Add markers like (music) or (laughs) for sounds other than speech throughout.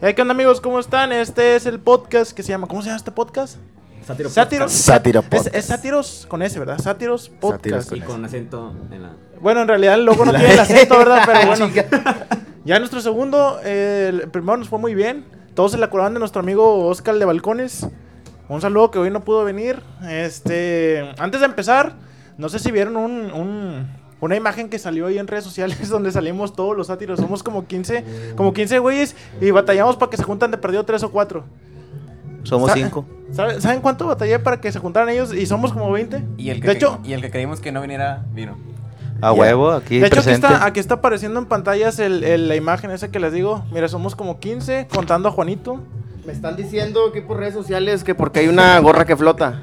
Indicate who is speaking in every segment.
Speaker 1: Eh, ¿Qué onda amigos? ¿Cómo están? Este es el podcast que se llama... ¿Cómo se llama este podcast?
Speaker 2: Sátiro.
Speaker 1: Sátiros.
Speaker 3: Sátiro
Speaker 1: Es,
Speaker 3: Podcast.
Speaker 1: es Sátiros con S, ¿verdad? Sátiros
Speaker 3: Sátiros
Speaker 1: Podcast.
Speaker 3: con E.
Speaker 2: Y con acento en la.
Speaker 1: Bueno, en realidad el logo
Speaker 3: (laughs)
Speaker 1: no tiene el acento, ¿verdad? Pero bueno. Ya nuestro segundo, eh, el primero nos fue muy bien. Todos se la curaban de nuestro amigo Oscar de Balcones. Un saludo que hoy no pudo venir. Este, antes de empezar, no sé si vieron un- un- una imagen que salió ahí en redes sociales (laughs) donde salimos todos los sátiros. Somos como 15, como 15 güeyes y batallamos para que se juntan de perdido 3 o 4.
Speaker 4: Somos
Speaker 1: Sa-
Speaker 4: cinco.
Speaker 1: ¿Saben, saben cuánto batallé para que se juntaran ellos y somos como 20?
Speaker 5: Y el que,
Speaker 1: de
Speaker 5: cre-
Speaker 1: hecho,
Speaker 5: y el que creímos que no viniera, vino.
Speaker 4: A huevo, aquí
Speaker 1: de hecho, aquí
Speaker 4: presente.
Speaker 1: está, aquí está apareciendo en pantallas el- el- la imagen esa que les digo. Mira, somos como 15, contando a Juanito.
Speaker 6: Me están diciendo aquí por redes sociales que porque hay una gorra que flota.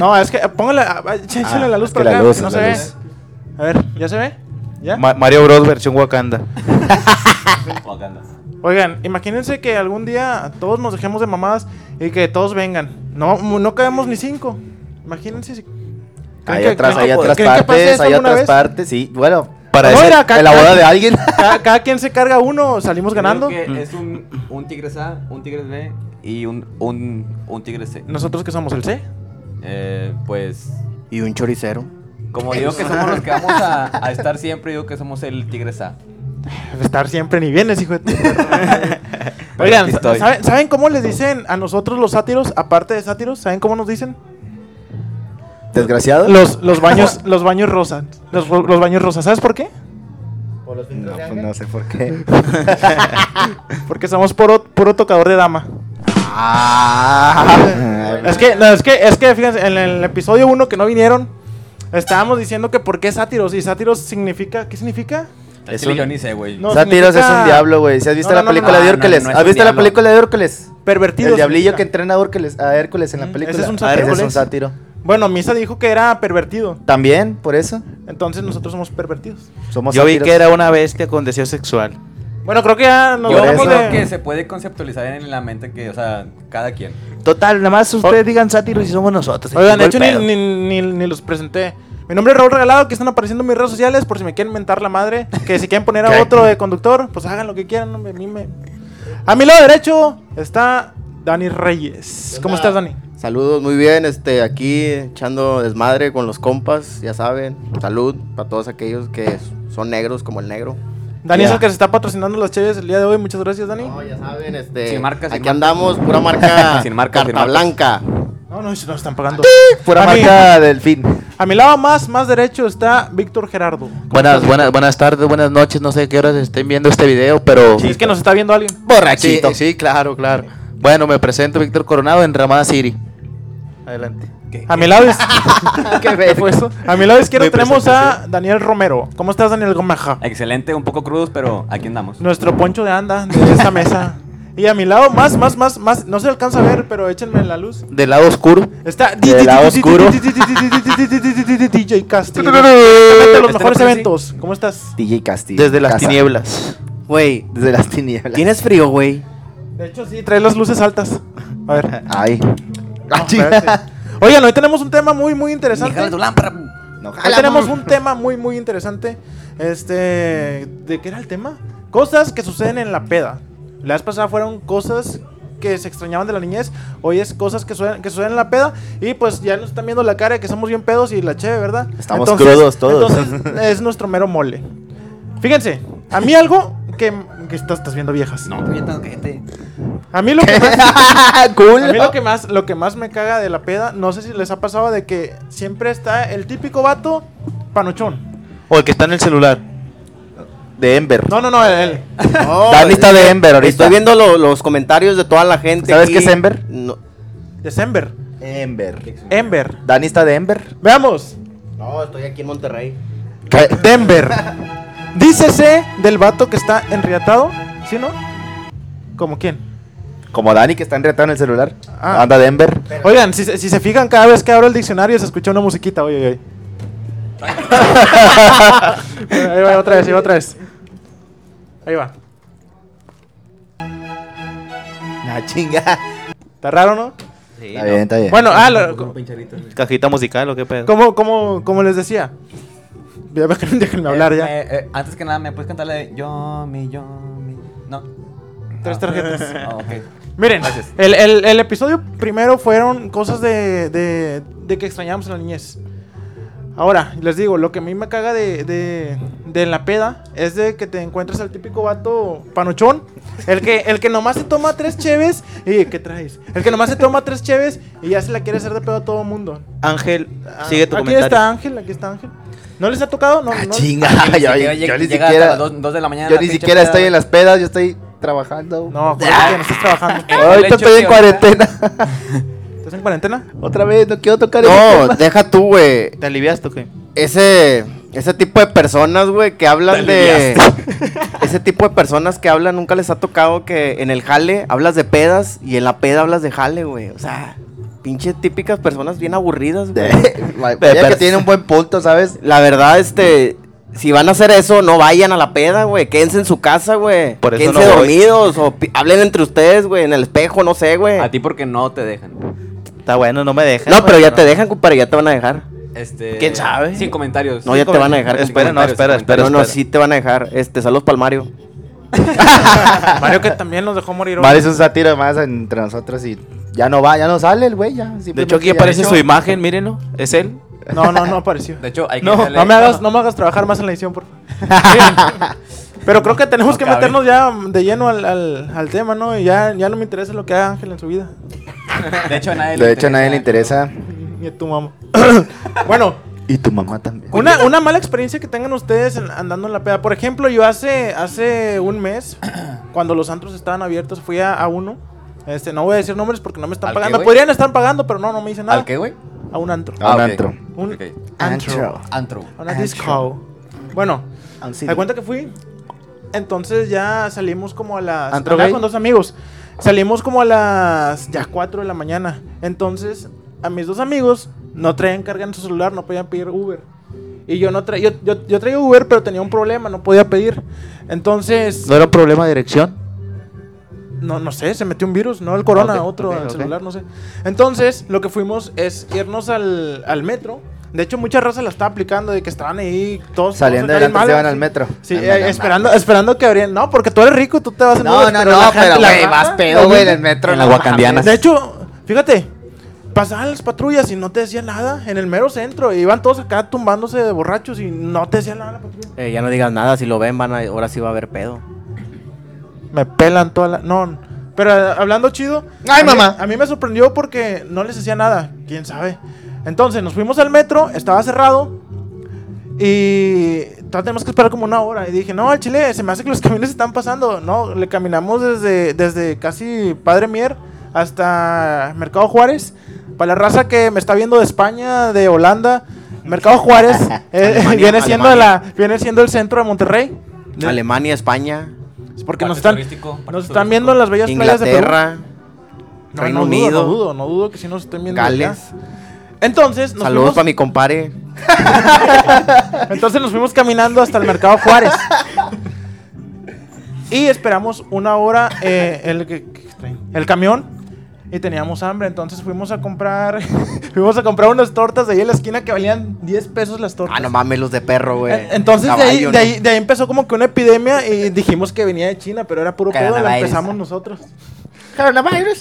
Speaker 1: No, es que eh, póngale, ah, ah, échale
Speaker 3: Ah,
Speaker 1: la luz
Speaker 3: es que
Speaker 1: para
Speaker 3: la
Speaker 1: acá,
Speaker 3: luz,
Speaker 1: no
Speaker 3: es
Speaker 1: se
Speaker 3: la
Speaker 1: ve.
Speaker 3: luz.
Speaker 1: A ver, ¿ya se ve? ¿Ya?
Speaker 4: Ma- Mario Bros. versión Wakanda.
Speaker 2: Wakanda.
Speaker 1: Oigan, imagínense que algún día todos nos dejemos de mamadas y que todos vengan. No, mu- no caemos ni cinco. Imagínense si... ¿Creen
Speaker 3: Hay
Speaker 1: que-
Speaker 3: atrás,
Speaker 1: creen
Speaker 3: hay
Speaker 1: que-
Speaker 3: atrás
Speaker 1: creen que pase
Speaker 3: partes,
Speaker 1: eso
Speaker 3: hay
Speaker 1: alguna
Speaker 3: otras
Speaker 1: vez?
Speaker 3: partes, sí. Bueno, para
Speaker 1: No,
Speaker 3: eso,
Speaker 1: era acá-
Speaker 3: en la boda
Speaker 1: acá-
Speaker 3: de alguien.
Speaker 1: Cada, cada quien se carga uno, salimos ganando.
Speaker 5: Creo que es un, un Tigres A, un Tigres B y un, un, un Tigres C.
Speaker 1: Nosotros que somos el C.
Speaker 5: Eh, pues,
Speaker 6: Y un choricero.
Speaker 5: como digo que somos los que vamos a, a estar siempre, digo que somos el Tigres A.
Speaker 1: Estar siempre ni vienes, hijo de tu-
Speaker 3: (laughs)
Speaker 1: Oigan,
Speaker 5: aquí estoy.
Speaker 1: ¿saben, saben cómo les dicen a nosotros los sátiros, aparte de sátiros? ¿Saben cómo nos dicen?
Speaker 3: Desgraciado.
Speaker 1: Los, los baños, los baños rosas. Los, ro- los baños rosas. ¿Sabes por qué?
Speaker 6: Por los
Speaker 3: No, pues no sé por
Speaker 4: (laughs)
Speaker 3: qué. (laughs)
Speaker 1: Porque somos puro, puro tocador de dama.
Speaker 3: Ah,
Speaker 1: Es que, no, es que, es que, fíjense, en el episodio 1 que no vinieron, estábamos diciendo que por qué sátiros. Y sátiros significa, ¿qué significa?
Speaker 3: (laughs) Es
Speaker 5: Chile
Speaker 3: un-
Speaker 5: yo ni sé, güey.
Speaker 1: No,
Speaker 3: Sátiros es
Speaker 1: significa-
Speaker 3: un diablo, güey. ¿Si has visto
Speaker 1: No,
Speaker 3: la
Speaker 1: no, no,
Speaker 3: película
Speaker 5: no,
Speaker 3: de
Speaker 5: no,
Speaker 3: Hércules?
Speaker 5: no, no es
Speaker 3: ¿Has
Speaker 5: un
Speaker 3: visto la
Speaker 5: diablo.
Speaker 3: película de Hércules?
Speaker 1: Pervertidos.
Speaker 3: El diablillo que
Speaker 1: significa.
Speaker 3: entrena a Hércules, a Hércules en la
Speaker 1: Mm,
Speaker 3: película.
Speaker 1: ese es un
Speaker 3: Ah, Ese es
Speaker 1: sátiro.
Speaker 3: un sátiro.
Speaker 1: Bueno, Misa dijo que era pervertido.
Speaker 3: También, por eso.
Speaker 1: Entonces nosotros somos pervertidos.
Speaker 3: Somos
Speaker 4: Yo vi
Speaker 3: sátiros.
Speaker 4: que era una bestia con deseo sexual.
Speaker 1: Bueno, creo que ya nos
Speaker 5: Yo
Speaker 3: Por
Speaker 1: vamos
Speaker 3: eso.
Speaker 5: creo
Speaker 1: de...
Speaker 5: que se puede conceptualizar en la mente que, o sea, cada quien.
Speaker 4: Total, nada más ustedes digan sátiros y somos nosotros. se
Speaker 1: Oigan, de hecho
Speaker 4: chingó
Speaker 1: ni,
Speaker 4: el pedo.
Speaker 1: ni, ni- ni los presenté. Mi nombre es Raúl Regalado, que están apareciendo en mis redes sociales por si me quieren mentar la madre. Que si quieren
Speaker 3: (laughs)
Speaker 1: poner a
Speaker 4: ¿Qué?
Speaker 1: otro de conductor, pues hagan lo que quieran. hombre, A, mí me- a mi lado derecho está Dani Reyes. ¿Cómo estás, Dani?
Speaker 6: Saludos, muy bien. Este, aquí echando desmadre con los compas, ya saben. Salud para todos aquellos que son negros como el negro.
Speaker 1: Dani es
Speaker 3: Ya.
Speaker 1: el que se está patrocinando las cheves el día de hoy. Muchas gracias, Dani.
Speaker 6: No, ya saben, este.
Speaker 5: Sin marca, sin
Speaker 6: aquí
Speaker 5: marca.
Speaker 6: andamos,
Speaker 3: (laughs)
Speaker 6: pura marca.
Speaker 5: Sin marca, sin
Speaker 6: Carta
Speaker 5: marca.
Speaker 6: blanca.
Speaker 1: No, no, nos están pagando.
Speaker 3: Pura
Speaker 1: A mí-
Speaker 3: marca del fin.
Speaker 1: A mi lado más, más derecho está Víctor Gerardo.
Speaker 4: Buenas, buenas, buenas tardes, buenas noches. No sé qué horas estén viendo este video, pero.
Speaker 1: Si es que nos está viendo alguien.
Speaker 4: borrachito.
Speaker 3: Sí, sí,
Speaker 4: claro, claro. Bueno, me presento Víctor Coronado en Ramada City. Adelante.
Speaker 1: A mi lado, es-
Speaker 3: (laughs)
Speaker 1: ¿Qué
Speaker 3: ¿Qué
Speaker 1: pues? fue eso? A mi lado izquierdo
Speaker 3: Mi
Speaker 1: tenemos a Daniel Romero. ¿Cómo estás, Daniel Gomaja?
Speaker 5: Excelente, un poco crudos, pero aquí andamos.
Speaker 1: Nuestro poncho de anda de esta mesa. Y a mi lado, más, más, más, más. No se alcanza a ver, pero échenme la luz.
Speaker 4: Del lado oscuro.
Speaker 1: Está
Speaker 3: Del lado oscuro.
Speaker 1: DJ Castillo. Exactamente, los mejores
Speaker 5: Este no parece.
Speaker 1: eventos. ¿Cómo estás?
Speaker 3: DJ Castillo.
Speaker 4: Desde las
Speaker 3: Casa.
Speaker 4: tinieblas.
Speaker 6: Güey,
Speaker 3: Desde las tinieblas.
Speaker 6: ¿tienes
Speaker 4: (laughs)
Speaker 6: frío, güey?
Speaker 1: De hecho, sí, trae las luces altas. A ver.
Speaker 3: (laughs) Ay. Ah,
Speaker 1: espérate. Oigan, hoy tenemos un tema muy, muy interesante.
Speaker 5: Jala tu
Speaker 1: Hoy
Speaker 5: lámpara.
Speaker 3: No,
Speaker 1: tenemos un tema muy, muy interesante. Este. ¿De qué era el tema? Cosas que suceden en la peda. La vez pasada fueron cosas que se extrañaban de la niñez. Hoy es cosas que suceden, que suceden en la peda. Y pues ya nos están viendo la cara de que somos bien pedos y la cheve, ¿verdad?
Speaker 3: Estamos crudos todos.
Speaker 1: Entonces
Speaker 3: (laughs)
Speaker 1: es nuestro mero mole. Fíjense, a mí algo que, que estás, estás viendo viejas.
Speaker 5: No, puñetas, cállate.
Speaker 1: A mí lo que más,
Speaker 4: (laughs) Ah,
Speaker 3: cool.
Speaker 1: a mí lo que más, lo que más me caga de la peda, no sé si les ha pasado de que siempre está el típico vato panuchón.
Speaker 4: O el que está en el celular.
Speaker 3: De Ember.
Speaker 1: No, no, no, él.
Speaker 3: Dani está de Ember ahorita.
Speaker 6: este, Estoy viendo lo- los comentarios de toda la gente.
Speaker 3: ¿Sabes
Speaker 6: aquí.
Speaker 3: qué es Ember?
Speaker 6: No.
Speaker 1: December.
Speaker 3: Ember.
Speaker 1: Ember.
Speaker 3: Dani está de Ember.
Speaker 1: Veamos.
Speaker 6: No, estoy aquí en Monterrey.
Speaker 3: Eh.
Speaker 1: Denver. Dícese del vato que está enriatado, ¿sí no? ¿Como quién?
Speaker 3: Como Dani que está enretado en el celular.
Speaker 1: Ah.
Speaker 3: Anda de Ember.
Speaker 1: Oigan, si, se- si se fijan, cada vez que abro el diccionario se escucha una musiquita. Oye, oye, oye. ahí va, otra vez, ahí va, otra vez. Ahí va.
Speaker 3: Ah, chinga.
Speaker 1: Está raro, ¿no?
Speaker 3: Está bien, está bien.
Speaker 1: Bueno, ah,
Speaker 5: (laughs)
Speaker 1: lo- co-
Speaker 4: Cajita musical o qué pedo.
Speaker 1: como, como, como les decía. Ya me déjenme hablar
Speaker 5: Eh,
Speaker 1: ya.
Speaker 5: eh, eh, antes que nada, ¿me puedes cantar la de Yomi, Yomi? No.
Speaker 1: Tres tarjetas.
Speaker 5: Ah, ok.
Speaker 1: Miren, el, el- el episodio primero fueron cosas de, de- de que extrañamos en la niñez. Ahora, les digo, lo que a mí me caga de, de- de la peda es de que te encuentras al típico vato panochón. El que, el que nomás se toma tres cheves y ¿qué traes? El que nomás se toma tres cheves y ya se la quiere hacer de pedo a todo mundo.
Speaker 4: Ángel,
Speaker 1: Ah,
Speaker 4: sigue tu
Speaker 1: aquí
Speaker 4: comentario. Ah,
Speaker 1: está Ángel, aquí está Ángel. ¿No les ha tocado? No, no.
Speaker 3: Ah, Chinga, (laughs)
Speaker 5: Ni
Speaker 3: yo,
Speaker 5: siquiera
Speaker 3: yo
Speaker 5: llega-
Speaker 3: ni
Speaker 5: llega
Speaker 3: siquiera,
Speaker 5: hasta las dos- dos de la mañana
Speaker 3: yo
Speaker 5: la
Speaker 3: ni
Speaker 5: pinche
Speaker 3: siquiera
Speaker 5: peda,
Speaker 3: estoy
Speaker 5: güey.
Speaker 3: en las pedas, yo estoy trabajando.
Speaker 1: No,
Speaker 4: Ah.
Speaker 1: acuérdate que no estás trabajando.
Speaker 5: el
Speaker 3: Ahorita
Speaker 5: hecho
Speaker 3: estoy en
Speaker 1: ¿eh?
Speaker 5: que-
Speaker 4: (laughs)
Speaker 3: cuarentena.
Speaker 1: ¿Estás en cuarentena?
Speaker 3: Otra vez, no quiero tocar ese
Speaker 6: No,
Speaker 3: tema.
Speaker 6: deja tú, güey.
Speaker 4: ¿Te aliviaste o qué?
Speaker 6: Ese, ese tipo de personas, güey, que hablan de. (laughs) Ese tipo de personas que hablan, nunca les ha tocado que en el jale hablas de pedas y en la peda hablas de jale, güey. O sea, pinche típicas personas bien aburridas, güey.
Speaker 3: Vaya que
Speaker 6: pero-
Speaker 3: tiene un buen punto, ¿sabes?
Speaker 6: La verdad, este. Si van a hacer eso, no vayan a la peda, güey. Quédense en su casa, güey.
Speaker 4: Por eso
Speaker 6: Quédense
Speaker 4: no voy.
Speaker 6: dormidos o pi- hablen entre ustedes, güey, en el espejo, no sé, güey.
Speaker 5: A ti porque no te dejan.
Speaker 4: Está bueno, no me dejes.
Speaker 6: No, pero ya te dejan, compadre, ya te van a dejar.
Speaker 5: Este,
Speaker 4: ¿Quién sabe?
Speaker 5: Sin comentarios.
Speaker 6: No, ya te van a dejar.
Speaker 4: Espera, no,
Speaker 5: comentarios,
Speaker 4: espera, espera.
Speaker 6: no, no,
Speaker 4: espera.
Speaker 6: sí te van a dejar. Este, saludos para Mario.
Speaker 1: Mario que también nos dejó morir. hoy.
Speaker 3: Vale, es un satiro más entre nosotros y ya no va, ya no sale el güey, ya.
Speaker 4: De hecho, aquí
Speaker 3: simplemente
Speaker 4: aparece
Speaker 3: ya.
Speaker 4: su imagen, mírenlo. Es él.
Speaker 1: No, no, no apareció.
Speaker 5: De hecho, hay que
Speaker 1: No,
Speaker 5: darle-
Speaker 1: no me hagas, no me hagas trabajar más en la edición, por favor.
Speaker 5: (laughs)
Speaker 1: Miren, Pero creo que tenemos
Speaker 5: No
Speaker 1: que
Speaker 5: cabe.
Speaker 1: meternos ya de lleno al, al- al tema, ¿no? Y ya, ya no me interesa lo que haga Ángel en su vida.
Speaker 5: De hecho, a nadie
Speaker 3: De hecho, a nadie le interesa.
Speaker 1: Ni a tu mamá. (coughs) bueno,
Speaker 3: Y tu mamá también.
Speaker 1: una, una mala experiencia que tengan ustedes en- andando en la peda. Por ejemplo, yo hace, hace un
Speaker 5: (coughs)
Speaker 1: mes, cuando los antros estaban abiertos, fui a, a uno. Este, no voy a decir nombres porque no me están
Speaker 5: ¿Al qué,
Speaker 1: pagando.
Speaker 5: güey?
Speaker 1: Podrían estar pagando, pero no, no me dicen nada.
Speaker 5: ¿Al qué, güey?
Speaker 1: A un antro.
Speaker 3: A un
Speaker 5: Ah, ok.
Speaker 3: antro.
Speaker 1: Un
Speaker 5: Ok.
Speaker 1: antro.
Speaker 5: Antro.
Speaker 1: A una disco. Bueno, ¿Te cuenta que fui? Entonces ya salimos como a las...
Speaker 4: ¿Antro
Speaker 1: andaba
Speaker 4: gay?
Speaker 1: con dos amigos. Salimos como a las ya 4 de la mañana. Entonces a mis dos amigos no traían carga en su celular, no podían pedir Uber. Y yo no tra yo, yo, yo traía Uber, pero tenía un problema, no podía pedir. Entonces,
Speaker 4: ¿No era un problema de dirección?
Speaker 1: no, no sé, se metió un virus, ¿no? El corona,
Speaker 4: Ok,
Speaker 1: otro
Speaker 4: ok,
Speaker 1: al
Speaker 4: ok.
Speaker 1: celular, no sé. Entonces, lo que fuimos es irnos al, al metro. De hecho, mucha raza la está aplicando de que estaban ahí todos...
Speaker 3: Saliendo
Speaker 1: todos acá bien
Speaker 3: adelante se
Speaker 1: malos,
Speaker 3: van al
Speaker 1: sí.
Speaker 3: metro.
Speaker 1: Sí,
Speaker 3: Ah,
Speaker 1: eh,
Speaker 3: no, no,
Speaker 1: esperando, esperando que abrían. No, porque tú eres rico, tú te vas en
Speaker 3: No,
Speaker 1: Uber,
Speaker 3: no, no,
Speaker 1: la gente-
Speaker 3: pero
Speaker 1: la
Speaker 3: güey,
Speaker 1: raza-
Speaker 3: vas pedo, güey, en el metro.
Speaker 5: En la
Speaker 3: no
Speaker 5: Guacandiana.
Speaker 3: mames.
Speaker 1: De hecho, fíjate, pasaban las patrullas y no te decían nada en el mero centro. e iban todos acá tumbándose de borrachos y no te decían nada la patrulla.
Speaker 6: Eh, ya no digas nada, si lo ven, van a, ahora sí va a haber pedo.
Speaker 1: Me pelan toda la. No, pero eh, hablando chido.
Speaker 3: Ay,
Speaker 1: a mí-
Speaker 3: mamá.
Speaker 1: a mí me sorprendió porque no les hacía nada. Quién sabe. Entonces nos fuimos al metro, estaba cerrado. Y todavía tenemos que esperar como una hora. Y dije, no, al chile, se me hace que los (laughs) camiones están pasando. No, le caminamos desde, desde casi Padre Mier hasta Mercado Juárez. Para la raza que me está viendo de España, de Holanda, Mercado Juárez eh,
Speaker 6: Alemania,
Speaker 1: viene, siendo
Speaker 6: Alemania.
Speaker 1: la, viene siendo el centro de Monterrey. De-
Speaker 6: Alemania, España,
Speaker 1: porque nos están, nos están viendo en las bellas playas de Perú.
Speaker 6: Inglaterra,
Speaker 1: No,
Speaker 6: Reino
Speaker 1: no
Speaker 6: Unido,
Speaker 1: Dudo, no dudo, no dudo que si nos estén viendo.
Speaker 6: Gales.
Speaker 1: acá. Entonces nos,
Speaker 6: Saludos para
Speaker 1: fuimos,
Speaker 6: mi compadre.
Speaker 1: entonces nos fuimos caminando hasta el mercado Juárez. y esperamos una hora eh, el, que- que traen, el camión. Y teníamos hambre, entonces fuimos a comprar. (laughs) fuimos a comprar unas tortas de ahí en la esquina que valían 10 pesos las tortas.
Speaker 6: Ah, no mames, los de perro, güey.
Speaker 1: En- Entonces de, ahí,
Speaker 6: Caballo,
Speaker 1: de
Speaker 6: ¿no?
Speaker 1: ahí- de ahí empezó como que una epidemia y dijimos que venía de China, pero era puro pedo, la
Speaker 5: Coronavirus.
Speaker 1: empezamos nosotros.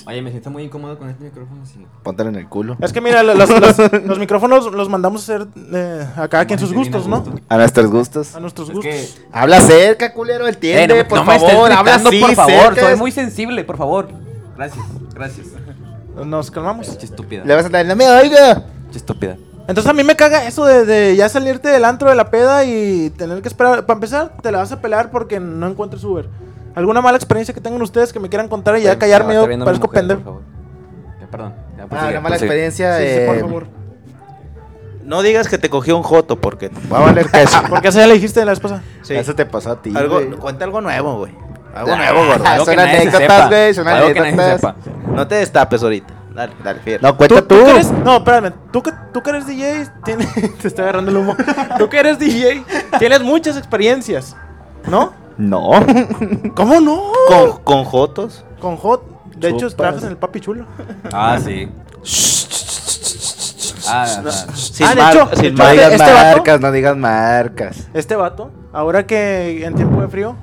Speaker 5: Oye, me siento muy incómodo con este micrófono. sí.
Speaker 3: Póntelo en el culo.
Speaker 1: Es que mira, lo- los, (laughs) los- los micrófonos los mandamos a hacer eh, a cada quien sus
Speaker 5: Tiene
Speaker 1: gustos, ¿no?
Speaker 5: gusto.
Speaker 3: A nuestros gustos.
Speaker 1: A nuestros
Speaker 5: Es
Speaker 1: gustos.
Speaker 5: que-
Speaker 3: Habla cerca, culero, entiende,
Speaker 5: Eh, no,
Speaker 3: por
Speaker 5: no me estés
Speaker 3: favor. Habla
Speaker 5: gritando,
Speaker 3: así,
Speaker 5: por favor.
Speaker 3: cerca.
Speaker 5: Soy muy sensible, por favor. Gracias, gracias.
Speaker 1: Nos calmamos.
Speaker 5: Che estúpida.
Speaker 3: Le vas a dar, no me oiga.
Speaker 5: Che estúpida.
Speaker 1: Entonces a mí me caga eso de, de ya salirte del antro de la peda y tener que esperar. Para empezar, te la vas a pelar porque no encuentres Uber. ¿Alguna mala experiencia que tengan ustedes que me quieran contar y ya callarme? Yo parezco pendejo.
Speaker 5: Perdón. ya, pues
Speaker 3: Ah,
Speaker 5: prosigue,
Speaker 3: una mala
Speaker 5: prosigue.
Speaker 3: experiencia.
Speaker 1: Sí, sí,
Speaker 3: eh,
Speaker 1: por favor.
Speaker 4: No digas que te cogió un joto, porque...
Speaker 3: Va a valer queso.
Speaker 1: Porque eso ya le dijiste la vez pasada.
Speaker 4: Sí.
Speaker 3: Eso te pasó a ti. güey.
Speaker 4: Algo, cuenta algo nuevo, güey. Algo
Speaker 3: Ah,
Speaker 4: nuevo, gordo.
Speaker 3: ah,
Speaker 5: Algo
Speaker 3: son
Speaker 5: que nadie se
Speaker 3: anécdotas,
Speaker 5: sepa.
Speaker 3: güey. Son
Speaker 5: Algo que nadie se
Speaker 3: anécdotas.
Speaker 5: sepa.
Speaker 4: No te destapes ahorita. Dale, dale, fíjate.
Speaker 3: No, cuenta tú.
Speaker 1: que eres- no, espérame. Tú que, tú que eres DJ, tienes- (laughs) te está agarrando el humo. Tú que eres DJ, tienes muchas experiencias, ¿no?
Speaker 3: No.
Speaker 1: ¿Cómo no?
Speaker 4: Con, con jotos.
Speaker 1: Con Hot. De hecho,
Speaker 3: Chupas.
Speaker 1: trabajas en el Papi Chulo.
Speaker 5: Ah, sí. Ah, ajá.
Speaker 4: Sin
Speaker 1: Ah, de
Speaker 4: mar-
Speaker 1: hecho, de
Speaker 4: sin
Speaker 1: hecho,
Speaker 3: No
Speaker 1: este-
Speaker 4: mar-
Speaker 3: digas
Speaker 1: este vato-
Speaker 3: marcas, no digas marcas.
Speaker 1: Este vato, ahora que en tiempo de frío,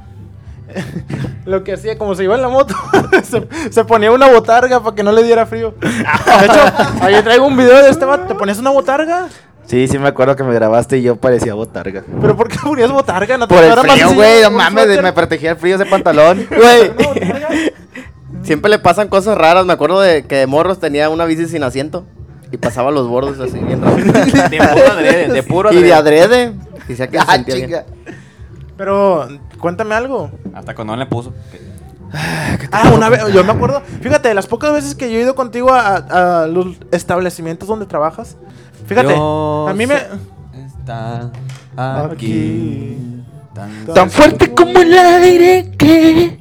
Speaker 1: (laughs) Lo que hacía, como se iba en la moto, (laughs) se, se ponía una botarga para que no le diera frío. De hecho, ahí traigo un video de este vato. ¿Te ponías una botarga?
Speaker 3: Sí, sí me acuerdo que me grabaste y yo parecía botarga.
Speaker 1: ¿Pero por qué ponías botarga? ¿No te-
Speaker 3: Por
Speaker 1: no
Speaker 3: el
Speaker 1: era más
Speaker 3: frío,
Speaker 1: sencillo
Speaker 3: güey, no
Speaker 1: un
Speaker 3: mames,
Speaker 1: suéter?
Speaker 3: me protegía el frío ese pantalón.
Speaker 6: Güey,
Speaker 1: ¿Una botarga?
Speaker 6: siempre le pasan cosas raras. Me acuerdo de que de morros tenía una bici sin asiento y pasaba los bordes así
Speaker 1: (laughs)
Speaker 6: bien rápido.
Speaker 5: De puro adrede, de puro
Speaker 6: y de
Speaker 5: adrede.
Speaker 6: adrede. Y se
Speaker 3: Ah,
Speaker 6: sentía bien.
Speaker 3: chinga.
Speaker 1: Pero cuéntame algo.
Speaker 5: Hasta cuando no le puso.
Speaker 1: Ah, una vez, yo me acuerdo, fíjate, de las pocas veces que yo he ido contigo a, a- a los establecimientos donde trabajas, fíjate,
Speaker 5: Yo
Speaker 1: a mí me...
Speaker 5: sé- Está aquí. Tan-
Speaker 4: Tan fuerte como el aire (laughs) que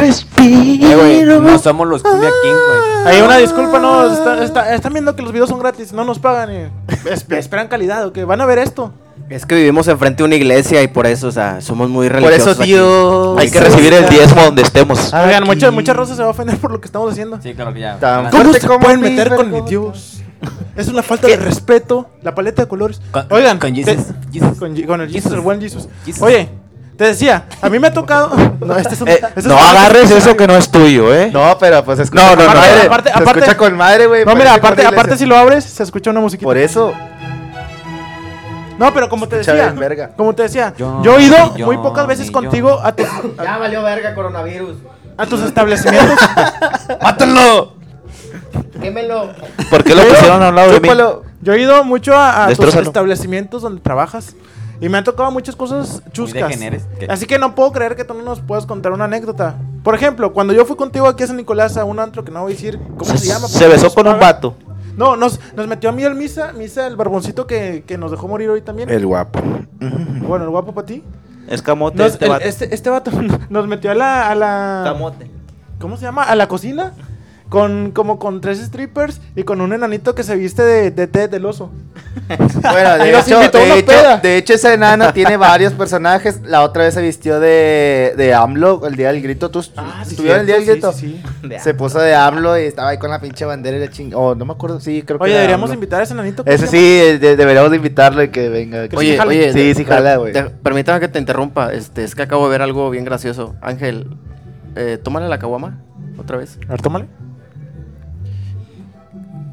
Speaker 4: respiro.
Speaker 5: Eh, güey, no somos los Cumbia King, güey.
Speaker 1: Hay una disculpa, no, está- está- están viendo que los videos son gratis, no nos pagan,
Speaker 5: (laughs)
Speaker 1: y es- esperan calidad, o que van a ver esto.
Speaker 6: Es que vivimos enfrente de una iglesia y por eso, o sea, somos muy
Speaker 3: Por
Speaker 6: religiosos.
Speaker 3: eso,
Speaker 6: aquí.
Speaker 3: tío.
Speaker 4: Hay que recibir el diezmo donde estemos.
Speaker 1: Oigan, mucha, mucha raza se va a ofender por lo que estamos haciendo.
Speaker 5: Sí, claro que ya.
Speaker 3: Tan-
Speaker 1: ¿Cómo
Speaker 3: Fuerte
Speaker 1: se
Speaker 3: como
Speaker 1: pueden
Speaker 3: el
Speaker 1: meter con mi
Speaker 3: Bíblia,
Speaker 1: Dios? (laughs) Es una falta de respeto, la paleta de colores. Oigan,
Speaker 5: con
Speaker 1: te-
Speaker 5: Jesus. Jesus.
Speaker 1: Con, Je- con el Jesus, el buen Jesus.
Speaker 5: Jesus.
Speaker 1: Oye, te decía, a mí me ha
Speaker 5: (laughs)
Speaker 1: tocado. (laughs) No, este es un-
Speaker 4: Eh,
Speaker 1: este es
Speaker 4: no
Speaker 1: un-
Speaker 4: agarres eso que no es tuyo, ¿eh?
Speaker 3: No, pero pues
Speaker 4: No,
Speaker 3: escucha.
Speaker 4: no,
Speaker 3: con
Speaker 4: no.
Speaker 3: madre,
Speaker 1: Aparte-
Speaker 3: se
Speaker 1: aparte-
Speaker 3: escucha con madre, güey.
Speaker 1: No, mira,
Speaker 3: parece
Speaker 1: aparte,
Speaker 3: corrible
Speaker 1: aparte
Speaker 3: ese.
Speaker 1: si lo abres, se escucha una musiquita.
Speaker 3: Por eso.
Speaker 1: No, pero como te
Speaker 3: Escucha
Speaker 1: decía,
Speaker 3: bien verga.
Speaker 1: como te decía, yo,
Speaker 5: Yo
Speaker 1: he ido
Speaker 5: ni yo,
Speaker 1: muy pocas veces
Speaker 5: ni
Speaker 1: contigo a tus,
Speaker 6: Ya valió verga coronavirus.
Speaker 1: a tus establecimientos.
Speaker 4: (laughs) ¡Mátalo!
Speaker 6: Quémelo.
Speaker 4: ¿Por qué lo pusieron a un lado de mí?
Speaker 3: Chúpalo.
Speaker 1: Yo he ido mucho a, a tus
Speaker 4: Destrózalo.
Speaker 1: establecimientos donde trabajas. Y me han tocado muchas cosas chuscas.
Speaker 5: degeneres. ¿Qué?
Speaker 1: Así que no puedo creer que tú no nos puedas contar una anécdota. Por ejemplo, cuando yo fui contigo aquí a San Nicolás a un antro que no voy a decir cómo se, llama.
Speaker 4: Se
Speaker 1: porque
Speaker 4: besó
Speaker 1: nos
Speaker 4: con un
Speaker 1: pagan.
Speaker 4: vato.
Speaker 1: No, nos, nos metió a mí el misa, misa, el barboncito que, que nos dejó morir hoy también.
Speaker 4: Eh.
Speaker 3: El guapo.
Speaker 1: Bueno, el guapo para ti.
Speaker 4: Es camote
Speaker 1: Nos-
Speaker 4: este
Speaker 1: el-
Speaker 4: vato.
Speaker 1: este, este vato (laughs) nos metió a la, a la- ¿Cómo se llama? A la cocina. Con, como con tres strippers y con un enanito que se viste de, de té del oso.
Speaker 3: Bueno,
Speaker 1: Y
Speaker 3: de
Speaker 1: nos
Speaker 3: hecho,
Speaker 1: invitó a una
Speaker 3: de, hecho,
Speaker 1: peda.
Speaker 3: de hecho, esa enana tiene varios personajes. La otra vez se vistió de, de AMLO el día del grito. ¿Tú
Speaker 1: Ah,
Speaker 3: estuvieron el día del grito? Se puso de AMLO y estaba ahí con la pinche bandera y la ching... Oh, no me acuerdo. Sí, creo que
Speaker 1: Oye,
Speaker 3: era
Speaker 1: deberíamos
Speaker 3: AMLO.
Speaker 1: invitar a ese enanito. ¿cómo
Speaker 3: Ese
Speaker 1: se llama?
Speaker 3: sí, eh, de- deberíamos de invitarlo y que venga. aquí.
Speaker 6: Oye, oye.
Speaker 3: Sí, sí,
Speaker 6: per-
Speaker 3: jala, güey.
Speaker 6: te- Permítame que te interrumpa. Este, es que acabo de ver algo bien gracioso. Ángel, eh, tómale la caguama otra vez.
Speaker 1: A ver, tómale.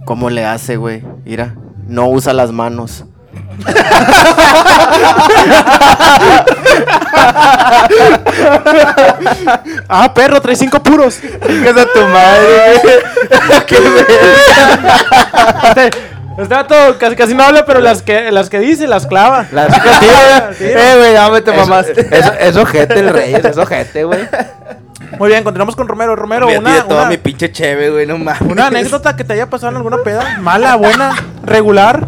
Speaker 6: ¿Cómo le hace, güey? Mira, no usa las manos.
Speaker 1: Ah, perro, trae cinco puros.
Speaker 3: (laughs) Chingas a tu madre,
Speaker 6: (laughs)
Speaker 3: güey. Qué verga.
Speaker 1: Este, este vato casi, casi no habla, pero las que, las que dice las clava.
Speaker 3: La chica, tío, (laughs) güey. Eh, güey, dame te mamás.
Speaker 4: Eso, es ojete el rey, es ojete, güey.
Speaker 1: Muy bien, continuamos con Romero. Romero,
Speaker 3: Me
Speaker 1: una,
Speaker 3: tiré toda
Speaker 1: una-
Speaker 3: mi pinche cheve, güey, no mames.
Speaker 1: una anécdota que te haya pasado en alguna peda. Mala, buena, regular.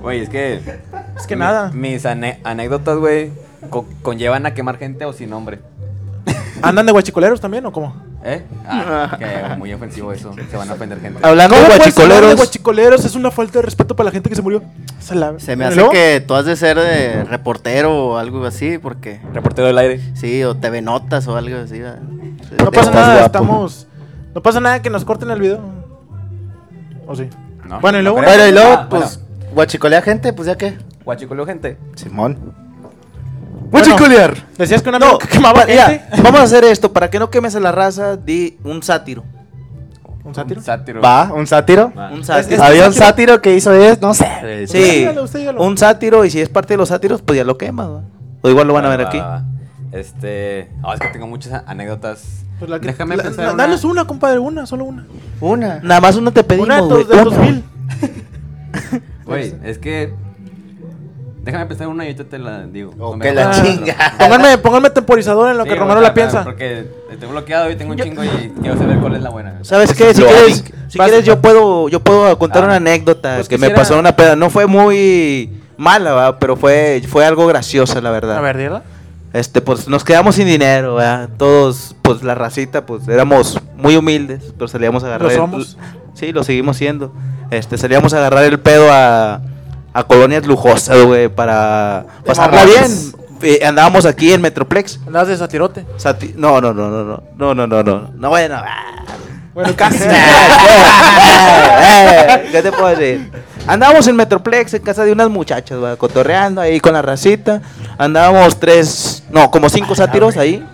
Speaker 5: Güey, es que.
Speaker 1: Es que nada.
Speaker 5: Mis ane- anécdotas, güey, co- conllevan a quemar gente o sin nombre.
Speaker 1: ¿Andan de guachicoleros también o cómo?
Speaker 5: ¿Eh?
Speaker 1: (laughs)
Speaker 5: Ah, que muy ofensivo eso. Se van a ofender gente.
Speaker 4: Hablando de
Speaker 1: ¿Cómo puedes hablar de
Speaker 4: guachicoleros.
Speaker 1: guachicoleros es una falta de respeto para la gente que se murió. Se, la-
Speaker 6: Se me
Speaker 1: ¿Y
Speaker 6: hace
Speaker 1: luego?
Speaker 6: que tú has de ser eh, reportero o algo así, porque.
Speaker 5: Reportero del aire.
Speaker 6: Sí, o TV Notas o algo así. ¿verdad?
Speaker 1: No pasa
Speaker 6: Estás
Speaker 1: nada,
Speaker 6: guapo.
Speaker 1: estamos. No pasa nada que nos corten el video. ¿O sí?
Speaker 5: No,
Speaker 1: bueno, y
Speaker 5: no
Speaker 1: luego.
Speaker 5: creo.
Speaker 3: Bueno, y luego,
Speaker 5: Ah,
Speaker 3: pues, guachicolea gente, pues ya qué.
Speaker 5: Guachicoleo gente.
Speaker 3: Simón.
Speaker 1: Guachicolear. Decías que una amigo
Speaker 4: No,
Speaker 1: que quemaba
Speaker 4: mira,
Speaker 1: gente.
Speaker 4: (laughs) vamos a hacer esto. Para que no quemes a la raza, di un sátiro.
Speaker 1: ¿Un sátiro?
Speaker 5: Un sátiro.
Speaker 3: Va, un sátiro.
Speaker 5: Va.
Speaker 4: Un sátiro.
Speaker 1: Este
Speaker 3: Había un
Speaker 1: sátiro-
Speaker 3: sátiro que hizo es, no sé. güey.
Speaker 4: Sí,
Speaker 1: dígalo, usted dígalo.
Speaker 4: un sátiro. Y si es parte de los sátiros, pues ya lo quemas. ¿va? O igual lo van a ver
Speaker 5: Va,
Speaker 4: aquí.
Speaker 5: va,
Speaker 1: Ah.
Speaker 5: va. Este. ah, es que tengo muchas a- anécdotas.
Speaker 1: Pues la que-
Speaker 5: Déjame
Speaker 1: la-
Speaker 5: pensar.
Speaker 1: la-
Speaker 5: una.
Speaker 1: Danos una, compadre, una, solo una.
Speaker 3: Una.
Speaker 4: Nada más una te
Speaker 1: una de
Speaker 4: pedimos.
Speaker 1: dos-
Speaker 4: güey.
Speaker 1: de 2000.
Speaker 5: Güey, es que. Déjame pensar una y ahorita te la digo.
Speaker 3: Oh,
Speaker 5: Ah, No me
Speaker 3: que
Speaker 5: acuerdo.
Speaker 3: la chinga.
Speaker 1: Pónganme, pónganme temporizador en lo
Speaker 5: Sí,
Speaker 1: que
Speaker 5: güey,
Speaker 1: Romero
Speaker 5: o sea,
Speaker 1: la piensa.
Speaker 5: Porque estoy bloqueado y tengo un chingo y quiero saber cuál es la buena.
Speaker 1: Pues
Speaker 4: ¿Sabes qué? Si
Speaker 3: Lo
Speaker 4: quieres,
Speaker 3: hay.
Speaker 4: si quieres yo puedo yo puedo contar
Speaker 5: Ah,
Speaker 4: una anécdota
Speaker 1: pues
Speaker 4: que me
Speaker 1: quisiera-
Speaker 4: pasó en una peda. No fue muy mala, ¿va? pero fue fue algo graciosa, la verdad.
Speaker 1: A ver, dígala.
Speaker 4: Este, pues nos quedamos sin dinero, ¿verdad? Todos, pues la racita, pues éramos muy humildes, pero salíamos a agarrar.
Speaker 1: Lo
Speaker 4: el-
Speaker 1: somos.
Speaker 4: sí, lo seguimos siendo. Este, salíamos a agarrar el pedo a, a colonias lujosas, güey, para pasarla bien.
Speaker 3: mamones.
Speaker 4: Eh, andábamos aquí en Metroplex.
Speaker 1: Andabas de satirote.
Speaker 4: Sati- no, no, no, no, no, no, no, no, no, no, bueno. ah.
Speaker 1: (laughs) Bueno,
Speaker 4: (laughs)
Speaker 1: casi.
Speaker 4: Eh, eh, ¿Qué te puedo decir? Andábamos en Metroplex, en casa de unas muchachas, ¿va? cotorreando ahí con la racita. Andábamos tres, no, como cinco sátiros ahí.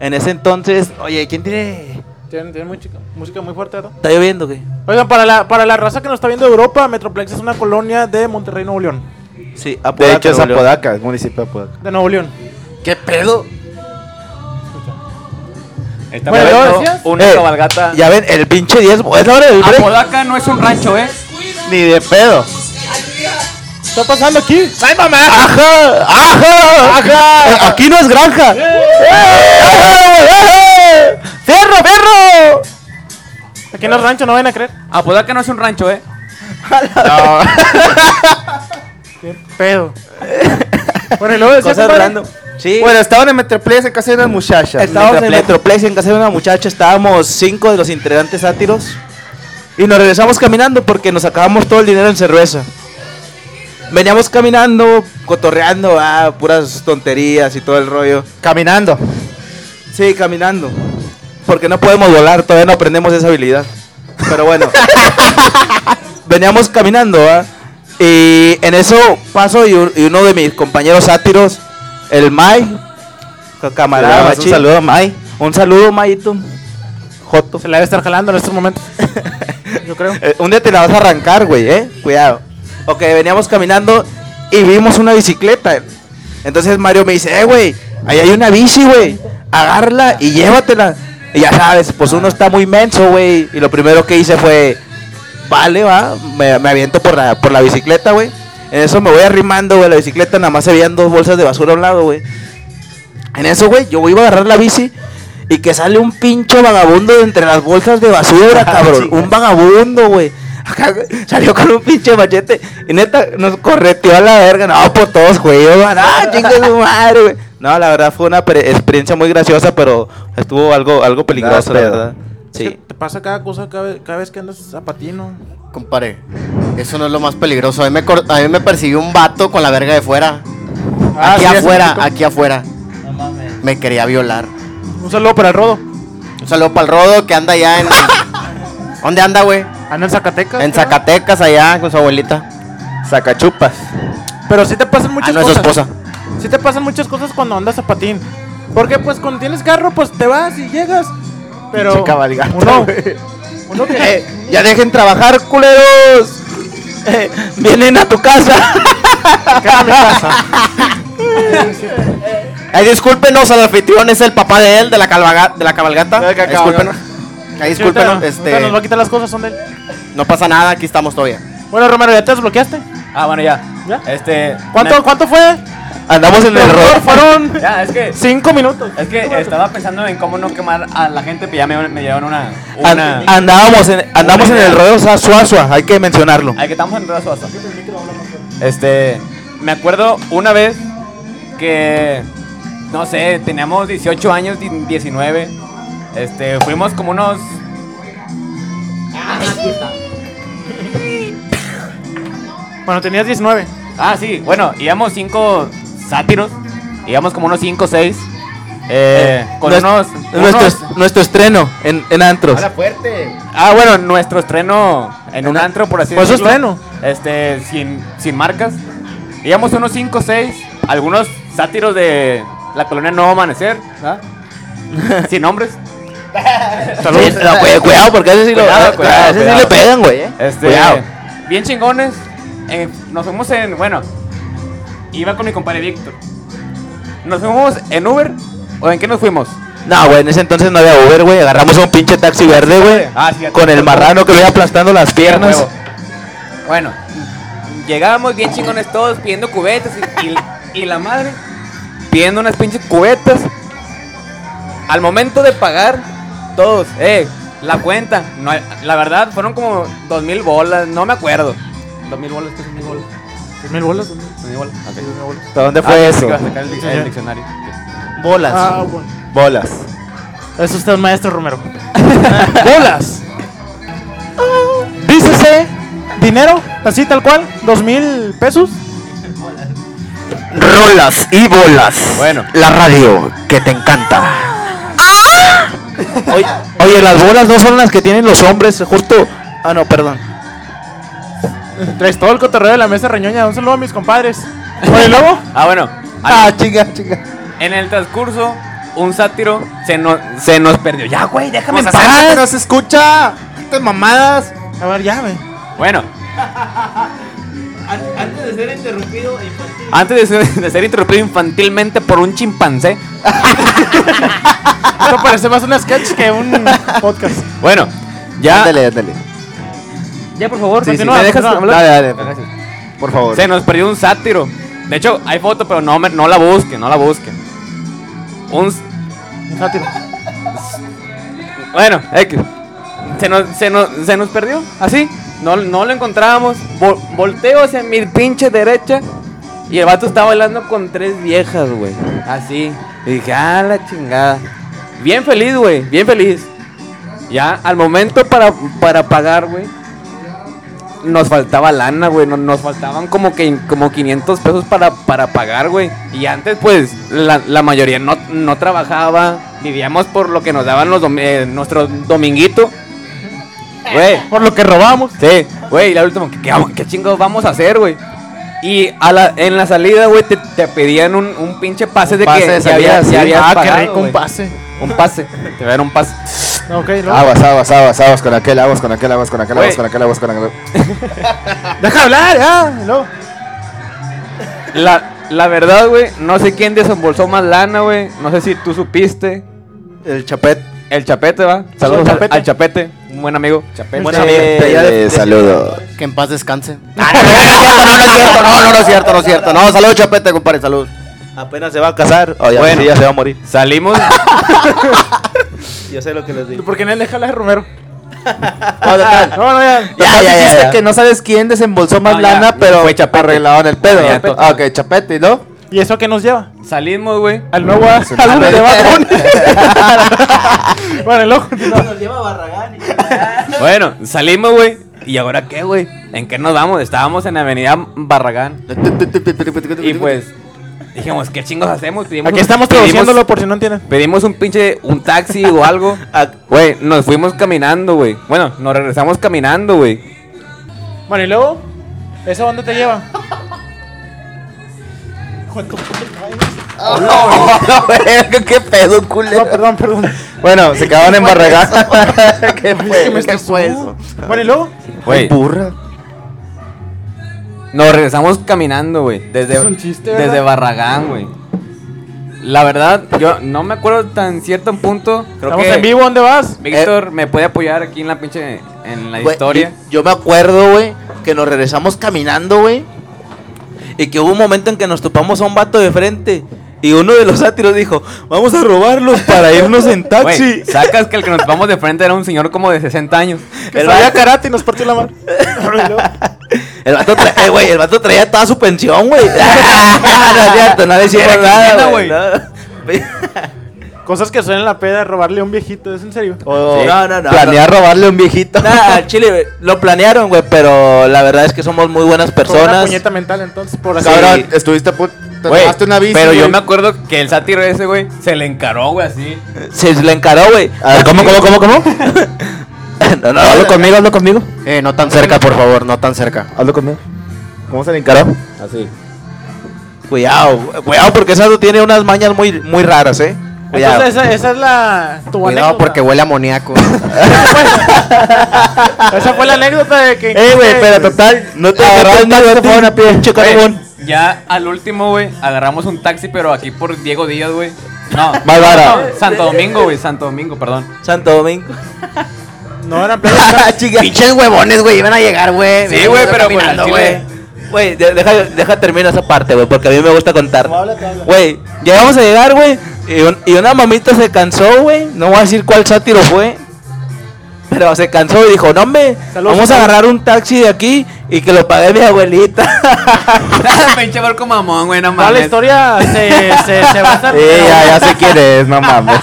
Speaker 4: En ese entonces, oye, ¿quién tiene?
Speaker 1: Tienen, tienen muy chica- música muy fuerte, ¿no?
Speaker 4: Está lloviendo, güey.
Speaker 1: Oigan, para la, para la raza que nos está viendo de Europa, Metroplex es una colonia de Monterrey, Nuevo León.
Speaker 4: Sí,
Speaker 3: De
Speaker 4: Apodaca,
Speaker 3: hecho, es
Speaker 4: Nuevo León.
Speaker 3: Apodaca, es municipio de Apodaca.
Speaker 1: De Nuevo León.
Speaker 3: ¿Qué pedo?
Speaker 5: Está
Speaker 1: Bueno,
Speaker 5: bueno,
Speaker 1: ¿lo decías?
Speaker 5: una
Speaker 4: Eh,
Speaker 5: cabalgata.
Speaker 4: Ya ven, el pinche 10, es la hora del break.
Speaker 5: Apodaca no es un rancho, ¿eh?
Speaker 4: Ni de pedo.
Speaker 1: ¿Qué está pasando aquí?
Speaker 4: ¡Ay, mamá! ¡Ajá! ¡Ajá! ¡Ajá! aquí no es granja. ¡Eh! ¡Eh! ¡Fierro, fierro!
Speaker 1: Aquí en el rancho, no van a creer.
Speaker 5: Apodaca no es un rancho, ¿eh?
Speaker 1: ¿Qué
Speaker 4: (laughs)
Speaker 1: pedo? bueno, y luego decía,
Speaker 4: Cosas
Speaker 1: compadre,
Speaker 4: random. Sí.
Speaker 3: Bueno, estaban en Metroplex en casa de unas muchachas.
Speaker 4: Estábamos en Metroplex en casa de una muchacha, estábamos cinco de los integrantes sátiros y nos regresamos caminando porque nos acabamos todo el dinero en cerveza. Veníamos caminando, cotorreando, ah, puras tonterías y todo el rollo.
Speaker 3: Caminando.
Speaker 4: Sí, caminando. Porque no podemos volar, todavía no aprendemos esa habilidad. Pero (laughs) bueno. Veníamos caminando, ¿va? Y en eso paso y, un- y uno de mis compañeros sátiros, el Mai, ca- camarada.
Speaker 3: Claro, un
Speaker 4: machín.
Speaker 3: saludo a May.
Speaker 4: Un saludo, Maito. Joto.
Speaker 1: Se la debe estar jalando en estos
Speaker 4: (laughs)
Speaker 1: momentos. Yo creo.
Speaker 4: Eh, un día te la vas a arrancar, güey, ¿eh? Cuidado. Ok, veníamos caminando y vimos una bicicleta. Entonces Mario me dice, eh, güey, ahí hay una bici, güey. Agarla y llévatela. Y ya sabes, pues uno está muy menso, güey. Y lo primero que hice fue, vale, va, me, me aviento por la, por la bicicleta, güey. En eso me voy arrimando, güey, la bicicleta, nada más se veían dos bolsas de basura a un lado, güey. En eso, güey, yo iba a agarrar la bici y que sale un pincho vagabundo de entre las bolsas de (laughs) basura, cabrón. un vagabundo, güey. Acá, güey, Salió con un pinche machete y neta nos correteó a la verga. No, por todos, güey. Ah, (laughs) chinga su madre, güey. No, la verdad fue una pre- experiencia muy graciosa, pero estuvo algo, algo peligroso, la
Speaker 3: pedo.
Speaker 4: verdad.
Speaker 1: Es que
Speaker 4: Sí.
Speaker 1: Te pasa cada cosa cada, vez- cada vez que andas a patino.
Speaker 6: Compare, eso no es lo más peligroso. A mí me, cor- a mí me persiguió un vato con la verga de fuera.
Speaker 1: Ah,
Speaker 6: aquí
Speaker 1: sí, hace
Speaker 6: afuera,
Speaker 1: poquito.
Speaker 6: aquí afuera. Me quería violar.
Speaker 1: Un saludo para el Rodo.
Speaker 6: Un saludo para el Rodo que anda (laughs) allá en. ¿Dónde anda, güey?
Speaker 1: Anda en Zacatecas.
Speaker 6: En
Speaker 1: creo.
Speaker 6: Zacatecas, allá con su abuelita.
Speaker 3: Sacachupas.
Speaker 1: Pero sí te pasan muchas
Speaker 6: Ah, no, es su
Speaker 1: cosas.
Speaker 6: esposa.
Speaker 1: Sí te pasan muchas cosas cuando andas a patín. Porque pues cuando tienes carro, pues te vas y llegas. Pero
Speaker 3: Pinche cabalgata,
Speaker 1: uno,
Speaker 3: güey.
Speaker 1: uno que
Speaker 4: ya dejen trabajar, culeros. vienen a tu casa.
Speaker 6: Ay, discúlpenos al anfitrión, es (laughs) el papá de él, de la, calvaga- de la cabalgata.
Speaker 3: De la
Speaker 6: Discúlpenos.
Speaker 3: cabalgata.
Speaker 6: Ay,
Speaker 1: Sí, ahorita-
Speaker 6: discúlpenos,
Speaker 1: ahorita nos va a
Speaker 6: este.
Speaker 1: quitar las cosas, son de él.
Speaker 6: No pasa nada, aquí estamos todavía.
Speaker 1: Bueno, Romero, ¿ya te desbloqueaste?
Speaker 5: Ah, bueno, ya.
Speaker 1: ¿Ya?
Speaker 5: Este.
Speaker 1: ¿Cuánto, cuánto fue?
Speaker 4: Andamos en el
Speaker 1: Doctor,
Speaker 4: error.
Speaker 1: Fueron
Speaker 5: (laughs) Ya, es que.
Speaker 1: cinco minutos.
Speaker 5: Es que estaba pensando en cómo no quemar a la gente, pero ya me, me dieron una.
Speaker 1: Ah,
Speaker 4: An-
Speaker 5: una
Speaker 4: andábamos en, andamos en el rodeo Suazua, hay que mencionarlo.
Speaker 5: Al que estamos en Rueda Suazo. Este. Me acuerdo una vez que. No sé, teníamos 18 años, di- 19. Este, fuimos como unos.
Speaker 1: Bueno, tenías 19.
Speaker 5: Ah, sí, bueno, íbamos cinco sátiros. Íbamos como unos 5 o 6.
Speaker 1: Eh,
Speaker 5: con
Speaker 4: Nues-
Speaker 5: unos.
Speaker 4: nuestro,
Speaker 5: unos-
Speaker 4: nuestro estreno en, en antros.
Speaker 3: fuerte.
Speaker 5: Ah, bueno, nuestro estreno en un antro, por así
Speaker 1: Pues su
Speaker 5: decirlo.
Speaker 1: estreno.
Speaker 5: Este, sin, sin marcas. Íbamos unos 5 o 6, algunos sátiros de la colonia Nuevo Amanecer,
Speaker 1: (laughs)
Speaker 5: ¿verdad? sin nombres.
Speaker 4: Sí, no, güey, cuidado, porque a ese sí, lo-
Speaker 5: pues, eh, Cuidado,
Speaker 4: a-
Speaker 5: cuidado,
Speaker 4: a ese sí
Speaker 5: cuidado.
Speaker 4: le pegan, güey. eh.
Speaker 5: Este,
Speaker 4: Cuidado.
Speaker 5: bien chingones. Eh, nos fuimos en, bueno, iba con mi compadre Víctor. ¿Nos fuimos en Uber o en qué nos fuimos?
Speaker 4: No, güey, en ese entonces no había Uber, güey. Agarramos un pinche taxi verde, güey.
Speaker 5: Ah, sí, ya
Speaker 4: con
Speaker 5: te-
Speaker 4: el marrano que lo iba aplastando las piernas.
Speaker 5: Huevo. Bueno, llegábamos bien chingones todos pidiendo cubetas y, y- y la madre pidiendo unas pinches cubetas. Al momento de pagar, todos, eh, la cuenta. No, hay- la verdad, fueron como dos mil bolas, no me acuerdo. Dos mil bolas, ¿qué son mil bolas?
Speaker 1: ¿Mil bolas?
Speaker 5: Dos mil bolas, ok.
Speaker 3: ¿Dónde
Speaker 5: Ah,
Speaker 3: fue
Speaker 5: pensé
Speaker 3: eso?
Speaker 5: que iba a sacar el, dic- el diccionario.
Speaker 3: Bolas.
Speaker 1: Ah, bueno.
Speaker 3: Bolas.
Speaker 1: Es usted un maestro, Romero.
Speaker 4: ¡Bolas!
Speaker 1: Dícese, dinero, así tal cual, dos mil pesos.
Speaker 4: Rolas y bolas.
Speaker 5: Bueno.
Speaker 4: La radio que te encanta. Oye, oye, las bolas no son las que tienen los hombres, justo. Ah, no, perdón.
Speaker 1: Traes todo el cotorreo de la mesa reñoña. Un saludo a mis compadres. Oye, luego.
Speaker 5: (laughs) Ah, bueno,
Speaker 3: Ah, chinga, chinga.
Speaker 5: en el transcurso un sátiro se nos, se nos perdió. Ya, güey, déjame
Speaker 6: Pues
Speaker 5: en
Speaker 6: acércate,
Speaker 5: paz.
Speaker 6: no se escucha. Te mamadas.
Speaker 1: A ver, ya, güey.
Speaker 5: Bueno,
Speaker 2: An- Antes de ser interrumpido, infantil.
Speaker 5: antes de ser, de ser interrumpido infantilmente por un chimpancé.
Speaker 1: Esto parece más un sketch que un podcast.
Speaker 5: Bueno, ya.
Speaker 6: Ándale, ándale.
Speaker 5: Ya, por favor,
Speaker 6: Sí, sí,
Speaker 5: continúa,
Speaker 6: ¿me dejas
Speaker 5: continúa.
Speaker 6: hablar? Dale, dale. Por favor.
Speaker 5: Se nos perdió un sátiro. De hecho, hay foto, pero no, me- no la busquen, no la busquen. Un. s-
Speaker 1: Un sátiro.
Speaker 5: Bueno, X. Se nos, se nos, se nos perdió, así. No, no lo encontrábamos. Vol- volteo hacia mi pinche derecha. Y el vato estaba bailando con tres viejas, güey. Así. Y dije, ah, la chingada. Bien feliz, güey. Bien feliz. Ya, al momento para, para pagar, güey. Nos faltaba lana, güey. no- Nos faltaban como que como 500 pesos para, para pagar, güey. Y antes, pues, la, la mayoría no, no trabajaba. Vivíamos por lo que nos daban los dom- eh, nuestro dominguito. Güey.
Speaker 1: Por lo que robamos.
Speaker 5: Sí, güey, y la última, ¿qué, qué, vamos- qué chingados vamos a hacer, güey? Y a la, en la salida, güey, te, te pedían un, un pinche pase de
Speaker 6: pase
Speaker 5: que
Speaker 6: de
Speaker 5: ya habías, ya
Speaker 6: salida, sí.
Speaker 5: habías
Speaker 1: Ah,
Speaker 5: pagado,
Speaker 1: qué rico,
Speaker 5: güey.
Speaker 1: un pase.
Speaker 5: Un pase, te dan un pase.
Speaker 1: Ok, luego.
Speaker 6: Aguas, aguas, aguas, aguas con aquel, aguas con aquel, aguas con aquel,
Speaker 5: Güey.
Speaker 6: aguas con aquel, aguas con aquel.
Speaker 1: Deja hablar, ¿eh?
Speaker 4: Ah,
Speaker 1: ya. No.
Speaker 5: La, la verdad, güey, no sé quién desembolsó más lana, güey. No sé si tú supiste.
Speaker 6: El chapet.
Speaker 5: El Chapete, va. Saludos al, al Chapete, un buen amigo. Chapete.
Speaker 1: Buen
Speaker 6: amigo.
Speaker 3: Te
Speaker 6: saludo.
Speaker 3: Que en paz descanse.
Speaker 5: Ah,
Speaker 6: No, no, no es cierto, no es cierto. No, salud, chapete, compadre, salud.
Speaker 4: Apenas se va a casar. O ya,
Speaker 5: Bueno.
Speaker 4: sí, ya se va a morir.
Speaker 5: (laughs) Salimos.
Speaker 4: Yo sé lo que les digo.
Speaker 1: ¿Por qué no le jalas a Romero?
Speaker 5: (laughs)
Speaker 6: No, no, ya. Ya,
Speaker 4: ya,
Speaker 6: dijiste
Speaker 4: ya.
Speaker 6: que no sabes quién desembolsó más
Speaker 5: No, ya,
Speaker 6: lana,
Speaker 5: ya
Speaker 6: pero
Speaker 5: fue Chapete.
Speaker 6: arreglaron el pedo.
Speaker 5: No, ya,
Speaker 6: Chapete.
Speaker 5: todo.
Speaker 6: Ah, ok, chapete, ¿no?
Speaker 1: ¿Y eso a qué nos lleva?
Speaker 5: Salimos, güey.
Speaker 1: (laughs) Al nuevo álbum de Bad
Speaker 4: (laughs)
Speaker 1: Bunny. (laughs) Bueno, el ojo.
Speaker 2: Nos lleva Barragán.
Speaker 5: Bueno, salimos, güey. ¿Y ahora qué, güey? ¿En qué nos vamos? Estábamos en la avenida Barragán. Y pues dijimos, ¿qué chingos hacemos? Pedimos
Speaker 1: Aquí
Speaker 5: un-
Speaker 1: estamos
Speaker 5: pedimos-
Speaker 1: traduciéndolo por si no entienden.
Speaker 5: Pedimos un pinche, un taxi
Speaker 1: (laughs)
Speaker 5: o algo. Güey, nos fuimos caminando, güey. Bueno, nos regresamos caminando, güey.
Speaker 1: Bueno, y luego, ¿eso dónde te lleva?
Speaker 6: No, verga, (laughs) qué pedo, culero.
Speaker 1: No, perdón, (laughs) perdón.
Speaker 6: Bueno, se quedaron en Barragán. ¿Qué
Speaker 1: Es que me
Speaker 6: fue? ¿Qué fue
Speaker 1: estresó.
Speaker 6: eso?
Speaker 1: Bueno, y luego,
Speaker 5: Güey,
Speaker 6: Burra.
Speaker 5: nos regresamos caminando, güey. Desde,
Speaker 1: Es un chiste, ¿verdad?
Speaker 5: desde Barragán, güey. La verdad, yo no me acuerdo tan cierto punto. Creo
Speaker 1: estamos
Speaker 5: que
Speaker 1: en vivo, Eh. ¿dónde vas?
Speaker 5: Víctor me puede apoyar aquí en la pinche, en la
Speaker 3: Güey,
Speaker 5: historia.
Speaker 3: y- Yo me acuerdo, güey, que nos regresamos caminando, güey.
Speaker 4: Y que hubo un momento en que nos topamos a un vato de frente. Y uno de los sátiros dijo, vamos a robarlos para irnos en taxi.
Speaker 5: Güey, sacas que el que nos vamos de frente era un señor como de 60
Speaker 1: (laughs)
Speaker 5: años.
Speaker 1: Que
Speaker 4: El
Speaker 1: sabía
Speaker 4: vato-
Speaker 1: karate y nos partió la mano. (laughs) Bueno, y luego,
Speaker 4: El vato, tra- (laughs) eh, güey, el vato traía toda su pensión, güey. (laughs) Ah, no es cierto, no le hicimos nada, güey.
Speaker 1: Cosas que suenan la peda, robarle a un viejito, ¿es en serio?
Speaker 3: Oh,
Speaker 4: No,
Speaker 6: Sí.
Speaker 4: no, no, no.
Speaker 6: Planea robarle a un viejito.
Speaker 1: (laughs)
Speaker 3: (laughs)
Speaker 4: Nah, al chile, güey, lo planearon, güey, pero la verdad es que somos muy buenas
Speaker 1: Fue Una
Speaker 4: personas.
Speaker 1: puñeta mental, entonces, por así
Speaker 6: Cabrón, estuviste a punto. Te
Speaker 5: Güey,
Speaker 6: tomaste una bici.
Speaker 5: pero yo
Speaker 6: güey.
Speaker 5: me acuerdo que el sátiro ese, güey, se le encaró, güey, así.
Speaker 4: Se le encaró, güey.
Speaker 6: A ver, Ah, ¿cómo, cómo, cómo, cómo?
Speaker 4: (laughs) No, no, hablo conmigo, hablo conmigo.
Speaker 3: Eh, no tan cerca, por favor, no tan cerca.
Speaker 6: Hazlo conmigo. ¿Cómo se le encaró?
Speaker 2: Así.
Speaker 4: Cuidado, güey, cuidado, porque ese vato tiene unas mañas muy, muy raras, eh. Cuidado.
Speaker 1: Entonces, esa, esa es la. Tu
Speaker 3: Cuidado
Speaker 1: anécdota.
Speaker 3: porque huele a amoníaco.
Speaker 6: (laughs)
Speaker 1: Esa fue la anécdota de que.
Speaker 6: Eh, güey, pero total, no te agarraron ni te fueron a pie.
Speaker 5: Güey, ya al último, güey, agarramos un taxi, pero aquí por Diego Díaz, güey. No,
Speaker 6: Más vara.
Speaker 5: no, Santo Domingo, güey, Santo Domingo, perdón.
Speaker 4: Santo Domingo.
Speaker 6: (laughs)
Speaker 1: No eran pedas.
Speaker 6: Ah,
Speaker 4: (laughs)
Speaker 3: Pinches huevones, güey, iban a llegar, güey.
Speaker 5: Sí,
Speaker 3: Venían
Speaker 5: güey,
Speaker 3: todos
Speaker 5: pero pues,
Speaker 3: caminando,
Speaker 5: al chile-
Speaker 4: Güey, de- deja, deja termino esa parte, güey, porque a mí me gusta contar. Güey, llegamos a llegar, güey, y, un- y una mamita se cansó, güey. No voy a decir cuál sátiro fue, pero se cansó y dijo, no, hombre,
Speaker 1: Saludos,
Speaker 4: vamos a
Speaker 1: saludos.
Speaker 4: agarrar un taxi de aquí y que lo pague
Speaker 1: (laughs)
Speaker 4: mi abuelita.
Speaker 5: (laughs) Pinche barco mamón, güey, no
Speaker 1: Toda la
Speaker 5: mames.
Speaker 1: historia se, se, se basa
Speaker 4: (laughs)
Speaker 1: en-
Speaker 6: Sí, ya, ya sé quién es, no mames.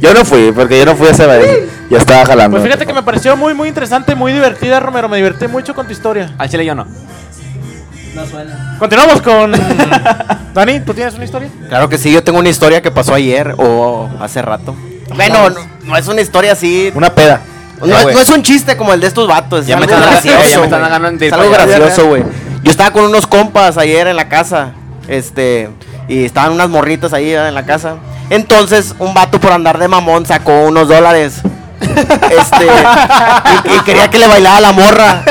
Speaker 6: Yo no fui, porque yo no fui a ese baile. Yo estaba jalando.
Speaker 1: Pues fíjate que me pareció muy, muy interesante, muy divertida, Romero. Me divertí mucho con tu historia.
Speaker 5: Al chile yo no.
Speaker 1: Continuamos con. Dani, ¿tú tienes una historia?
Speaker 3: Claro que sí, yo tengo una historia que pasó ayer o hace rato. Bueno, no, no es una historia así.
Speaker 6: Una peda.
Speaker 3: No, no es un chiste como el de estos vatos.
Speaker 5: Ya
Speaker 3: es
Speaker 5: me
Speaker 3: algo
Speaker 5: están agarrando, ya
Speaker 3: gracioso,
Speaker 5: me están
Speaker 3: güey.
Speaker 5: agarrando de
Speaker 3: Es algo
Speaker 5: payaso.
Speaker 3: gracioso, güey. Yo estaba con unos compas ayer en la casa. Este. Y estaban unas morritas ahí ¿verdad? en la casa.
Speaker 6: Entonces, un vato por andar de mamón sacó unos
Speaker 5: (laughs)
Speaker 6: dólares. Este, y, y quería que le bailara la morra.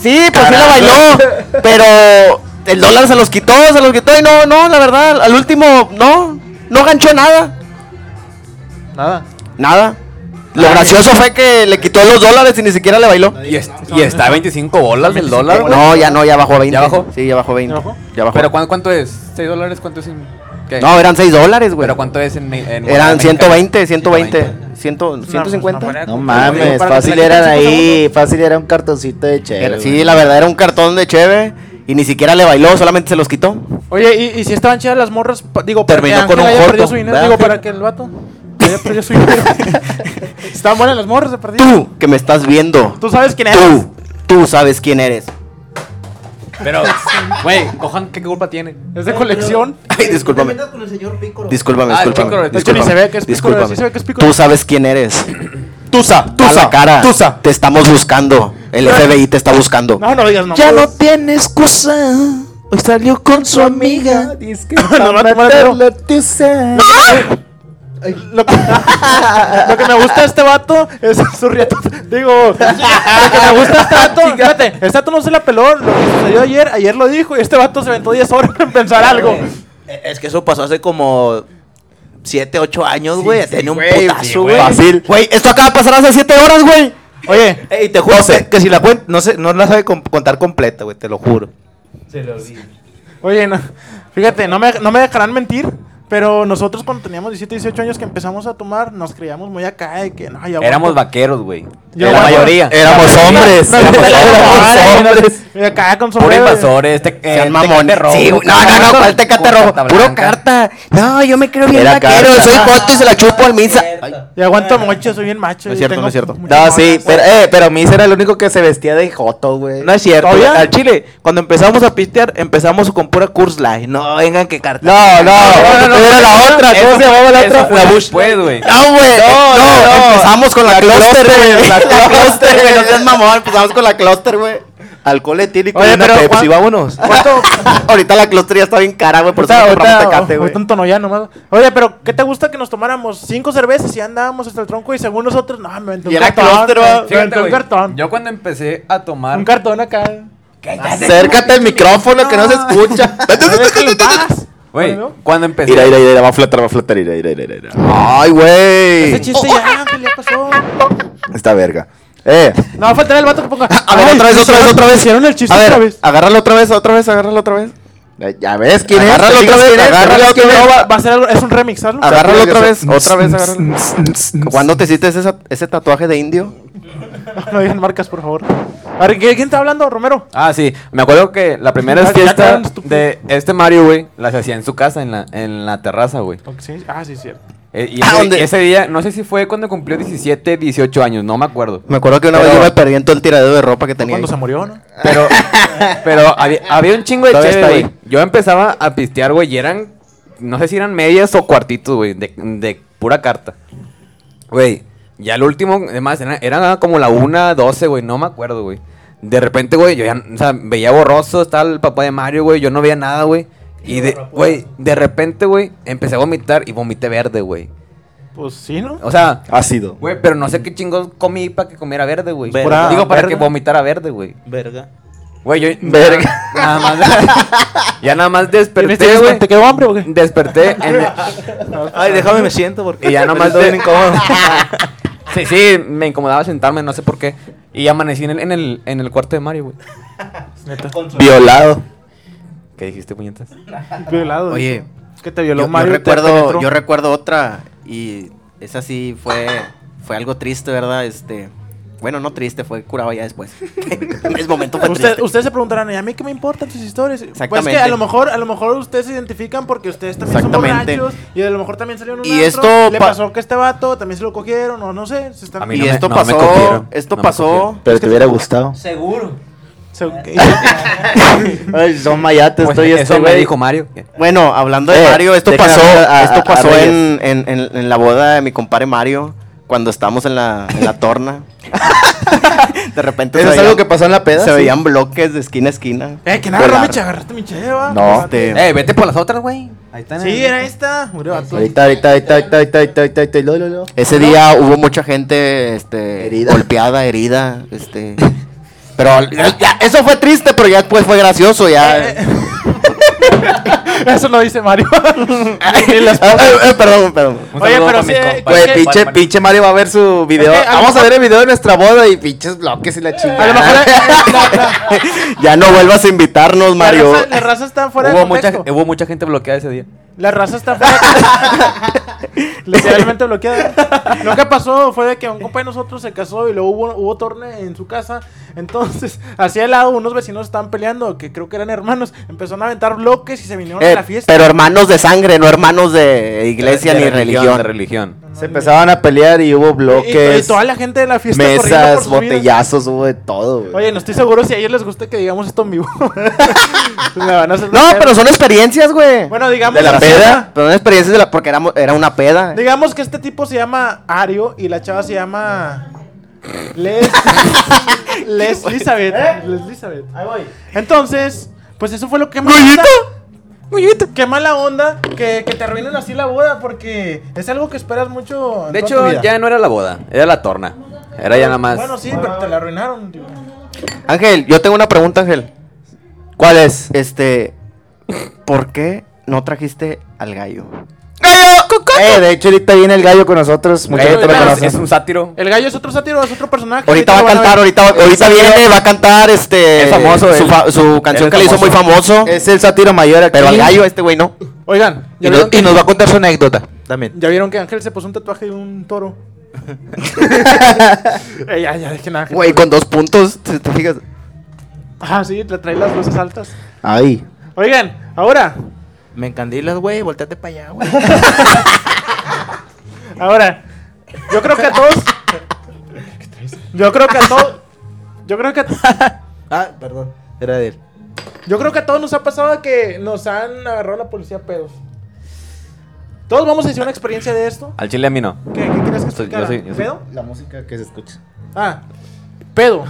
Speaker 6: Sí, pues sí la bailó, pero el dólar se los quitó, se los quitó y no, no, la verdad, al último no, no ganchó nada,
Speaker 1: Nada.
Speaker 6: nada. Lo gracioso fue que le quitó los dólares y ni siquiera le bailó.
Speaker 5: Y, es- y está a 25 bolas el dólar, güey.
Speaker 6: No, ya no, ya bajó a 20.
Speaker 5: ¿Ya bajó?
Speaker 6: Sí, ya bajó a 20.
Speaker 1: ¿Ya bajó?
Speaker 6: Ya bajó.
Speaker 5: Pero ¿cuánto, cuánto es? ¿6 dólares? ¿Cuánto es en.? qué?
Speaker 6: no, eran 6 dólares, güey.
Speaker 5: ¿Pero cuánto es en.? mi- en moneda
Speaker 6: Eran
Speaker 5: mexicana?
Speaker 6: 120, 120, 100, 150.
Speaker 1: no,
Speaker 3: No
Speaker 1: Digo,
Speaker 3: mames,
Speaker 1: para que
Speaker 3: fácil
Speaker 1: te la
Speaker 3: eran
Speaker 1: quiten, chicos,
Speaker 3: ahí, fácil era un cartoncito de chévere.
Speaker 6: Era- sí, la verdad era un cartón de cheve y ni siquiera le bailó, solamente se los quitó.
Speaker 1: Oye, ¿y, y si estaban chidas las morras? Pa- Digo, para
Speaker 4: Terminó
Speaker 1: que Ángel
Speaker 4: con un
Speaker 1: haya
Speaker 4: joto,
Speaker 1: perdido su dinero.
Speaker 4: ¿verdad?
Speaker 1: Digo, para que el vato haya perdido su
Speaker 4: (laughs)
Speaker 1: dinero. Estaban buenas las morras de perdido.
Speaker 6: Tú que me estás viendo,
Speaker 1: Tú sabes quién es.
Speaker 6: tú, tú sabes quién eres.
Speaker 5: Pero, güey, Gohan, ¿qué culpa tiene?
Speaker 1: Es de colección.
Speaker 6: Ay, discúlpame.
Speaker 2: No te metas con el señor Piccolo.
Speaker 6: Discúlpame,
Speaker 5: Ah,
Speaker 6: discúlpame.
Speaker 5: Piccolo,
Speaker 1: De hecho, ni se
Speaker 6: discúlpame,
Speaker 1: ve que es pico.
Speaker 6: discúlpame.
Speaker 1: Sí se ve que es pico.
Speaker 6: Tú sabes quién eres.
Speaker 4: Tusa,
Speaker 6: A la
Speaker 4: tusa,
Speaker 6: cara.
Speaker 4: tusa.
Speaker 6: Te estamos buscando. El FBI te está buscando.
Speaker 1: No, no digas no.
Speaker 4: Ya no tiene excusa. Hoy salió con su amiga.
Speaker 3: Dice
Speaker 1: (laughs)
Speaker 3: que
Speaker 1: No, no, no, no.
Speaker 3: la tusa.
Speaker 1: Lo que, lo que me gusta de este vato es (laughs) su riata. Digo, lo que me gusta de este vato. Espérate, este vato no se la peló. Lo que sucedió ayer, ayer lo dijo. Y este vato se aventó 10 horas en pensar algo.
Speaker 4: Es que eso pasó hace como 7, 8 años, güey. Tenía un
Speaker 6: sí,
Speaker 4: putazo, güey.
Speaker 6: Fácil. Güey, esto acaba de pasar hace 7 horas, güey.
Speaker 1: Oye,
Speaker 4: Ey, te juro que, que si la cuenta, no, sé, no la sabe com- contar completa, güey, te lo juro.
Speaker 1: oye, no, fíjate, no me, no me dejarán mentir. Pero nosotros cuando teníamos 17, 18 años que empezamos a tomar, nos creíamos muy acá de que no, ya aguanto.
Speaker 5: Éramos vaqueros, güey.
Speaker 1: Yo
Speaker 5: la
Speaker 1: aguanto.
Speaker 5: mayoría.
Speaker 6: Éramos hombres.
Speaker 1: Nos
Speaker 6: Éramos
Speaker 1: creíamos
Speaker 6: hombres.
Speaker 1: hombres. Y acá con
Speaker 5: Puro este, eh,
Speaker 1: sombrero.
Speaker 5: invasores, te,
Speaker 6: Sean mamones. Sí, güey. no, no, no, ¿cuál tecate rojo? Puro carta. No, yo me creo bien
Speaker 4: Era
Speaker 6: vaquero,
Speaker 4: carta.
Speaker 6: soy foto y se la chupo al misa.
Speaker 1: Y aguanto moche, soy bien macho.
Speaker 4: No
Speaker 1: y
Speaker 4: es cierto,
Speaker 1: tengo
Speaker 4: no es cierto.
Speaker 1: muchas
Speaker 3: No, sí,
Speaker 1: morras.
Speaker 3: pero, eh, pero Miss era el único que se vestía de joto, güey.
Speaker 4: No es cierto,
Speaker 1: ¿Todavía?
Speaker 4: güey. Al chile, cuando empezamos a pistear, empezamos con pura Curse Light. No, vengan que carta.
Speaker 3: No, no, era la otra, ¿cómo se llamaba la otra?
Speaker 5: La Bush. Pues, güey.
Speaker 6: No, güey. No,
Speaker 3: no.
Speaker 6: Empezamos con la, cluster, güey. La cluster, güey. No seas mamón. Empezamos con la cluster, güey. Alcohol etílico
Speaker 4: Oye,
Speaker 6: y una
Speaker 4: pero
Speaker 6: Pepsi,
Speaker 4: Juan-
Speaker 6: vámonos. (laughs) ahorita la cluster ya está bien cara, güey. Por eso
Speaker 1: Ahorita,
Speaker 6: no compramos
Speaker 1: ahorita,
Speaker 6: tecate,
Speaker 1: ahorita
Speaker 6: güey.
Speaker 1: un tono ya nomás. Oye, pero ¿qué te gusta que nos tomáramos cinco cervezas y andábamos hasta el tronco y según nosotros, no, me aventé
Speaker 6: Y
Speaker 1: un
Speaker 6: era
Speaker 1: cartón.
Speaker 6: clúster, va.
Speaker 1: me
Speaker 5: Fíjate,
Speaker 1: aventé un
Speaker 5: güey,
Speaker 1: cartón.
Speaker 5: Yo cuando empecé a tomar.
Speaker 1: Un cartón acá.
Speaker 6: Acércate al micrófono que no se (laughs) escucha.
Speaker 1: Déjalo en paz.
Speaker 5: Güey,
Speaker 1: Bueno.
Speaker 5: cuando empecé.
Speaker 3: Mira, mira, mira, va a flotar, va a flotar, mira, mira, mira, mira.
Speaker 6: Ay,
Speaker 1: Ese
Speaker 6: güey.
Speaker 1: chiste ya, Ángel, ya pasó.
Speaker 3: Esta verga. Eh,
Speaker 1: No, va a faltar el vato que ponga.
Speaker 6: (laughs) A ver,
Speaker 1: Ay,
Speaker 6: otra vez, otra vez, otra vez.
Speaker 1: Hicieron el chiste
Speaker 6: A
Speaker 1: otra
Speaker 6: ver,
Speaker 1: vez.
Speaker 6: agárralo otra vez, otra vez, agárralo otra vez. Eh,
Speaker 3: ya ves quién es.
Speaker 6: Agárralo
Speaker 3: te digo
Speaker 6: otra vez,
Speaker 3: quién es, te
Speaker 6: agárralo
Speaker 3: digo quién
Speaker 6: otra
Speaker 1: No,
Speaker 3: es.
Speaker 1: va, va a ser algo, es un remix, ¿sabes?
Speaker 6: Agárralo
Speaker 3: Agárralo
Speaker 6: otra
Speaker 3: que
Speaker 6: vez,
Speaker 3: se-
Speaker 6: otra vez, agárralo. ¿Cuándo te hiciste ese, ese tatuaje de indio?
Speaker 1: (laughs) No digan marcas, por favor. A ver, ¿quién está hablando, Romero?
Speaker 5: Ah, sí. Me acuerdo que la primera
Speaker 1: Ya
Speaker 5: fiesta
Speaker 1: quedaron estúpidos.
Speaker 5: de este Mario, güey, las hacía en su casa, en la, en la terraza, güey.
Speaker 1: Ok, sí, Ah, sí, cierto.
Speaker 5: Eh, y
Speaker 6: Ah,
Speaker 5: ese,
Speaker 6: ¿dónde?
Speaker 5: ese día, no sé si fue cuando cumplió 17, 18 años, no me acuerdo.
Speaker 6: Me acuerdo que una vez yo
Speaker 5: Pero-
Speaker 6: me perdí en todo el tiradero de ropa que tenía.
Speaker 1: Cuando
Speaker 6: ahí.
Speaker 1: se murió, ¿no?
Speaker 5: Pero, pero había, había un chingo de
Speaker 6: Todavía
Speaker 5: chévere,
Speaker 6: está
Speaker 5: güey.
Speaker 6: ahí.
Speaker 5: Yo empezaba a pistear, güey, y eran, no sé si eran medias o cuartitos, güey, de, de pura carta. Güey, ya el último, además, era, era como la 1, 12, güey, no me acuerdo, güey. De repente, güey, yo ya, o sea, veía borroso, estaba el papá de Mario, güey, yo no veía nada, güey. Y de, güey, de repente, güey, empecé a vomitar y vomité verde, güey.
Speaker 1: Pues sí, ¿no?
Speaker 5: O sea,
Speaker 3: Ácido.
Speaker 5: güey, pero no sé qué chingos comí para que comiera verde, güey.
Speaker 4: Verga.
Speaker 5: Pura- Digo, para
Speaker 1: Verga.
Speaker 5: que vomitara verde, güey.
Speaker 4: Verga.
Speaker 5: Güey, yo.
Speaker 6: Verga.
Speaker 5: Nada más. (laughs) ya nada más desperté,
Speaker 1: ¿Tienes-
Speaker 5: güey.
Speaker 1: ¿Te quedó hambre o qué?
Speaker 5: Desperté en.
Speaker 4: Ay, déjame, me siento porque
Speaker 5: Y ya nomás
Speaker 4: estoy
Speaker 5: de-
Speaker 4: bien incómodo.
Speaker 5: (laughs) Sí, sí, me incomodaba sentarme, no sé por qué. Y amanecí en el, en el, en el cuarto de Mario, güey.
Speaker 1: Neta.
Speaker 3: Violado.
Speaker 5: ¿Qué dijiste, puñetas?
Speaker 1: Violado.
Speaker 6: Oye,
Speaker 1: Que te
Speaker 6: yo,
Speaker 1: violó
Speaker 6: yo
Speaker 1: Mario. y te
Speaker 6: recuerdo,
Speaker 1: penetró.
Speaker 6: yo recuerdo otra y esa sí fue, fue algo triste, ¿verdad? Este, bueno, no triste, fue curado ya después. (laughs) en ese momento fue
Speaker 1: Usted-
Speaker 6: triste.
Speaker 1: ustedes se preguntarán, ¿y a mí qué me importan sus historias? Pues
Speaker 6: Exactamente.
Speaker 1: es que a lo mejor, a lo mejor ustedes se identifican porque ustedes también son
Speaker 6: Exactamente.
Speaker 1: borrachos y a lo mejor también salieron un
Speaker 6: Y
Speaker 1: antro,
Speaker 6: esto
Speaker 1: le
Speaker 6: pa-
Speaker 1: pasó que este vato también se lo cogieron o no sé, se están
Speaker 5: A mí
Speaker 6: Y
Speaker 5: no me-
Speaker 6: esto
Speaker 5: no me
Speaker 6: pasó,
Speaker 5: cogieron, no
Speaker 6: esto
Speaker 5: me
Speaker 6: pasó.
Speaker 5: cogieron.
Speaker 3: Pero te hubiera gustado.
Speaker 2: Seguro.
Speaker 1: se- (laughs)
Speaker 3: Ay, son mayates,
Speaker 5: Pues,
Speaker 3: estoy
Speaker 5: eso
Speaker 3: este
Speaker 5: me
Speaker 3: güey.
Speaker 5: dijo Mario.
Speaker 6: Bueno, hablando de
Speaker 3: Eh,
Speaker 6: Mario, esto
Speaker 3: deja
Speaker 6: pasó,
Speaker 3: a- a-
Speaker 6: esto
Speaker 3: a
Speaker 6: pasó
Speaker 3: Reyes.
Speaker 6: en, en- en-
Speaker 3: (laughs)
Speaker 6: en la boda de mi compadre Mario, cuando estábamos en la, en la torna. De repente
Speaker 3: Eso
Speaker 6: se
Speaker 3: es algo que
Speaker 6: veían-
Speaker 3: pasó en la peda.
Speaker 6: se
Speaker 3: sí.
Speaker 6: veían bloques de esquina a esquina.
Speaker 1: Eh, que nada,
Speaker 6: Volar.
Speaker 1: Romicha, agarraste mi cheva.
Speaker 3: No,
Speaker 6: Este,
Speaker 5: Eh, vete por las otras, güey. Ahí están. en
Speaker 1: Sí,
Speaker 5: el-
Speaker 1: era esta. Murió vato.
Speaker 3: Ahorita, ahorita, ahorita, ahorita, ahorita, ahorita, ahorita, ahorita, lo, lo, lo.
Speaker 6: Ese día hubo mucha gente este,
Speaker 3: Herida.
Speaker 6: golpeada, herida.
Speaker 3: (laughs)
Speaker 6: Este. Pero ya- ya, eso fue triste, pero ya después fue gracioso. Ya.
Speaker 1: (laughs)
Speaker 3: Eh,
Speaker 1: Eso lo dice Mario.
Speaker 6: (laughs) Eh, eh, perdón, perdón.
Speaker 5: Un
Speaker 1: Oye, pero
Speaker 5: saludo para
Speaker 1: sí,
Speaker 5: mis
Speaker 1: eh, que-
Speaker 5: compas.
Speaker 6: Güey, Pues, pinche, pinche Mario va a ver su video.
Speaker 1: Es que a lo
Speaker 6: Vamos a
Speaker 1: mejor-
Speaker 6: ver el video de nuestra boda y pinches bloques y la
Speaker 1: A lo mejor
Speaker 6: chingada.
Speaker 1: eh, la, la-
Speaker 6: (laughs) ya no vuelvas a invitarnos,
Speaker 1: la
Speaker 6: Mario.
Speaker 1: raza, la raza está fuera de
Speaker 5: Hubo mucha,
Speaker 1: contexto.
Speaker 5: hubo mucha gente bloqueada ese día.
Speaker 1: La raza está fuera (laughs) Literalmente
Speaker 6: (laughs)
Speaker 1: bloqueada. Lo que pasó fue de que un compa de nosotros se casó y luego hubo, hubo torne en su casa. Entonces, (laughs) hacia el lado, unos vecinos estaban peleando, que creo que eran hermanos. Empezaron a aventar bloques y se vinieron
Speaker 6: Eh,
Speaker 1: a la fiesta.
Speaker 6: pero hermanos de sangre, no hermanos de iglesia
Speaker 5: De
Speaker 6: ni
Speaker 5: De
Speaker 6: religión.
Speaker 5: religión.
Speaker 3: Se empezaban a pelear y hubo
Speaker 1: Y- y,
Speaker 3: bloques,
Speaker 1: toda la gente de la fiesta corriendo por
Speaker 3: mesas,
Speaker 1: sus vidas.
Speaker 3: botellazos, hubo de todo, güey.
Speaker 1: Oye, no estoy seguro si a ellos les gusta que digamos esto en
Speaker 6: (laughs)
Speaker 1: vivo. (laughs) Me van a hacer
Speaker 6: No,
Speaker 1: bloquear.
Speaker 6: pero son experiencias, güey.
Speaker 1: Bueno, digamos.
Speaker 6: de la
Speaker 1: que-
Speaker 6: peda. Pero son experiencias de la. Porque era, era una peda.
Speaker 1: Digamos que este tipo se llama Ario y la chava se llama. Les. Les Elizabeth. Les Elizabeth.
Speaker 2: ¿Eh? Ahí voy.
Speaker 1: Entonces, pues eso fue lo que más. Qué mala onda que, que te arruinen así la boda porque es algo que esperas mucho. en
Speaker 5: De
Speaker 1: toda tu vida.
Speaker 5: hecho, ya no era la boda, era la torna. Era ya nada más.
Speaker 1: Bueno, sí, pero te la arruinaron. tío.
Speaker 6: Ángel, yo tengo una pregunta, Ángel.
Speaker 3: ¿Cuál es?
Speaker 6: Este. ¿Por qué no trajiste al gallo?
Speaker 3: Eh, de hecho, ahorita viene el gallo con nosotros. Mucha
Speaker 6: Gallo
Speaker 3: gente lo
Speaker 6: con
Speaker 5: Pero es,
Speaker 3: conoce.
Speaker 5: es un sátiro.
Speaker 1: El gallo es otro sátiro, es otro personaje.
Speaker 6: Ahorita va a
Speaker 1: lo van
Speaker 6: cantar,
Speaker 1: ver.
Speaker 6: ahorita, ahorita viene, va a cantar este.
Speaker 3: Es famoso,
Speaker 6: Su,
Speaker 3: él.
Speaker 6: fa- su canción
Speaker 5: Él es
Speaker 6: que le hizo muy
Speaker 5: famoso.
Speaker 6: famoso.
Speaker 3: Es el sátiro mayor aquí.
Speaker 6: Pero al gallo, este güey no.
Speaker 1: Oigan,
Speaker 4: Y,
Speaker 1: ¿ya
Speaker 4: no-
Speaker 1: vieron,
Speaker 4: y nos va a contar su anécdota también.
Speaker 1: ya vieron que Ángel se puso un tatuaje de un toro. (laughs) Eh, ya, ya, dejen a Ángel.
Speaker 6: Güey, con dos puntos. ¿Te, te fijas?
Speaker 1: Ah, sí, le trae las luces altas.
Speaker 3: Ahí.
Speaker 1: Oigan, ahora,
Speaker 4: Me encandilas, güey, volteate para allá, güey.
Speaker 1: ahora. Yo creo que a todos. Yo creo que a todos. Yo creo que
Speaker 5: (laughs)
Speaker 1: a
Speaker 4: ah, perdón, era de él.
Speaker 1: Yo creo que a todos nos ha pasado que nos han agarrado la policía a pedos. Todos vamos a hacer una experiencia de esto.
Speaker 5: Al chile a mí no.
Speaker 1: ¿Qué, qué quieres que
Speaker 5: Soy- yo
Speaker 1: explicara?
Speaker 5: soy- yo soy-
Speaker 1: ¿Pedo?
Speaker 3: La música que se escucha.
Speaker 1: Ah, pedo.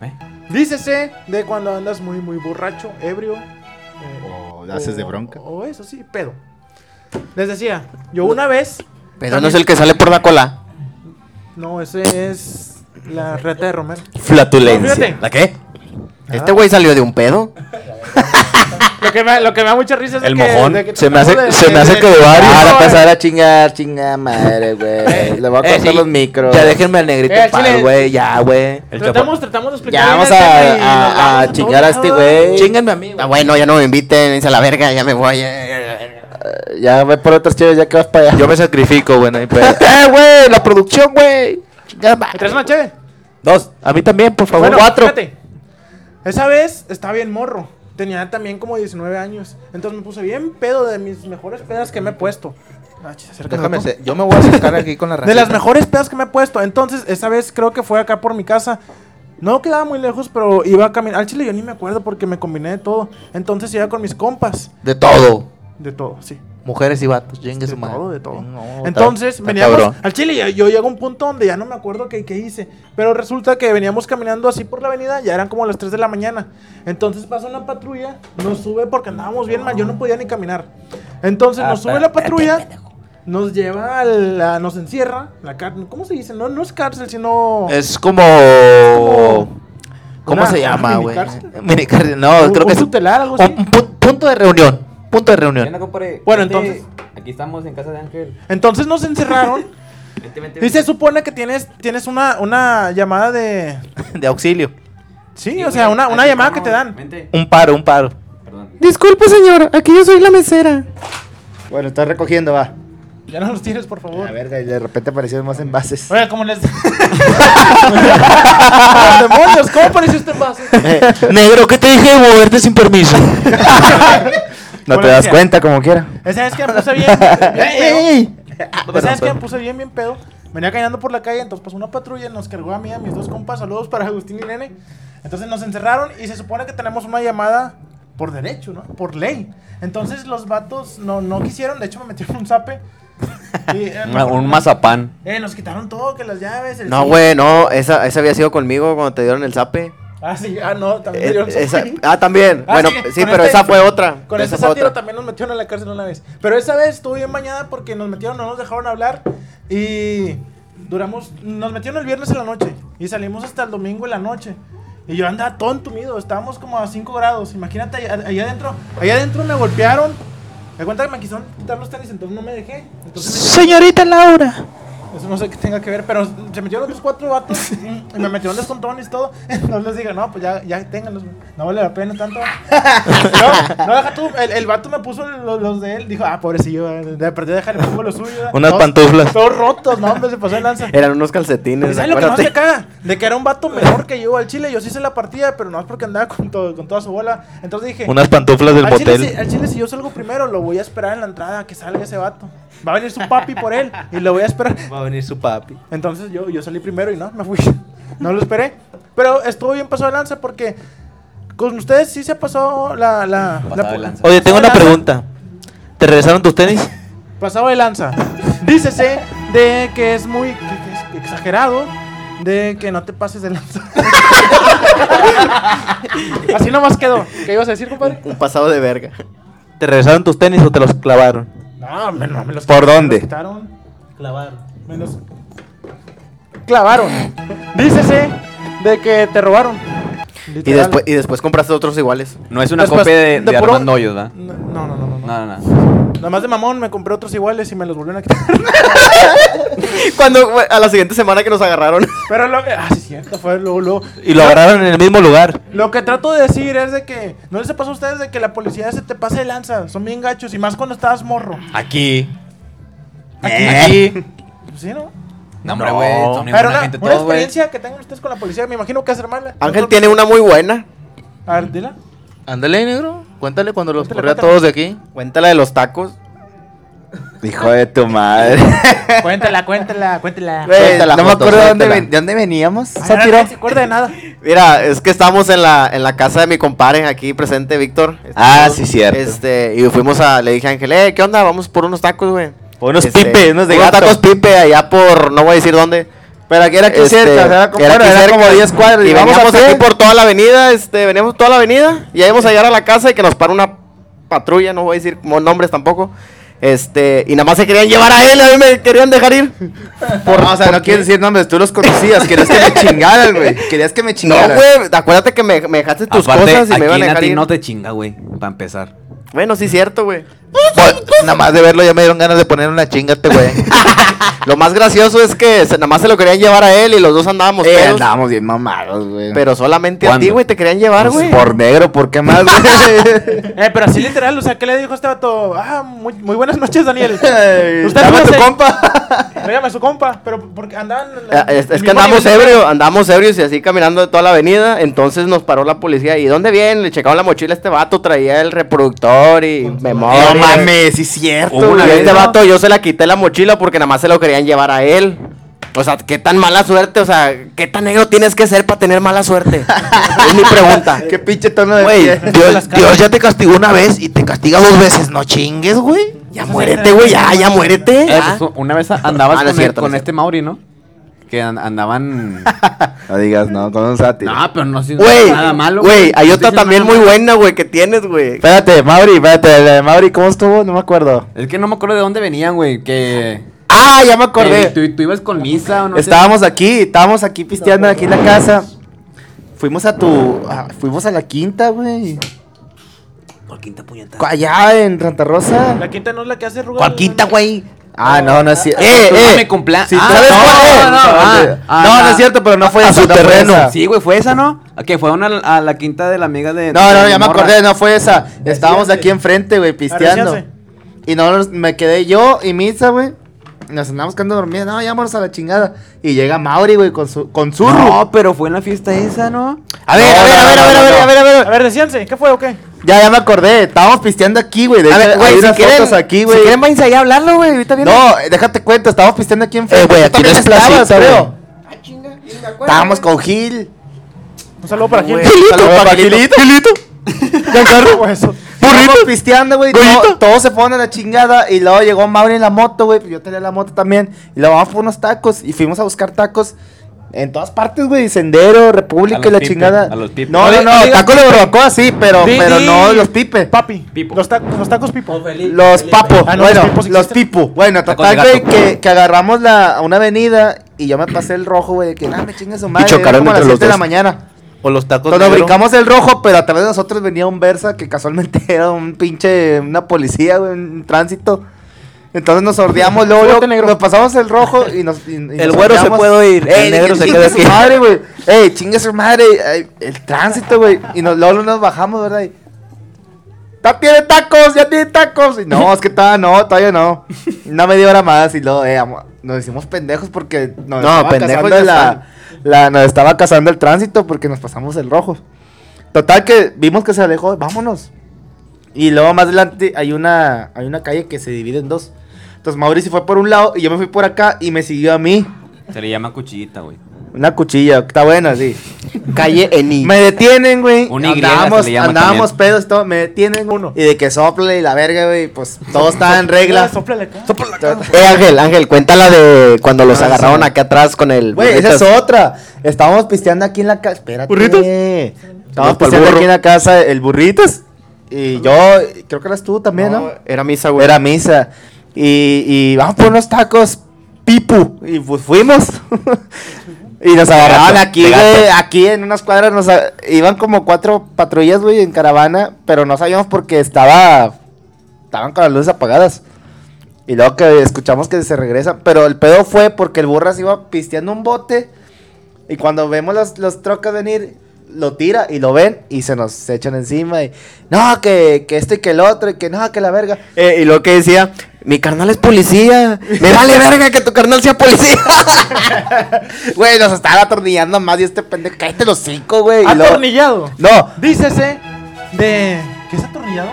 Speaker 5: ¿Eh?
Speaker 1: Dícese de cuando andas muy, muy borracho, ebrio. eh,
Speaker 3: O
Speaker 1: O eso sí, pedo. Les decía, yo una vez.
Speaker 6: Pero no es el que sale por la cola.
Speaker 1: No, ese es la reta de Romero. No,
Speaker 6: Flatulencia.
Speaker 1: fíjate.
Speaker 6: ¿La qué? Este güey salió de un pedo.
Speaker 1: Lo que me, lo que me da mucha risa es
Speaker 5: El
Speaker 1: que,
Speaker 5: mojón.
Speaker 1: de que-
Speaker 4: Se me hace,
Speaker 1: de-
Speaker 4: se me hace que de varios.
Speaker 3: Ahora
Speaker 1: No,
Speaker 3: pasar a chingar, chinga madre, güey. Le voy a
Speaker 4: Eh,
Speaker 3: cortar
Speaker 4: sí.
Speaker 3: los micros.
Speaker 4: Ya déjenme al negrito
Speaker 1: Eh,
Speaker 4: en paz,
Speaker 1: chile.
Speaker 4: güey, ya, güey.
Speaker 5: El
Speaker 1: Tratamos, tratamos de explicar.
Speaker 3: Ya
Speaker 1: bien
Speaker 3: vamos
Speaker 1: el tema y
Speaker 3: a,
Speaker 1: lo
Speaker 3: a,
Speaker 1: hablamos
Speaker 3: a
Speaker 1: en
Speaker 3: chingar a
Speaker 1: todos
Speaker 3: este
Speaker 1: lados.
Speaker 3: güey.
Speaker 4: Chinganme a mí,
Speaker 6: Ah,
Speaker 4: güey.
Speaker 6: bueno, ya no me inviten, dice la verga, ya me voy. eh.
Speaker 3: Ya ve por otros chicos, ya que vas para allá.
Speaker 4: Yo me sacrifico, güey, no hay pedo.
Speaker 3: ¡Eh, güey! La producción, güey. Chingada
Speaker 1: ¿Me
Speaker 3: madre.
Speaker 1: traes una cheve?
Speaker 4: Dos, a mí también, por favor.
Speaker 1: Bueno,
Speaker 4: Cuatro.
Speaker 1: fíjate, Esa vez estaba bien morro. Tenía también como 19 años. Entonces me puse bien pedo de mis mejores pedas que me he puesto. Ah, chis, acércate
Speaker 4: Déjame
Speaker 1: tú.
Speaker 4: ser- yo me voy a acercar aquí con la
Speaker 1: De las
Speaker 4: racita.
Speaker 1: mejores pedas que me he puesto. Entonces, esa vez creo que fue acá por mi casa. No quedaba muy lejos, pero iba a caminar. Al chile yo ni me acuerdo porque me combiné de todo. Entonces iba con mis compas.
Speaker 4: De todo.
Speaker 1: De todo, sí.
Speaker 4: Mujeres y vatos, chingue
Speaker 1: De
Speaker 4: su madre.
Speaker 1: todo, de todo.
Speaker 4: No,
Speaker 1: Entonces,
Speaker 4: está- está
Speaker 1: veníamos
Speaker 4: cabrón.
Speaker 1: al Chile. Yo, yo llego a un punto donde ya no me acuerdo qué, qué hice. Pero resulta que veníamos caminando así por la avenida. Ya eran como las 3 de la mañana. Entonces pasa una patrulla. Nos sube porque andábamos bien mal. Yo no podía ni caminar. Entonces
Speaker 5: Ah,
Speaker 1: nos sube
Speaker 5: pe-
Speaker 1: la patrulla. Nos lleva a la. Nos encierra. La cárcel. ¿Cómo se dice? No, no es cárcel, sino.
Speaker 4: Es como. ¿Cómo
Speaker 1: Una-
Speaker 4: se llama,
Speaker 1: una
Speaker 4: güey?
Speaker 1: minicárcel.
Speaker 4: Minicárcel, No,
Speaker 1: un-
Speaker 4: creo que
Speaker 1: un
Speaker 4: es. Un,
Speaker 1: tutelar, algo así.
Speaker 4: un pu- punto de reunión. Punto de reunión.
Speaker 1: Bueno, entonces-
Speaker 5: Aquí estamos en casa de Ángel.
Speaker 1: Entonces nos
Speaker 4: (laughs)
Speaker 1: encerraron.
Speaker 5: Vente, vente,
Speaker 1: y se supone que tienes, tienes una, una llamada de.
Speaker 4: De auxilio.
Speaker 1: Sí, o sea, una, una llamada que te dan.
Speaker 5: Vente.
Speaker 4: Un paro, un paro.
Speaker 5: Perdón.
Speaker 6: Disculpe, señor, aquí yo soy la mesera.
Speaker 3: Bueno, estás recogiendo, va.
Speaker 1: Ya no los tires, por favor.
Speaker 3: La verga, y de repente aparecieron más envases.
Speaker 1: Oiga, ¿cómo
Speaker 3: (laughs)
Speaker 1: les.? ¡Ah, ¡Demonios! ¿Cómo apareció este vaso?
Speaker 4: (laughs) Negro, ¿qué te dije de moverte sin permiso?
Speaker 3: (laughs) No te das cuenta, como quiera.
Speaker 1: Esa vez que me puse
Speaker 3: (laughs)
Speaker 1: bien. bien pedo.
Speaker 3: ¡Ey!
Speaker 1: Esa vez que me
Speaker 4: perdón.
Speaker 1: puse bien, bien pedo. Venía caminando por la calle, entonces pasó una patrulla, nos cargó a mí, y a mis dos compas. Saludos para Agustín y Nene. Entonces nos encerraron y se supone que tenemos una llamada por derecho, ¿no? Por ley. Entonces los vatos no, no quisieron, de hecho me metieron un zape. Sí,
Speaker 3: (laughs)
Speaker 1: eh,
Speaker 5: Una- Un mazapán.
Speaker 1: eh, nos quitaron todo, que las llaves. el
Speaker 6: No,
Speaker 1: zinc.
Speaker 6: güey, no. Esa, esa había sido conmigo cuando te dieron el zape.
Speaker 1: Ah, sí, ah, no, también
Speaker 6: Eh,
Speaker 1: dieron (laughs)
Speaker 6: esa-
Speaker 1: zape.
Speaker 6: ah, también.
Speaker 1: Ah,
Speaker 6: bueno,
Speaker 1: sí,
Speaker 6: sí,
Speaker 1: con
Speaker 6: pero
Speaker 1: este-
Speaker 6: esa fue otra.
Speaker 1: Con
Speaker 6: esa
Speaker 1: ese
Speaker 6: fue
Speaker 1: sátiro
Speaker 6: otra.
Speaker 1: también nos metieron a la cárcel una vez. Pero esa vez estuvo bien bañada porque nos metieron, no nos dejaron hablar. Y duramos. Nos metieron el viernes en la noche. Y salimos hasta el domingo en la noche. Y yo andaba todo entumido. Estábamos como a 5 grados. Imagínate, allá, allá adentro. Allá adentro me golpearon. Me cuenta que me quisieron quitar los tenis, entonces no me dejé. Entonces me-
Speaker 4: Señorita Laura.
Speaker 1: eso no sé qué tenga que ver, pero se metieron otros cuatro vatos y me metieron los contones y todo. (laughs) Entonces les dije, no, pues ya, ya ténganlos, güey. no vale la pena
Speaker 4: (laughs)
Speaker 1: tanto. no, no, deja tú, el, el vato me puso los, los de él, dijo, ah, pobrecillo, eh, de perder dejar el jugo los suyos.
Speaker 4: Unas
Speaker 1: Todos-
Speaker 4: pantuflas. Eh,
Speaker 1: Todos rotos, no, hombre, se pasó de lanza.
Speaker 6: Eran unos calcetines.
Speaker 1: ¿Y ¿Sabes Pues lo que más
Speaker 6: acuérdate.
Speaker 1: me caga? De que era un vato menor que yo al Chile, yo sí hice la partida, pero no es porque andaba con, todo, con toda su bola. Entonces dije,
Speaker 4: Unas pantuflas del
Speaker 1: al Chile, si,
Speaker 4: motel.
Speaker 1: al chile, si yo salgo primero, lo voy a esperar en la entrada a que salga ese vato. Va a venir su papi por él y lo voy a esperar.
Speaker 4: Va a venir su papi.
Speaker 1: Entonces yo, yo salí primero y no, me fui. No lo esperé. Pero estuvo bien pasado de lanza porque con ustedes sí se pasó la. la,
Speaker 5: Pasado
Speaker 1: la-
Speaker 5: de lanza.
Speaker 4: Oye, tengo una
Speaker 1: pasado de lanza.
Speaker 4: pregunta. ¿Te regresaron tus tenis?
Speaker 1: Pasado de lanza. Dícese de que es muy que- que es exagerado, de que no te pases de lanza. (laughs) Así nomás quedó. ¿Qué ibas a decir, compadre?
Speaker 6: Un pasado de verga.
Speaker 4: ¿Te regresaron tus tenis o te los clavaron?
Speaker 1: No, me, no, me los
Speaker 4: ¿Por
Speaker 1: me los
Speaker 4: dónde?
Speaker 1: quitaron.
Speaker 2: Clavar.
Speaker 1: Me los clavaron. Dícese de que te robaron.
Speaker 6: Y
Speaker 1: Literal.
Speaker 6: después, y después compraste otros iguales. (laughs)
Speaker 5: No es una
Speaker 1: Después,
Speaker 5: copia de, de,
Speaker 1: puro-
Speaker 5: Armando Hoyos, ¿verdad?
Speaker 1: No, no, no, no. no.
Speaker 5: No, no, no.
Speaker 1: Nada más de mamón me compré otros iguales y me los volvieron a quitar. (laughs)
Speaker 6: Cuando güey, a la siguiente semana que nos agarraron.
Speaker 1: Pero lo que. Ah, sí, cierto, fue luego, luego.
Speaker 4: Y lo agarraron en el mismo lugar.
Speaker 1: Lo que trato de decir es de que no les pasa a ustedes de que la policía se te pase de lanza. Son bien gachos y más cuando estás morro.
Speaker 4: Aquí.
Speaker 1: Aquí. Pues Sí, ¿no?
Speaker 5: No, hombre, güey. Son bien
Speaker 1: Pero
Speaker 5: buena
Speaker 1: una,
Speaker 5: gente
Speaker 1: una
Speaker 5: todos, güey.
Speaker 1: experiencia que tengan ustedes con la policía, me imagino que es mala.
Speaker 6: Ángel tiene una muy buena.
Speaker 1: A ver, dila.
Speaker 3: Ándale, negro. Cuéntale cuando los
Speaker 1: Cuéntale,
Speaker 3: corrí a
Speaker 1: cuéntale.
Speaker 3: todos de aquí.
Speaker 6: Cuéntala de los tacos.
Speaker 4: Hijo de tu madre.
Speaker 1: cuéntala, cuéntala,
Speaker 4: Ah.
Speaker 1: cuéntala.
Speaker 6: Güey,
Speaker 3: Cuéntala,
Speaker 6: Eh, no me
Speaker 3: Joto,
Speaker 6: acuerdo de dónde,
Speaker 3: cuéntala.
Speaker 6: ven- de dónde veníamos.
Speaker 1: Ay,
Speaker 6: Sátiro.
Speaker 1: No se acuerda de nada.
Speaker 6: Mira, es que estamos en la, en la casa de mi compadre aquí presente, Víctor.
Speaker 4: Ah,
Speaker 6: Estamos-
Speaker 4: sí, cierto.
Speaker 6: Este, y fuimos a, le dije a Ángel, eh, ¿qué onda? Vamos por unos tacos, güey.
Speaker 4: Por unos pipe, unos de gato.
Speaker 6: Este, tacos pipe allá por, no voy a decir dónde.
Speaker 3: Pero aquí era aquí
Speaker 6: Este,
Speaker 3: cerca, o sea, era como,
Speaker 6: era
Speaker 3: bueno,
Speaker 6: aquí
Speaker 3: era
Speaker 6: cerca.
Speaker 3: como 10 cuadras.
Speaker 6: Y
Speaker 3: vamos
Speaker 6: veníamos
Speaker 3: a
Speaker 6: aquí
Speaker 3: pie.
Speaker 6: por toda la avenida, este, veníamos toda la avenida. Y íbamos a llegar a la casa y que nos para una patrulla, no voy a decir como nombres tampoco. Este, y nada más se querían llevar a él, a mí me querían dejar ir.
Speaker 3: Por- o sea, no quieres decir nombres, tú los conocías. Querías (laughs) que me chingaran, güey. Querías que me
Speaker 6: No,
Speaker 3: chingaran.
Speaker 6: güey, acuérdate que me, me dejaste tus
Speaker 5: Aparte,
Speaker 6: cosas y
Speaker 5: aquí
Speaker 6: me iban a
Speaker 5: Nati
Speaker 6: dejar ir.
Speaker 5: no te chinga, güey. Para empezar.
Speaker 6: Bueno, sí, cierto, güey.
Speaker 4: Bueno, nada más de verlo ya me dieron ganas de poner una chinga a
Speaker 3: (laughs)
Speaker 4: este güey.
Speaker 6: Lo más gracioso es que se- nada más se lo querían llevar a él y los dos andábamos
Speaker 3: Eh,
Speaker 6: pedos,
Speaker 3: andábamos bien mamados, güey.
Speaker 6: Pero solamente a
Speaker 5: ¿Cuándo?
Speaker 6: ti, güey, te querían llevar, güey.
Speaker 3: Pues por negro, ¿por qué más, güey?
Speaker 1: Eh, pero así literal, o sea, ¿qué le dijo este vato? Ah, muy, muy buenas noches, Daniel. Usted
Speaker 3: Dame tu
Speaker 1: pase.
Speaker 3: compa.
Speaker 1: Tráigame a su compa, pero porque andaban. en la-
Speaker 6: Eh, Es, es
Speaker 1: el
Speaker 6: que
Speaker 1: mismo
Speaker 6: andamos
Speaker 1: nivel.
Speaker 6: ebrios, andamos ebrios y así caminando de toda la avenida. Entonces nos paró la policía. ¿Y dónde viene? Le checaron la mochila a este vato, traía el reproductor y memoria.
Speaker 3: No mames, sí es cierto,
Speaker 6: Hubo una
Speaker 3: güey.
Speaker 6: vez, Oh, este vato yo se la quité la mochila porque nada más se lo querían llevar a él. O sea, qué tan mala suerte, o sea, qué tan negro tienes que ser para tener mala suerte. es mi pregunta.
Speaker 3: Qué pinche tono de
Speaker 4: Güey,
Speaker 3: piel.
Speaker 4: Dios, Dios ya te castigó una vez y te castiga dos veces. No chingues, güey.
Speaker 6: Ya muérete, güey, ya, ya muérete.
Speaker 5: Eh,
Speaker 6: ya.
Speaker 5: pues, una vez andabas
Speaker 6: Ah,
Speaker 5: con,
Speaker 6: no es cierto,
Speaker 5: el- con
Speaker 6: no es
Speaker 5: este Mauri, ¿no? Que an- andaban.
Speaker 3: No digas, no, con un sátiro.
Speaker 5: no, pero no haciendo
Speaker 6: Ah. Güey,
Speaker 5: nada malo. Pues
Speaker 6: güey, hay
Speaker 5: No
Speaker 6: otra
Speaker 5: estoy diciendo
Speaker 6: también
Speaker 5: nada
Speaker 6: muy
Speaker 5: malo.
Speaker 6: buena, güey, que tienes, güey.
Speaker 3: Espérate, este, Mauri, espérate, la de Mauri, ¿cómo estuvo? No me acuerdo.
Speaker 5: Es que no me acuerdo de dónde venían, güey. Que.
Speaker 3: Ah, ya me
Speaker 5: que
Speaker 3: acordé.
Speaker 5: tú, tú ibas con misa o no sé.
Speaker 3: estábamos aquí, estábamos aquí pisteando aquí en la casa. Fuimos a tu. a- fuimos a la quinta, güey.
Speaker 5: Por quinta puñeta.
Speaker 3: Allá en Santa Rosa.
Speaker 1: La quinta no es la que hace ruga.
Speaker 4: ¿Cuál quinta, güey?
Speaker 3: Ah, no, no es cierto.
Speaker 5: Eh, eh.
Speaker 3: eh.
Speaker 5: me cumplea-
Speaker 3: Sí,
Speaker 5: Ah,
Speaker 3: ¿sabes
Speaker 5: no,
Speaker 3: cuál es?
Speaker 5: no, no, ah, ah,
Speaker 3: no, no
Speaker 5: ah.
Speaker 3: es cierto, pero no fue
Speaker 4: A
Speaker 3: esa,
Speaker 4: su
Speaker 3: no fue
Speaker 4: terreno.
Speaker 3: esa.
Speaker 5: Sí, güey, fue esa, ¿no? A Que fue una, a la quinta de la amiga de.
Speaker 3: No,
Speaker 5: de
Speaker 3: no,
Speaker 5: mi
Speaker 3: ya me
Speaker 5: morra.
Speaker 3: acordé, no fue esa. Estábamos
Speaker 1: Arreciate.
Speaker 3: aquí enfrente, güey, pisteando.
Speaker 1: Arreciate.
Speaker 3: Y no nos- me quedé yo y Misa, güey. Nos andamos quedando dormidos. No, ya vámonos a la chingada. Y llega Mauri, güey, con su con su
Speaker 5: No, pero fue en la fiesta esa, ¿no?
Speaker 3: A ver,
Speaker 6: No,
Speaker 3: a ver,
Speaker 6: no,
Speaker 3: a ver,
Speaker 6: no,
Speaker 3: a ver,
Speaker 6: no,
Speaker 3: a ver,
Speaker 6: no.
Speaker 3: a ver, a ver.
Speaker 1: A ver, decíanse, ¿qué fue o qué?
Speaker 3: Ya, ya me acordé. Estábamos pisteando aquí, güey. De
Speaker 6: A ver,
Speaker 3: hecho,
Speaker 6: güey,
Speaker 3: hay
Speaker 6: si
Speaker 3: unas
Speaker 6: quieren-
Speaker 3: fotos aquí,
Speaker 6: si
Speaker 3: güey.
Speaker 6: quieren, váyanse allá a hablarlo, güey, ahorita viene.
Speaker 3: No, eh, déjate cuenta, estábamos pisteando aquí enfrente.
Speaker 4: Eh, güey,
Speaker 3: Tú
Speaker 4: aquí
Speaker 3: también
Speaker 4: no es placita, güey.
Speaker 3: Estábamos con Gil.
Speaker 1: Un saludo para Gil.
Speaker 4: (laughs)
Speaker 3: Saludos para Gilito.
Speaker 1: (laughs) Giancarlo. Eso.
Speaker 4: Burrito,
Speaker 3: estábamos
Speaker 4: ¿Gorrito?
Speaker 3: pisteando, güey.
Speaker 4: ¿Gorrito?
Speaker 3: todo- todos se ponen a la chingada. Y luego llegó Mauri en la moto, güey. pues Yo tenía la moto también. Y luego vamos por unos tacos. Y fuimos a buscar tacos. En todas partes, güey. Sendero,
Speaker 7: A
Speaker 3: República
Speaker 7: los
Speaker 3: y la
Speaker 7: pipe,
Speaker 3: chingada.
Speaker 7: a los pipe.
Speaker 3: No,
Speaker 5: No
Speaker 3: no,
Speaker 5: di- no
Speaker 3: no.
Speaker 5: digas
Speaker 3: tacos de barbacoa, sí, pero,
Speaker 1: Di-
Speaker 3: pero
Speaker 1: di-
Speaker 3: no los pipe.
Speaker 1: Papi.
Speaker 7: Pipo.
Speaker 1: Los, tacos, los tacos pipo.
Speaker 3: Los papo,
Speaker 1: Ah, no,
Speaker 3: bueno,
Speaker 1: los pipos sí
Speaker 3: los
Speaker 1: existen.
Speaker 3: pipo. Bueno,
Speaker 7: Tacos de
Speaker 3: total, güey,
Speaker 7: gato.
Speaker 3: que, que agarramos la, una avenida y yo me pasé el rojo, güey, de que nada, me chingue su madre. era
Speaker 4: chocaron
Speaker 3: como a las
Speaker 4: entre los
Speaker 3: 7 de la
Speaker 4: dos.
Speaker 3: mañana.
Speaker 4: O los tacos
Speaker 3: Cuando
Speaker 4: negro.
Speaker 3: brincamos el rojo, pero a través de nosotros venía un Versa que casualmente (laughs) era un pinche, una policía, güey, un tránsito. Entonces nos sordeamos, luego, luego nos pasamos el rojo y nos. y- y
Speaker 4: El
Speaker 3: nos
Speaker 4: güero se
Speaker 3: sordeamos.
Speaker 4: puede ir,
Speaker 3: Ey,
Speaker 4: el negro se
Speaker 3: chingue
Speaker 4: queda
Speaker 3: su
Speaker 4: aquí.
Speaker 3: madre, güey. Ey, chingue su madre. ay, el tránsito, güey. Y nos, luego nos bajamos, ¿verdad? Y, "Ta- tiene tacos, ya tiene tacos. Y no, es que todavía no, todavía no. Una media hora más y luego, eh, amo- nos hicimos pendejos porque nos
Speaker 6: No,
Speaker 3: estaba
Speaker 6: pendejos
Speaker 3: cazando
Speaker 6: ya
Speaker 3: la, la- nos estaba cazando el tránsito porque nos pasamos el rojo. Total que vimos que se alejó, vámonos. Y luego más adelante hay una, hay una calle que se divide en dos. Entonces Mauricio fue por un lado y yo me fui por acá y me siguió a mí.
Speaker 7: Se le llama cuchillita, güey.
Speaker 3: Una cuchilla, está buena, sí.
Speaker 6: Calle Eni.
Speaker 3: Me detienen, güey.
Speaker 7: Una Y se le
Speaker 3: Andábamos,
Speaker 7: llama
Speaker 3: andábamos pedos, y todo. Me detienen uno.
Speaker 1: Uno.
Speaker 3: Y de que sople y la verga, güey. Pues todo está en (laughs) regla.
Speaker 1: Sóplale acá.
Speaker 6: Eh, Ángel, Ángel, cuéntala de cuando los
Speaker 3: Ah,
Speaker 6: agarraron
Speaker 3: sí.
Speaker 6: acá atrás con el.
Speaker 3: Güey, esa es
Speaker 6: burritos.
Speaker 3: otra. Estábamos pisteando aquí en la casa. Espérate.
Speaker 4: ¿Burritos?
Speaker 3: Estábamos
Speaker 6: Vamos pa'l
Speaker 3: pisteando
Speaker 6: burro.
Speaker 3: aquí en la casa, el burritos. Y yo, creo que eras tú también, ¿no?
Speaker 6: No, Era misa, güey.
Speaker 3: Era misa. Y, y vamos por unos tacos, pipu. Y pues fuimos. (laughs) y nos agarraban
Speaker 7: gato,
Speaker 3: aquí,
Speaker 7: de gato.
Speaker 3: güey. Aquí en unas cuadras nos a- iban como cuatro patrullas, güey, en caravana. Pero no sabíamos porque estaba. Estaban con las luces apagadas. Y luego que escuchamos que se regresan. Pero el pedo fue porque el burras iba pisteando un bote. Y cuando vemos los, los trocas venir, lo tira y lo ven y se nos echan encima. Y no, que, que esto y que el otro. Y que no, que la verga.
Speaker 6: Eh, y lo que decía, mi carnal es policía. Me vale verga que tu carnal sea policía.
Speaker 3: (laughs) Güey, nos estaban atornillando más y este pendejo. Cállate los cinco, güey. y luego-
Speaker 1: Atornillado.
Speaker 3: No,
Speaker 1: Dícese de. ¿Qué es atornillado?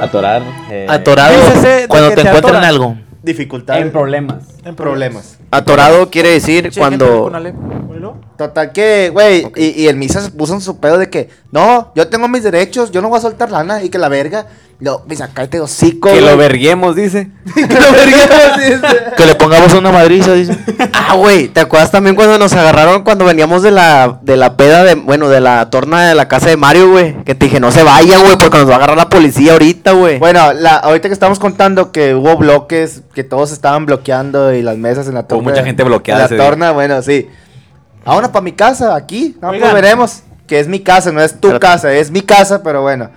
Speaker 7: Atorar. eh,
Speaker 6: Atorado
Speaker 1: Dícese de que te atoran.
Speaker 6: algo.
Speaker 3: dificultad.
Speaker 7: En problemas.
Speaker 1: En
Speaker 3: problemas.
Speaker 6: Atorado quiere decir cuando.
Speaker 3: Total que, güey, y, y el misa se puso en su pedo de que, no, yo tengo mis derechos, yo no voy a soltar lana y que la verga. Lo, misa, cállate los cinco.
Speaker 5: Que lo
Speaker 3: güey.
Speaker 5: verguemos, dice.
Speaker 3: Que lo verga.
Speaker 4: Que le pongamos una madriza, dice.
Speaker 6: Ah, güey, ¿te acuerdas también cuando nos agarraron cuando veníamos de la, de la peda de, bueno, de la torna de la casa de Mario, güey? Que te dije, no se vayan, güey, porque nos va a agarrar la policía ahorita, güey.
Speaker 3: Bueno, la, ahorita que estamos contando que hubo bloques, que todos estaban bloqueando y las mesas en la torna.
Speaker 7: mucha gente bloqueada
Speaker 3: en
Speaker 7: ese
Speaker 3: la
Speaker 7: día.
Speaker 3: torna, bueno, sí. Ahora para mi casa, aquí. No, pues
Speaker 1: Oigan.
Speaker 3: veremos. Que es mi casa, no es tu
Speaker 6: Pero-
Speaker 3: casa, es mi casa, pero bueno.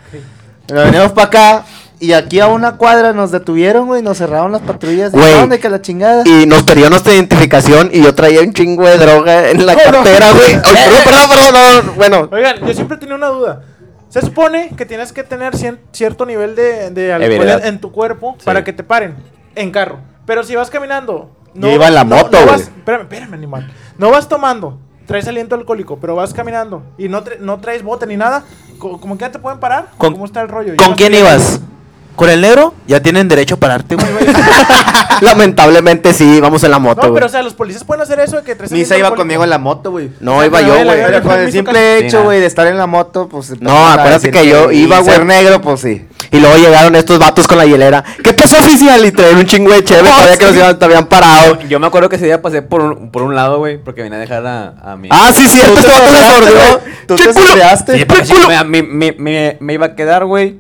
Speaker 3: Nos venimos para acá y aquí a una cuadra nos detuvieron, güey, nos cerraron las patrullas.
Speaker 6: Güey.
Speaker 3: ¿De dónde que la chingada?
Speaker 6: Y nos pidió nuestra identificación y yo traía un chingo de droga en la cartera, güey. Ay, perdón, perdón, perdón, no, bueno.
Speaker 1: Oigan, yo siempre tenía una duda. Se supone que tienes que tener cien- cierto nivel de, de alcohol
Speaker 7: Ebriedad.
Speaker 1: en, en tu cuerpo para que te paren en carro. Pero si vas caminando.
Speaker 3: Yo iba en la moto,
Speaker 1: no
Speaker 3: güey.
Speaker 1: vas- Espérame, espérame, animal. No vas tomando. Traes aliento alcohólico, pero vas caminando y no, tra- no traes bote ni nada. co- ¿Cómo que ya te pueden parar?
Speaker 4: Con-
Speaker 1: ¿Cómo está el rollo? Yo
Speaker 4: ¿Con
Speaker 1: no
Speaker 4: quién
Speaker 1: sé.
Speaker 4: ibas? ¿Con el negro? Ya tienen derecho a
Speaker 3: (laughs)
Speaker 4: pararte, güey.
Speaker 6: Lamentablemente sí, vamos en la
Speaker 1: No,
Speaker 6: moto, güey.
Speaker 1: pero o sea, los policías pueden hacer eso de que traes
Speaker 3: Misa
Speaker 1: aliento
Speaker 3: iba
Speaker 1: alcohólico.
Speaker 3: conmigo en la moto, güey.
Speaker 6: No, iba
Speaker 1: pero
Speaker 6: yo,
Speaker 1: de la
Speaker 6: güey.
Speaker 1: verga.
Speaker 3: Pero con el
Speaker 1: permiso,
Speaker 3: simple
Speaker 7: casi.
Speaker 3: hecho,
Speaker 7: Sí,
Speaker 3: güey, de estar en la moto, pues.
Speaker 6: No, acuérdate que yo iba, güey.
Speaker 3: Ser negro, pues sí.
Speaker 6: Y luego llegaron estos vatos con la hielera. ¿Qué pasó, oficial? Y traían un chingo de chévere. Sabía que los iban, te habían parado.
Speaker 5: Yo me acuerdo que ese día pasé por un, por un lado, güey, porque venía a dejar a, a mi.
Speaker 6: Ah, sí, sí,
Speaker 3: Tú
Speaker 6: este
Speaker 3: te
Speaker 6: vato se
Speaker 3: sordeaste,
Speaker 6: sordió.
Speaker 3: güey. Tú
Speaker 6: ¡Qué
Speaker 3: te
Speaker 6: culo!
Speaker 3: sordeaste.
Speaker 5: Sí,
Speaker 6: ¡Qué
Speaker 5: porque sí,
Speaker 6: culo!
Speaker 5: me, me, me, me- me iba a quedar, güey.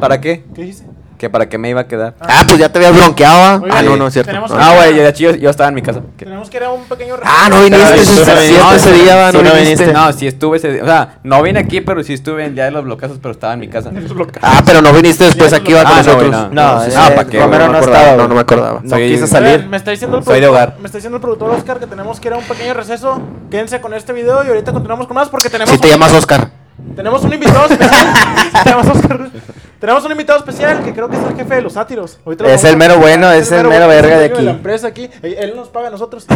Speaker 5: ¿Para qué?
Speaker 1: ¿Qué dices?
Speaker 5: Que para qué me iba a quedar.
Speaker 6: Ah, pues ya te habías bronqueado.
Speaker 1: Oigan,
Speaker 6: Ah, no, no, es cierto.
Speaker 1: tenemos-
Speaker 6: No.
Speaker 5: Ah, güey, yo, yo, yo estaba en mi casa. Que-
Speaker 1: Tenemos que ir a un pequeño
Speaker 6: Ah, no
Speaker 1: recorrido. (laughs)
Speaker 6: viniste,
Speaker 3: Ay,
Speaker 6: eso es
Speaker 3: tú no
Speaker 6: cierto,
Speaker 3: viniste.
Speaker 6: ese día, va,
Speaker 3: Tú
Speaker 6: no
Speaker 3: no
Speaker 6: viniste.
Speaker 5: No, sí estuve ese día. O sea, no vine aquí, pero sí estuve el día de los bloqueos, pero estaba en mi casa.
Speaker 6: Ah, pero no viniste después aquí, va con
Speaker 5: Ah, no,
Speaker 6: nosotros.
Speaker 5: güey, no.
Speaker 3: No,
Speaker 5: sí,
Speaker 3: eh,
Speaker 5: sí. Ah, ¿para qué, güey? No
Speaker 3: Romero no
Speaker 5: me
Speaker 3: estaba,
Speaker 6: acordaba,
Speaker 3: güey.
Speaker 6: no, no me acordaba.
Speaker 3: No
Speaker 5: Soy-
Speaker 3: quiso
Speaker 1: Oigan,
Speaker 3: salir.
Speaker 1: Me está diciendo el
Speaker 5: Soy de
Speaker 1: productor-
Speaker 5: hogar.
Speaker 1: Me está diciendo el productor Oscar que tenemos que ir a un pequeño receso. Quédense con este video y ahorita continuamos con más porque tenemos.
Speaker 6: Si te
Speaker 1: un-
Speaker 6: llamas Oscar.
Speaker 1: Tenemos un invitado especial.
Speaker 3: (laughs)
Speaker 1: Te llamas Oscar. Tenemos un invitado especial que creo que es el jefe de los sátiros. Ahorita lo
Speaker 3: Es
Speaker 1: vamos
Speaker 3: el
Speaker 1: a-
Speaker 3: mero bueno, es el mero
Speaker 1: bueno, es
Speaker 3: verga de
Speaker 1: dueño
Speaker 3: aquí.
Speaker 1: la empresa aquí. Eh, Él nos paga a nosotros.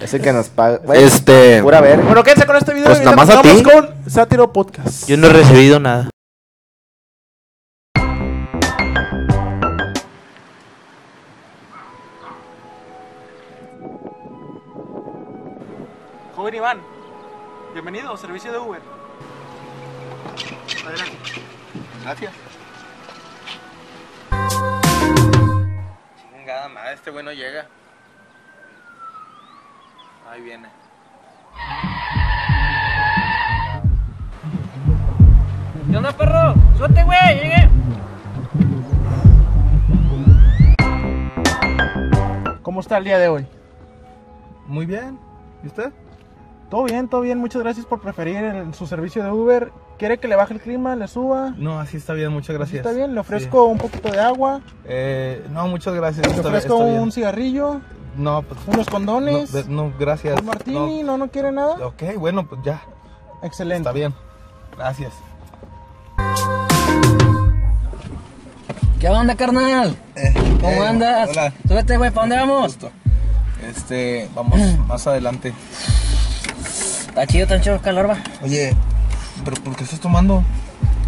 Speaker 3: Ese que nos paga. güey,
Speaker 6: Este.
Speaker 3: Pura verga.
Speaker 1: bueno, quédense con este video
Speaker 6: Pues
Speaker 1: y ahorita
Speaker 6: nomás a ti.
Speaker 1: continuamos con Sátiro Podcast.
Speaker 4: Yo no he recibido nada.
Speaker 1: Joven Iván, bienvenido, servicio de Uber. Adelante. Gracias.
Speaker 5: Chingada madre, este güey no llega. Ahí viene. ¿Qué onda, perro? ¡Suerte, güey! ¡Llegué!
Speaker 1: ¿Cómo está el día de hoy?
Speaker 3: Muy bien. ¿Y usted?
Speaker 1: Todo bien, todo bien. Muchas gracias por preferir el- su servicio de Uber. ¿Quiere que le baje el clima, le suba?
Speaker 8: No, así está bien, muchas gracias.
Speaker 1: Está bien, le ofrezco un poquito de agua,
Speaker 8: Sí. Eh, no, muchas gracias.
Speaker 1: le
Speaker 8: está-
Speaker 1: ofrezco
Speaker 8: está bien.
Speaker 1: un cigarrillo,
Speaker 8: No, pues.
Speaker 1: unos
Speaker 8: No,
Speaker 1: condones,
Speaker 8: de- no, gracias.
Speaker 1: un martini, no. no, quiere nada.
Speaker 8: No, ok, bueno, pues ya.
Speaker 1: Excelente.
Speaker 8: Está bien. Gracias.
Speaker 9: ¿Qué onda, carnal? ¿Cómo
Speaker 8: eh,
Speaker 9: andas?
Speaker 8: hola.
Speaker 9: Súbete, güey, ¿para dónde vamos?
Speaker 8: Gusto. Este,
Speaker 9: (clears throat)
Speaker 8: vamos más adelante.
Speaker 9: Está chido, tan chido el calor, va.
Speaker 8: Oye, ¿pero por qué estás tomando?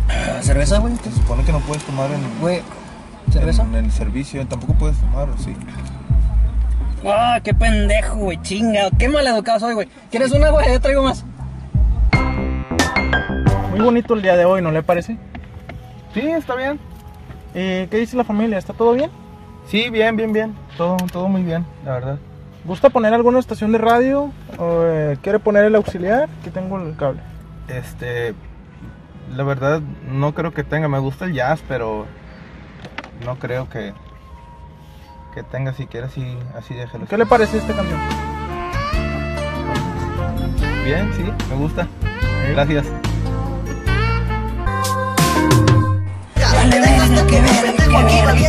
Speaker 9: Ah, ¿Cerveza, güey?
Speaker 8: Se supone que no puedes tomar en,
Speaker 9: Güey, ¿cerveza?
Speaker 8: en el servicio. Tampoco puedes tomar, ¿o sí?
Speaker 9: ¡Ah, qué pendejo, güey! Chingado, qué maleducado soy, güey. ¿Quieres una, güey? Yo traigo más.
Speaker 1: Muy bonito el día de hoy, ¿no le parece?
Speaker 8: Sí, está bien.
Speaker 1: Eh, ¿Qué dice la familia? ¿Está todo bien?
Speaker 8: Sí, bien, bien, bien. Todo, todo muy bien, la verdad.
Speaker 1: ¿Gusta poner alguna estación de radio? ¿O, eh, ¿Quiere poner el auxiliar? Aquí tengo el cable.
Speaker 8: Este, la verdad, no creo que tenga. Me gusta el jazz, pero no creo que que tenga siquiera así, así déjelo.
Speaker 1: ¿Qué le parece esta canción?
Speaker 8: Bien, sí, me gusta. Gracias.
Speaker 9: ¡Qué vergas,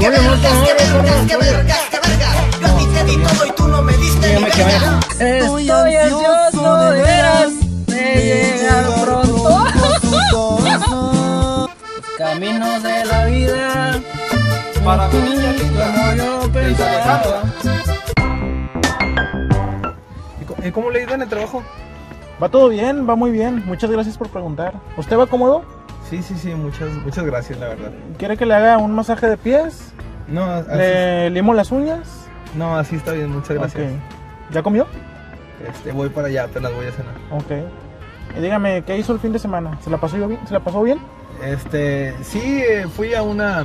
Speaker 9: qué vergas, qué vergas! Yo a ti te di todo y tú no me diste ni vergas. Estoy ansioso de veras de llegar (laughs) pronto Los caminos de la vida Para mí, como yo pensaba
Speaker 8: ¿Y co- ¿Y cómo le ha ido en el trabajo?
Speaker 1: Va todo bien, va muy bien. Muchas gracias por preguntar. ¿Usted va cómodo?
Speaker 8: Sí, sí, sí, muchas, muchas gracias, la verdad.
Speaker 1: ¿Quiere que le haga un masaje de pies?
Speaker 8: No, así,
Speaker 1: ¿Le limo las uñas?
Speaker 8: no, así está bien, muchas gracias.
Speaker 1: Eh. Ok. ¿Ya comió?
Speaker 8: Este, voy para allá, te las voy a cenar.
Speaker 1: Ok. Y dígame, ¿qué hizo el fin de semana? ¿Se la pasó yo bien? ¿Se la pasó bien?
Speaker 8: Este, sí, eh, fui a una,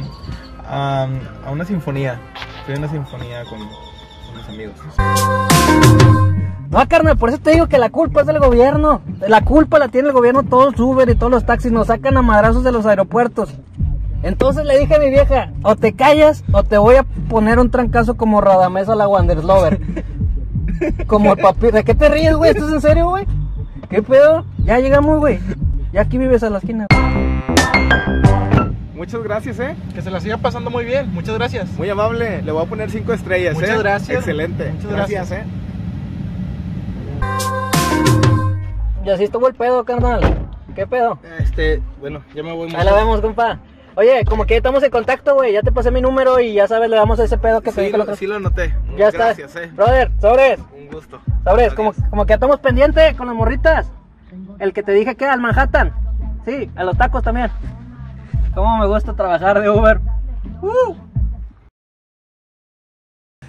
Speaker 8: a, a una sinfonía. Fui a una sinfonía con, con mis amigos.
Speaker 9: No, carnal, por eso te digo que la culpa es del gobierno. La culpa la tiene el gobierno, todos los Uber y todos los taxis nos sacan a madrazos de los aeropuertos. Entonces le dije a mi vieja, o te callas o te voy a poner un trancazo como Radamés a la
Speaker 8: (laughs)
Speaker 9: Wanderslover. Como el papi... ¿De qué te ríes, güey? ¿Estás en serio, güey? ¿Qué pedo? Ya llegamos, güey. Ya aquí vives a la esquina.
Speaker 8: Muchas gracias, eh.
Speaker 1: Que se la siga pasando muy bien. Muchas gracias.
Speaker 8: Muy amable, le voy a poner cinco estrellas.
Speaker 1: Muchas
Speaker 8: ¿eh?
Speaker 1: gracias.
Speaker 8: Excelente.
Speaker 1: Muchas gracias.
Speaker 8: ¿eh?
Speaker 9: Y así estuvo el pedo, carnal. ¿Qué pedo?
Speaker 8: Este, bueno, ya me voy.
Speaker 9: Ahí la vemos, compa. Oye, como que estamos en contacto, güey. Ya te pasé mi número y ya sabes, le damos a ese pedo que te
Speaker 8: Sí,
Speaker 9: dije la otra-
Speaker 8: lo, sí lo noté.
Speaker 9: Ya
Speaker 8: Muchas
Speaker 9: está.
Speaker 8: Gracias, eh.
Speaker 9: Brother, sobres.
Speaker 8: Un gusto.
Speaker 9: Sabes, como, como que estamos pendiente con las morritas. El que te dije que al Manhattan. Sí, a los tacos también. Cómo me gusta trabajar de Uber. ¡Uh!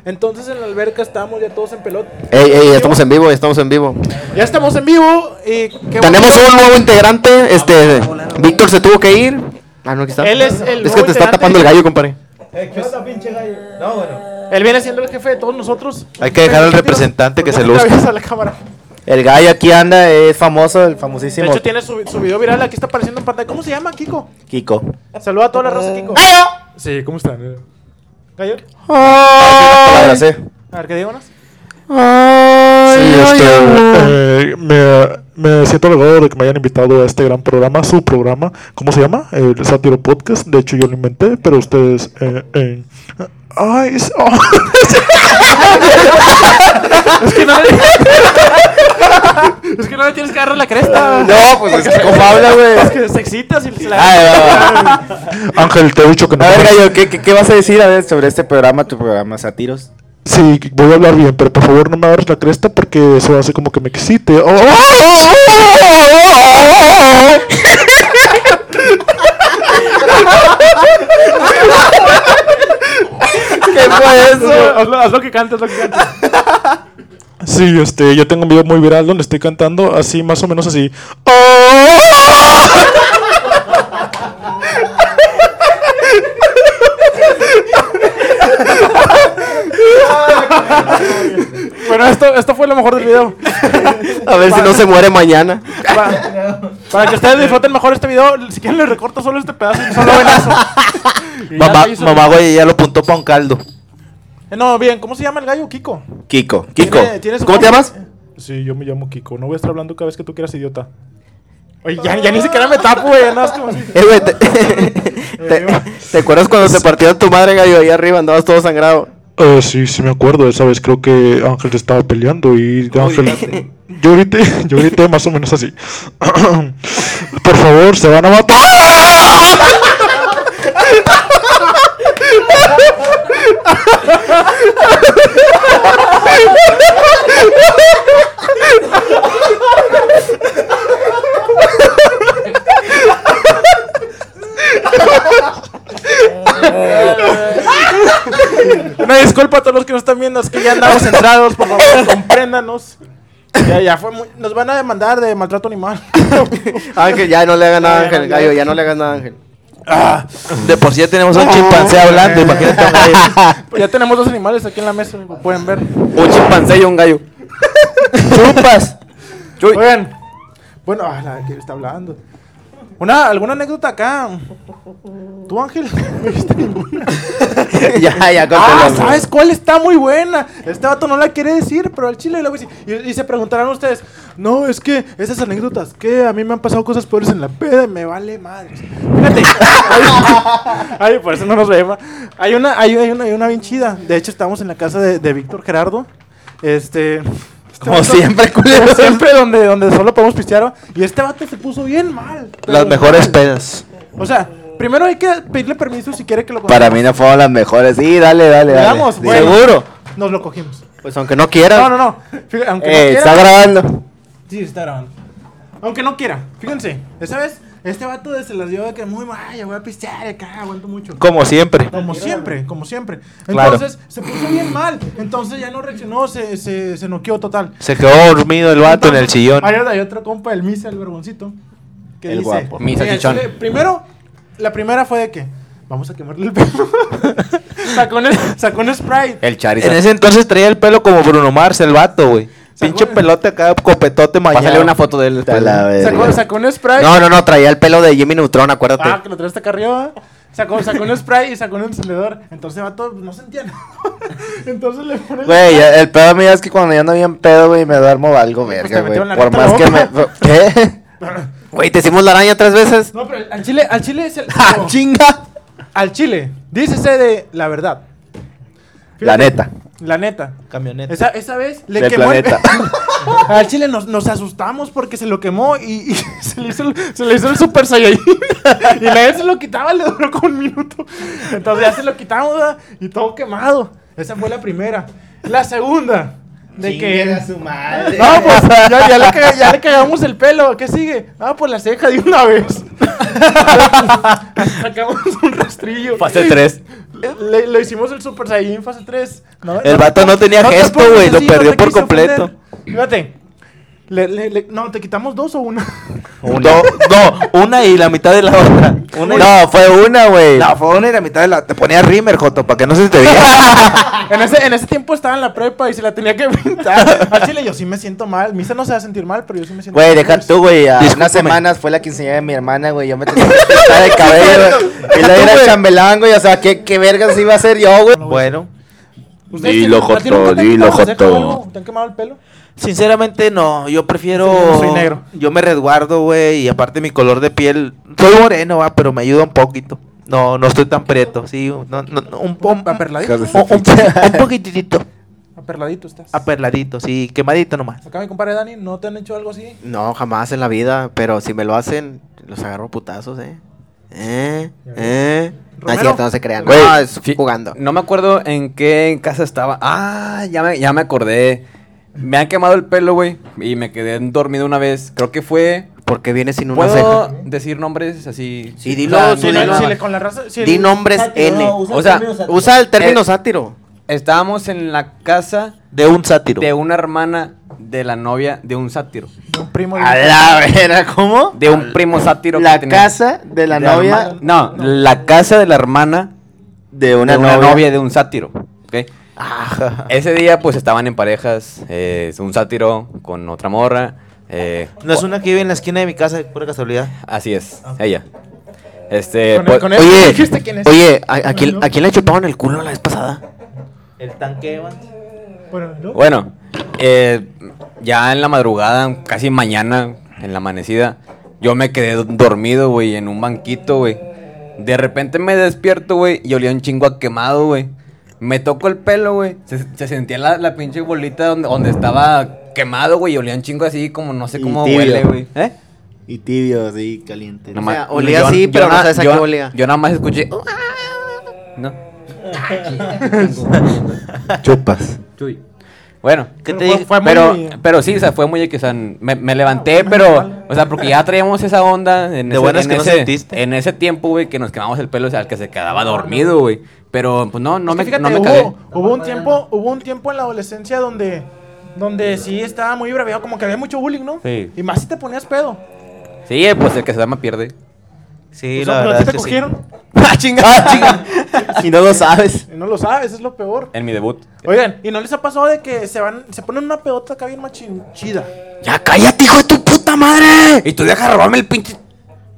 Speaker 1: Entonces en la alberca estamos ya todos en pelota.
Speaker 4: Eh.
Speaker 6: Ey, ey, estamos en vivo, estamos en vivo.
Speaker 1: Ya estamos en vivo. Y qué
Speaker 6: Tenemos
Speaker 1: bonito. Ah,
Speaker 6: un nuevo integrante, este, Víctor se tuvo que ir. Ah, no, aquí está.
Speaker 1: Él es el nuevo
Speaker 6: que te está
Speaker 1: integrante.
Speaker 6: tapando el gallo, compadre.
Speaker 1: Él viene siendo el jefe de todos nosotros.
Speaker 4: Hay que dejar al
Speaker 1: Tío,
Speaker 4: representante que
Speaker 1: ¿por qué
Speaker 4: se
Speaker 1: no te
Speaker 4: luzca.
Speaker 1: avisas a la cámara.
Speaker 3: El gallo aquí anda, es famoso, el
Speaker 1: De
Speaker 3: famosísimo
Speaker 1: hecho, tiene su, su video viral. Aquí está apareciendo en pantalla. ¿Cómo se llama, Kiko?
Speaker 3: Kiko.
Speaker 1: Saluda a toda la raza, Kiko.
Speaker 3: ¡Gallo!
Speaker 1: Sí, ¿cómo están? ¿Gallo?
Speaker 3: Palabras, eh.
Speaker 1: A ver, ¿qué digo unas?
Speaker 3: Sí, este,
Speaker 10: Eh, me, me siento halagado de que me hayan invitado a este gran programa, su programa, ¿cómo se llama? El Sátiro Podcast. De hecho, yo lo inventé, pero ustedes. Eh, eh, ay, es- oh.
Speaker 1: Es que no le tienes que agarrar la cresta.
Speaker 3: No, pues es que (laughs) como habla, güey.
Speaker 1: (laughs) Es (laughs) que se excita si
Speaker 4: Ah,
Speaker 1: se la...
Speaker 3: Ay, va, va, va.
Speaker 10: Ángel, te he dicho que no.
Speaker 3: A ver,
Speaker 10: comas.
Speaker 3: gallo, ¿qué, qué, qué vas a decir a ver, sobre este programa, tu programa Sátiros?
Speaker 10: Sí, voy a hablar bien, pero por favor no me agarres la cresta porque eso hace como que me excite. Oh.
Speaker 3: ¿Qué fue eso?
Speaker 1: Hazlo, hazlo que cantes, lo que cantes.
Speaker 10: (laughs) Sí, este, yo tengo un video muy viral donde estoy cantando así, más o menos así. Oh.
Speaker 1: mejor del video.
Speaker 6: A ver si no se muere mañana.
Speaker 1: Para, para que ustedes disfruten mejor este video, si quieren le recorto solo este pedazo
Speaker 10: (laughs)
Speaker 1: y solo ven eso. Y ya
Speaker 4: Mamá,
Speaker 1: lo hizo.
Speaker 4: mamá, güey, ya lo apuntó para un caldo.
Speaker 1: Eh, No, bien, ¿cómo se llama el gallo? Kiko.
Speaker 4: Kiko,
Speaker 1: Tiene-
Speaker 4: Kiko.
Speaker 1: tiene su
Speaker 4: ¿Cómo te
Speaker 1: nombre.
Speaker 4: llamas?
Speaker 10: Sí, yo me llamo Kiko. No voy a estar hablando cada vez que tú quieras, idiota.
Speaker 1: Oye, ya, ya ni siquiera me tapo, güey. ya nada más como así.
Speaker 6: Eh,
Speaker 1: (laughs)
Speaker 6: güey, te, te- ¿te acuerdas cuando se partieron tu madre, gallo? Ahí arriba andabas todo sangrado.
Speaker 10: Eh, sí, sí me acuerdo, esa vez creo que Ángel estaba peleando y Ángel...
Speaker 1: (laughs)
Speaker 10: Yo grité, (laughs) yo grité más o menos así. Por favor, se van a matar.
Speaker 1: Una disculpa a todos los que nos están viendo, es que ya andamos centrados, por favor, compréndanos. Ya, ya fue muy... Nos van a demandar de maltrato animal.
Speaker 6: Ángel, ya no le hagan nada,
Speaker 1: Ya,
Speaker 6: Ángel,
Speaker 1: ya.
Speaker 6: gallo, ya no le hagan nada, Ángel.
Speaker 4: De por sí ya tenemos a un chimpancé hablando, imagínate un gallo.
Speaker 1: Pues ya tenemos dos animales aquí en la mesa, como pueden ver.
Speaker 6: Un chimpancé y un gallo.
Speaker 4: Chupas.
Speaker 1: Oigan, bueno, ah, la que está hablando. Una, ¿Alguna anécdota acá? ¿Tú, Ángel? No dijiste ninguna.
Speaker 6: (laughs) ya, ya,
Speaker 1: Ah,
Speaker 6: córtalo.
Speaker 1: ¿sabes cuál está muy buena? Este vato no la quiere decir, pero al chile la voy a decir. Y, y se preguntarán ustedes, no, es que esas anécdotas, que a mí me han pasado cosas peores en la peda y me vale madre. Fíjate. hay- (laughs) ay, por eso no nos vemos. Hay una, hay, hay una, hay una bien chida. De hecho, estábamos en la casa de, de Víctor Gerardo. Este... este
Speaker 4: Como
Speaker 1: vato-
Speaker 4: siempre, culero.
Speaker 1: Como siempre, donde, donde solo podemos pistear. ¿va? Y este vato se puso bien mal.
Speaker 4: Las
Speaker 1: pero-
Speaker 4: mejores pedas.
Speaker 1: O sea, primero hay que pedirle permiso si quiere que lo
Speaker 6: Para mí no fueron las mejores. Sí, dale, dale, dale.
Speaker 1: Veamos,
Speaker 6: Sí.
Speaker 1: bueno.
Speaker 6: Seguro.
Speaker 1: Nos lo cogimos.
Speaker 6: Pues aunque no quiera. (laughs)
Speaker 1: No, no, no. Fí- Aunque no
Speaker 6: Eh,
Speaker 1: quiera-
Speaker 6: está grabando.
Speaker 1: Sí, está grabando. Aunque no quiera, fíjense, esta vez este vato de se las dio de que muy mal, ya voy a pistear, acá aguanto mucho.
Speaker 4: Como siempre.
Speaker 1: Como siempre, como siempre.
Speaker 4: Claro.
Speaker 1: Entonces se puso bien mal, entonces ya no reaccionó, se, se, se noqueó total.
Speaker 4: Se quedó dormido el vato en el sillón.
Speaker 1: Hay, hay otro compa, el Misa, el vergoncito, que
Speaker 6: El
Speaker 1: dice...
Speaker 6: guapo.
Speaker 5: Misa
Speaker 1: Mira,
Speaker 5: chichón.
Speaker 1: sale- Primero, la primera fue de que vamos a quemarle el pelo. (laughs) sacó, un, sacó un Sprite.
Speaker 6: El
Speaker 4: En
Speaker 6: Charizard.
Speaker 4: ese entonces traía el pelo como Bruno Mars, el vato, güey. Pinche
Speaker 1: güey.
Speaker 4: pelote acá, copetote mañana.
Speaker 6: Pásale una foto de él
Speaker 4: A
Speaker 6: después.
Speaker 4: la
Speaker 1: Sacó, sacó un Sprite.
Speaker 6: No, no, no, traía el pelo de Jimmy Neutron, acuérdate.
Speaker 1: Ah, que lo traes acá arriba. Sacó, sacó un spray y sacó un encendedor. Entonces va todo, no se entiende. (laughs) Entonces le pone.
Speaker 6: Güey, eh. el pedo mío es que cuando yo ando bien pedo, güey, me duermo algo verga,
Speaker 1: Pues te
Speaker 6: güey.
Speaker 1: metió la
Speaker 6: Por
Speaker 1: neta en
Speaker 6: más
Speaker 1: la
Speaker 6: que
Speaker 1: (laughs)
Speaker 6: me. ¿Qué? Güey, te hicimos la araña tres
Speaker 1: (laughs)
Speaker 6: veces.
Speaker 1: No, pero al chile, al chile es el.
Speaker 6: (laughs) ¡Ah, chinga!
Speaker 1: al chile. Dícese de la verdad.
Speaker 6: La neta.
Speaker 1: La neta.
Speaker 4: camioneta.
Speaker 1: Esa, esa vez le
Speaker 6: Del
Speaker 1: quemó. el- (laughs)
Speaker 6: planeta.
Speaker 1: al chile nos, nos asustamos porque se lo quemó y, (laughs) y se, le hizo el, se le hizo el super saiyajin. (laughs) y nadie se lo quitaba, le duró como un minuto. Entonces ya se lo quitamos ¿verdad? y todo quemado. Esa fue la primera. La segunda. De que
Speaker 3: su madre.
Speaker 1: No, pues ya, ya le, caga- ya le cagamos el pelo. ¿Qué sigue? Ah, pues la ceja de una vez. Sacamos un rastrillo.
Speaker 6: Fase tres.
Speaker 1: Le, le hicimos el Super Saiyan fase 3.
Speaker 4: El vato no tenía
Speaker 1: te
Speaker 4: gesto,
Speaker 1: pongas
Speaker 4: güey, lo
Speaker 1: así, no
Speaker 4: perdió
Speaker 1: te
Speaker 4: por
Speaker 1: quise
Speaker 4: completo.
Speaker 1: ofender. Fíjate. Le- le- le- no, ¿te quitamos dos o una?
Speaker 4: Do- no, una y la mitad de la otra. Una y-
Speaker 6: No, fue una, güey.
Speaker 4: No, fue una y la mitad de la. Te ponía Rimmer, Joto, para que no se
Speaker 3: (laughs)
Speaker 4: te viera.
Speaker 1: en, ese, en ese tiempo estaba en la prepa y se la tenía que pintar. Al chile yo sí me siento mal. Misa no se va a sentir mal, pero yo sí me siento
Speaker 6: Güey,
Speaker 1: mal.
Speaker 6: deja tú, güey. a
Speaker 4: Discúlpame.
Speaker 6: Unas semanas fue la quinceañera de mi hermana, güey. Yo me tenía que pintar el cabello,
Speaker 3: (laughs)
Speaker 6: güey. Y la era chambelán, güey. O sea, ¿qué, qué vergas iba a hacer yo, güey?
Speaker 4: bueno,
Speaker 1: ¿Ustedes
Speaker 7: Dilo,
Speaker 1: tienen- ¿a ti nunca
Speaker 7: Joto,
Speaker 1: te han
Speaker 7: dilo,
Speaker 1: quitado la ceja o
Speaker 7: Joto.
Speaker 1: algo? ¿Te han quemado el pelo?
Speaker 4: sinceramente no. Yo prefiero.
Speaker 1: Sí, yo no soy negro.
Speaker 4: Yo me resguardo, güey. Y aparte, mi color de piel. Soy moreno, va, pero me ayuda un poquito. No, no estoy tan preto, sí. no- no- no, un, po- un,
Speaker 1: Aperladito.
Speaker 4: un poqui- un poquitito.
Speaker 1: Aperladito estás.
Speaker 4: Aperladito, sí, quemadito nomás.
Speaker 1: Acá mi compadre Dani, ¿no te han hecho algo así?
Speaker 6: No, jamás en la vida. Pero si me lo hacen, los agarro a putazos, eh. Eh, eh. No es
Speaker 1: Romero.
Speaker 6: cierto, no se crean.
Speaker 5: Güey,
Speaker 6: no, es
Speaker 5: fi-
Speaker 6: jugando.
Speaker 5: No me acuerdo en qué casa estaba. Ah, ya me, ya me acordé. Me han quemado el pelo, güey. Y me quedé dormido una vez. Creo que fue.
Speaker 6: ¿Por qué viene sin una
Speaker 5: ¿Puedo
Speaker 6: ceja?
Speaker 5: decir nombres así?
Speaker 6: Sí, dilo,
Speaker 5: O sea,
Speaker 6: sí,
Speaker 5: no,
Speaker 1: le-
Speaker 6: dilo.
Speaker 5: no, no.
Speaker 1: le- con la raza- si
Speaker 6: Di
Speaker 1: el-
Speaker 6: nombres N.
Speaker 5: O sea,
Speaker 6: Usa el término
Speaker 5: Eh,
Speaker 6: sátiro.
Speaker 5: Estábamos en la casa
Speaker 4: De un sátiro.
Speaker 5: de una hermana de la novia de un sátiro.
Speaker 1: Un primo. de-
Speaker 6: A la vera, ¿cómo?
Speaker 5: De un primo sátiro. que
Speaker 6: La
Speaker 5: tenía.
Speaker 6: casa de la
Speaker 5: De
Speaker 6: novia
Speaker 5: herma- No, la casa de la hermana
Speaker 6: de una
Speaker 5: de una
Speaker 6: novia.
Speaker 5: novia de un sátiro. ¿ok? Ese día, pues estaban en parejas. eh, es un sátiro con otra morra. eh,
Speaker 3: No es una que vive en la esquina de mi casa, de pura casualidad.
Speaker 5: así es, ella. Este,
Speaker 1: Con-
Speaker 5: pues-
Speaker 1: con él
Speaker 6: Oye,
Speaker 1: dijiste este quién es.
Speaker 6: oye, ¿a, a quién,
Speaker 1: Bueno,
Speaker 6: a quién le chuparon el culo la vez pasada?
Speaker 3: El tanque Evans.
Speaker 1: Bueno, ¿no?
Speaker 5: Bueno, eh, ya en la madrugada, casi mañana, en la amanecida, yo me quedé do- dormido, güey, en un banquito, güey. De repente me despierto, güey, y olía un chingo a quemado, güey. Me toco el pelo, güey. Se, se sentía la, la pinche bolita donde, donde estaba quemado, güey, y olía un chingo así, como no sé
Speaker 3: Y
Speaker 5: cómo
Speaker 3: tibio.
Speaker 5: huele, güey. ¿Eh?
Speaker 3: Y tibio, así, caliente.
Speaker 5: Nomás-
Speaker 6: sea, olía así, pero no
Speaker 5: na-
Speaker 6: sabes a
Speaker 5: yo-
Speaker 6: qué olía.
Speaker 5: Yo nada más escuché. (laughs) No.
Speaker 4: Chupas.
Speaker 5: Chuy. Bueno,
Speaker 1: ¿Qué te Pero fue- dije? fue muy-
Speaker 5: pero, pero sí, o sea, fue muy X. o sea, me, me
Speaker 1: Ah,
Speaker 5: levanté, pero, o sea, porque ya traíamos esa onda en,
Speaker 4: De
Speaker 5: ese,
Speaker 4: buenas
Speaker 5: en
Speaker 4: que no
Speaker 5: ese-
Speaker 4: sentiste.
Speaker 5: en ese tiempo, güey, que nos quemamos el pelo, o sea, el que se quedaba dormido, güey. Pero, pues no, no,
Speaker 1: Es que
Speaker 5: me,
Speaker 1: fíjate,
Speaker 5: no me
Speaker 1: hubo,
Speaker 5: cagué.
Speaker 1: hubo un tiempo, hubo un tiempo en la adolescencia donde, donde sí estaba muy braviado, como que había mucho bullying, ¿no?
Speaker 5: Sí.
Speaker 1: Y más si te ponías pedo.
Speaker 5: Sí, eh, pues el que se llama pierde.
Speaker 1: O
Speaker 4: Sí,
Speaker 1: sea, pero Pues,
Speaker 4: la
Speaker 1: a
Speaker 4: verdad
Speaker 1: ti
Speaker 4: es
Speaker 1: te
Speaker 4: que sí.
Speaker 1: cogieron
Speaker 5: ¡Ah, chinga!
Speaker 6: Si no lo sabes.
Speaker 1: y no lo sabes, es lo peor.
Speaker 5: En mi debut.
Speaker 1: Oigan, ¿y no les ha pasado de que se van, se ponen una pedota acá bien machinchida?
Speaker 5: ¡Ya cállate, hijo de tu puta madre! Y tú deja robarme el pinche.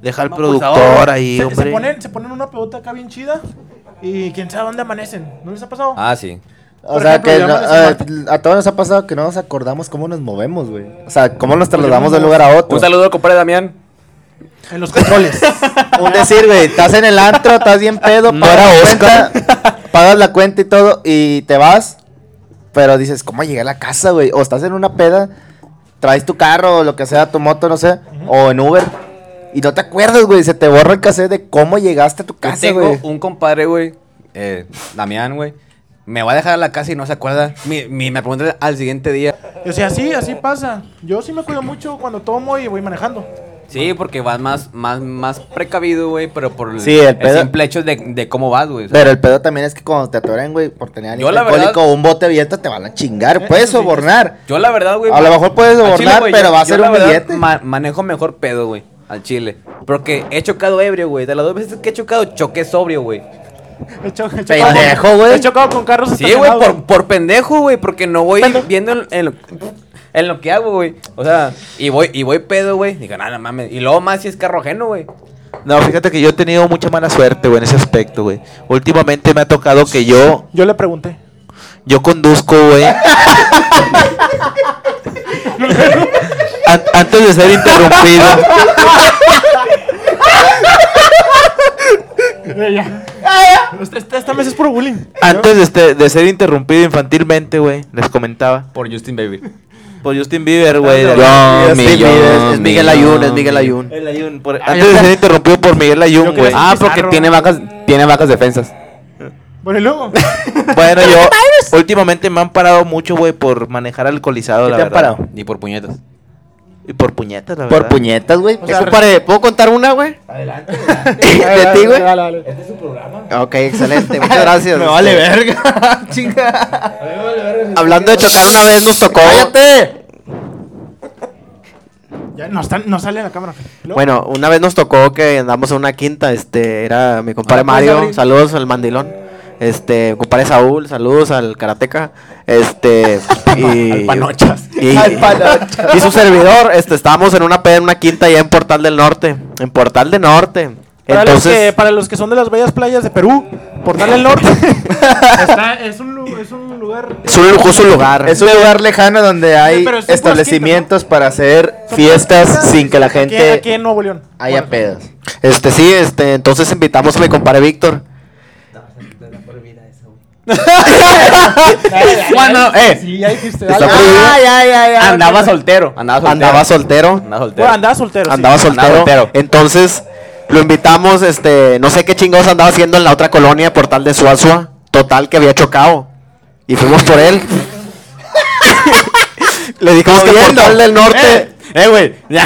Speaker 4: Deja al
Speaker 5: No, pues,
Speaker 4: productor
Speaker 5: ahora-
Speaker 4: ahí,
Speaker 1: Se, se
Speaker 4: hombre.
Speaker 1: ponen, se ponen una pedota acá bien chida y quién sabe dónde amanecen. ¿No les ha pasado?
Speaker 5: Ah, sí.
Speaker 3: O
Speaker 1: Por
Speaker 3: sea,
Speaker 1: ejemplo,
Speaker 3: que
Speaker 1: yo
Speaker 3: no- eh,
Speaker 1: amanecí
Speaker 3: a, a todos nos ha pasado que no nos acordamos cómo nos movemos, güey. O sea, cómo nos trasladamos de un lugar a otro.
Speaker 5: Un saludo al compadre Damián.
Speaker 1: En los controles.
Speaker 3: Un decir, güey, estás en el antro, estás bien pedo,
Speaker 4: No
Speaker 3: pagas,
Speaker 4: era
Speaker 3: la
Speaker 4: Oscar.
Speaker 3: cuenta, pagas la cuenta y todo, y te vas. Pero dices, ¿cómo llegué a la casa, güey? O estás en una peda, traes tu carro o lo que sea, tu moto, no sé, o en Uber, y no te acuerdas, güey, se te borra el cassette de cómo llegaste a tu
Speaker 5: Yo
Speaker 3: casa,
Speaker 5: tengo
Speaker 3: güey.
Speaker 5: un compadre, güey, eh, Damián, güey. Me va a dejar a la casa y no se acuerda. Mi- mi- me pregunta al siguiente día.
Speaker 1: o sea, así, así pasa. Yo sí me cuido mucho cuando tomo y voy manejando.
Speaker 5: Sí, porque vas más, más, más precavido, güey, pero por el,
Speaker 3: Sí, el pedo-
Speaker 5: simple hecho de, de cómo vas, güey. o sea,
Speaker 3: Pero el pedo también es que cuando te atoran, güey, por tener
Speaker 5: Yo,
Speaker 3: alcohólico
Speaker 5: la
Speaker 3: alcohólico
Speaker 5: verdad-
Speaker 3: o un bote abierto, te van a chingar. pues,
Speaker 1: Eh,
Speaker 3: Puedes
Speaker 1: eso sí.
Speaker 3: sobornar.
Speaker 5: yo la verdad, güey.
Speaker 3: A lo mejor puedes
Speaker 5: al
Speaker 3: sobornar,
Speaker 5: güey,
Speaker 3: pero
Speaker 5: yo-
Speaker 3: va a
Speaker 5: yo
Speaker 3: ser
Speaker 5: la
Speaker 3: un
Speaker 5: verdad
Speaker 3: billete.
Speaker 5: ma- manejo mejor pedo, güey, al chile. Porque he chocado ebrio, güey. De las dos veces que he chocado, choqué sobrio, güey.
Speaker 1: He, cho- he chocado,
Speaker 3: Pendejo,
Speaker 1: con,
Speaker 3: güey.
Speaker 1: he chocado con carros
Speaker 5: Sí, güey,
Speaker 1: estacionados.
Speaker 5: por, por pendejo, güey, porque no voy viendo en, en lo, en lo que hago, güey. O sea, y voy, y voy pedo, güey. Digo, nada, mames. Y luego más si es carro ajeno, güey.
Speaker 4: No, fíjate que yo he tenido mucha mala suerte, güey, en ese aspecto, güey. Últimamente me ha tocado que yo,
Speaker 1: Yo le pregunté.
Speaker 4: yo conduzco, güey. An- antes de ser interrumpido.
Speaker 1: Esta, esta- esta mesa este, es puro bullying.
Speaker 4: Antes de, este- de ser interrumpido infantilmente, güey, les comentaba.
Speaker 5: Por Justin Baby.
Speaker 4: Por Justin Bieber, güey. de-
Speaker 6: Yo,
Speaker 4: Justin Bieber,
Speaker 6: es Miguel Ayun, es Miguel Ayun.
Speaker 3: El ayun, por...
Speaker 4: Antes de ser interrumpido por Miguel Ayun, güey.
Speaker 5: Ah, porque tiene vacas, tiene vacas defensas.
Speaker 1: Bueno, y (laughs) luego.
Speaker 4: Ah, Bueno, yo últimamente me han parado mucho, güey, por manejar alcoholizado,
Speaker 3: ¿Qué
Speaker 4: la
Speaker 3: te han
Speaker 4: verdad.
Speaker 3: parado?
Speaker 5: Ni por puñetas.
Speaker 4: Y por puñetas, la
Speaker 3: Por
Speaker 4: verdad.
Speaker 3: puñetas, güey.
Speaker 1: sea,
Speaker 3: Eso pare- ¿Puedo contar
Speaker 1: (laughs)
Speaker 3: una, güey? Adelante. ¿De ti, güey?
Speaker 1: Dale, dale, dale.
Speaker 3: Ok, excelente.
Speaker 1: (laughs)
Speaker 3: Muchas gracias. Me vale verga, (laughs) chinga. Hablando de chocar una vez nos tocó. ¡Cállate!
Speaker 1: Ya no, están- no sale la cámara. Luego,
Speaker 6: Bueno, una vez nos tocó que andamos a una quinta, este, era mi
Speaker 1: Ah,
Speaker 6: compadre Mario, saludos al mandilón, este, mi compadre Saúl, saludos al karateca,
Speaker 3: (laughs)
Speaker 6: este, y, al panochas,
Speaker 1: (laughs)
Speaker 6: y, y su servidor, este, estábamos en una peda en una quinta allá en Portal del Norte, en Portal del Norte,
Speaker 1: para, los que,
Speaker 6: entonces,
Speaker 1: para los que son de las bellas playas de Perú, Portal del Norte. está- es, un, lu- es un lugar.
Speaker 6: es un lujoso lugar,
Speaker 3: Es un lugar lejano donde hay
Speaker 1: pero son puras
Speaker 3: establecimientos para hacer
Speaker 1: son
Speaker 3: fiestas
Speaker 1: puras
Speaker 3: sin que la
Speaker 1: Aquí, aquí
Speaker 3: gente
Speaker 1: en Nuevo León.
Speaker 3: haya pedos.
Speaker 6: este, sí, este, entonces invitamos a mi compadre Víctor,
Speaker 5: Bueno, eh.
Speaker 1: ya dijiste.
Speaker 6: dale.
Speaker 1: Andaba,
Speaker 6: prohibido.
Speaker 3: Ah, ya, ya, ya.
Speaker 5: Andaba soltero. Andaba soltero.
Speaker 6: andaba soltero,
Speaker 5: Andaba soltero.
Speaker 1: soltero. sí.
Speaker 6: andaba soltero.
Speaker 5: Andaba soltero.
Speaker 6: Entonces, lo invitamos, este, no sé qué chingados andaba haciendo en la otra colonia, por tal de Suazua. Total, que había chocado. Y fuimos por él. Le dijimos que por tal del norte.
Speaker 5: Eh, güey. Ya.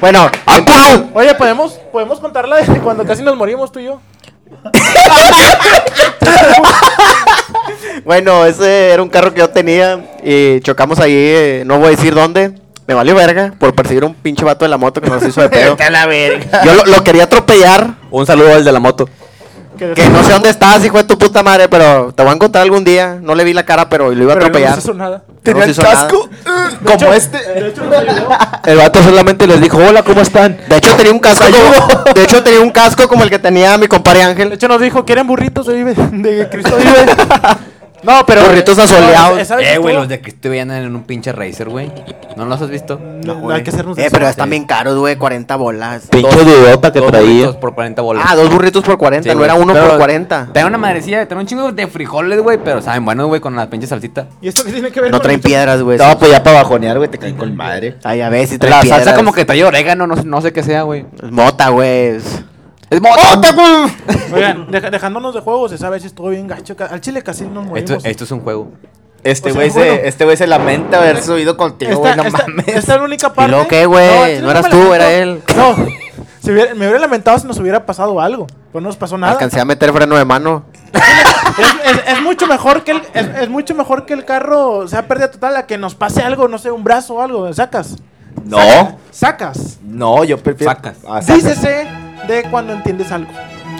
Speaker 6: Bueno,
Speaker 1: Oye, ¿podemos, podemos contarla desde cuando casi nos morimos tú y yo.
Speaker 6: Bueno, ese era un carro que yo tenía y chocamos ahí, eh, no voy a decir dónde. Me valió verga por perseguir a un pinche vato de la moto que nos hizo de
Speaker 4: (laughs)
Speaker 6: pedo.
Speaker 4: la verga.
Speaker 6: Yo lo, lo quería atropellar,
Speaker 4: Un saludo al de la moto.
Speaker 1: Que,
Speaker 6: que no sé dónde estás, hijo de tu puta madre, pero te voy a encontrar algún día. No le vi la cara, pero lo iba
Speaker 1: pero
Speaker 6: a
Speaker 1: no
Speaker 6: atropellar.
Speaker 1: nos hizo nada.
Speaker 6: No
Speaker 3: Tenía
Speaker 6: se
Speaker 3: el
Speaker 6: hizo nada.
Speaker 3: casco. eh, Como este.
Speaker 1: De hecho, nos ayudó.
Speaker 4: El vato solamente les dijo, hola, ¿cómo están?
Speaker 6: De hecho tenía un casco como, de hecho tenía un casco como el que tenía mi compadre
Speaker 1: De
Speaker 6: Ángel.
Speaker 1: hecho, nos dijo, ¿quieren burritos de, vive- (laughs) de Cristo vive? No, pero...
Speaker 6: Burritos asoleados.
Speaker 1: No, esa vez
Speaker 5: Eh, güey,
Speaker 1: estuvo-
Speaker 5: los de que andan en un pinche Racer, güey. ¿No los has visto?
Speaker 1: No, hay que hacernos
Speaker 6: Eh,
Speaker 1: eso.
Speaker 6: pero están bien caros, güey, 40 bolas.
Speaker 4: Pinche dudota que
Speaker 5: Dos
Speaker 4: traía.
Speaker 5: burritos por 40 bolas.
Speaker 6: Ah, dos burritos por 40,
Speaker 5: Sí,
Speaker 6: no era
Speaker 5: güey.
Speaker 6: uno
Speaker 5: Pero-
Speaker 6: por 40.
Speaker 5: Trae una madrecilla, trae un chingo de frijoles, güey, pero saben buenos, güey, con la pinche salsita.
Speaker 1: ¿Y esto qué tiene que ver
Speaker 6: No
Speaker 1: con
Speaker 6: traen
Speaker 1: esto?
Speaker 6: piedras, güey.
Speaker 4: No, pues ya para bajonear, güey, te caen con madre.
Speaker 6: Ay, a ver si traen
Speaker 5: La
Speaker 6: piedras.
Speaker 5: salsa como que trae orégano, no, sé- no sé qué sea, güey.
Speaker 6: Mota, güey. es-
Speaker 5: ¡Es mota!
Speaker 1: Oigan, deja- dejándonos de juegos, esa vez estuvo bien gacho. Ca- Al chile casi nos
Speaker 5: Esto,
Speaker 6: eh,
Speaker 1: morimos.
Speaker 5: esto es un juego.
Speaker 1: O sea,
Speaker 3: Este
Speaker 4: pues,
Speaker 3: güey
Speaker 1: bueno.
Speaker 3: se, este güey se lamenta haber subido
Speaker 1: Esta,
Speaker 3: contigo, güey, no
Speaker 1: esta- (laughs)
Speaker 3: mames.
Speaker 1: esta es la única
Speaker 6: ¿Y
Speaker 1: parte.
Speaker 6: luego qué, güey?
Speaker 1: al chile
Speaker 6: No eras
Speaker 1: me
Speaker 6: tú,
Speaker 1: lamento.
Speaker 6: era él.
Speaker 1: No, si hubiera- me hubiera lamentado si nos hubiera pasado algo. Pues no nos pasó nada.
Speaker 6: Alcancé a meter freno de mano.
Speaker 1: Es, es- es mucho mejor que el, es, es mucho mejor que el carro sea pérdida total a que nos pase algo, no sé, un brazo o algo. Sacas.
Speaker 4: No.
Speaker 1: Sacas.
Speaker 3: No, yo prefiero.
Speaker 5: Sacas.
Speaker 3: Ah, sacas.
Speaker 1: Dícese de cuando entiendes algo.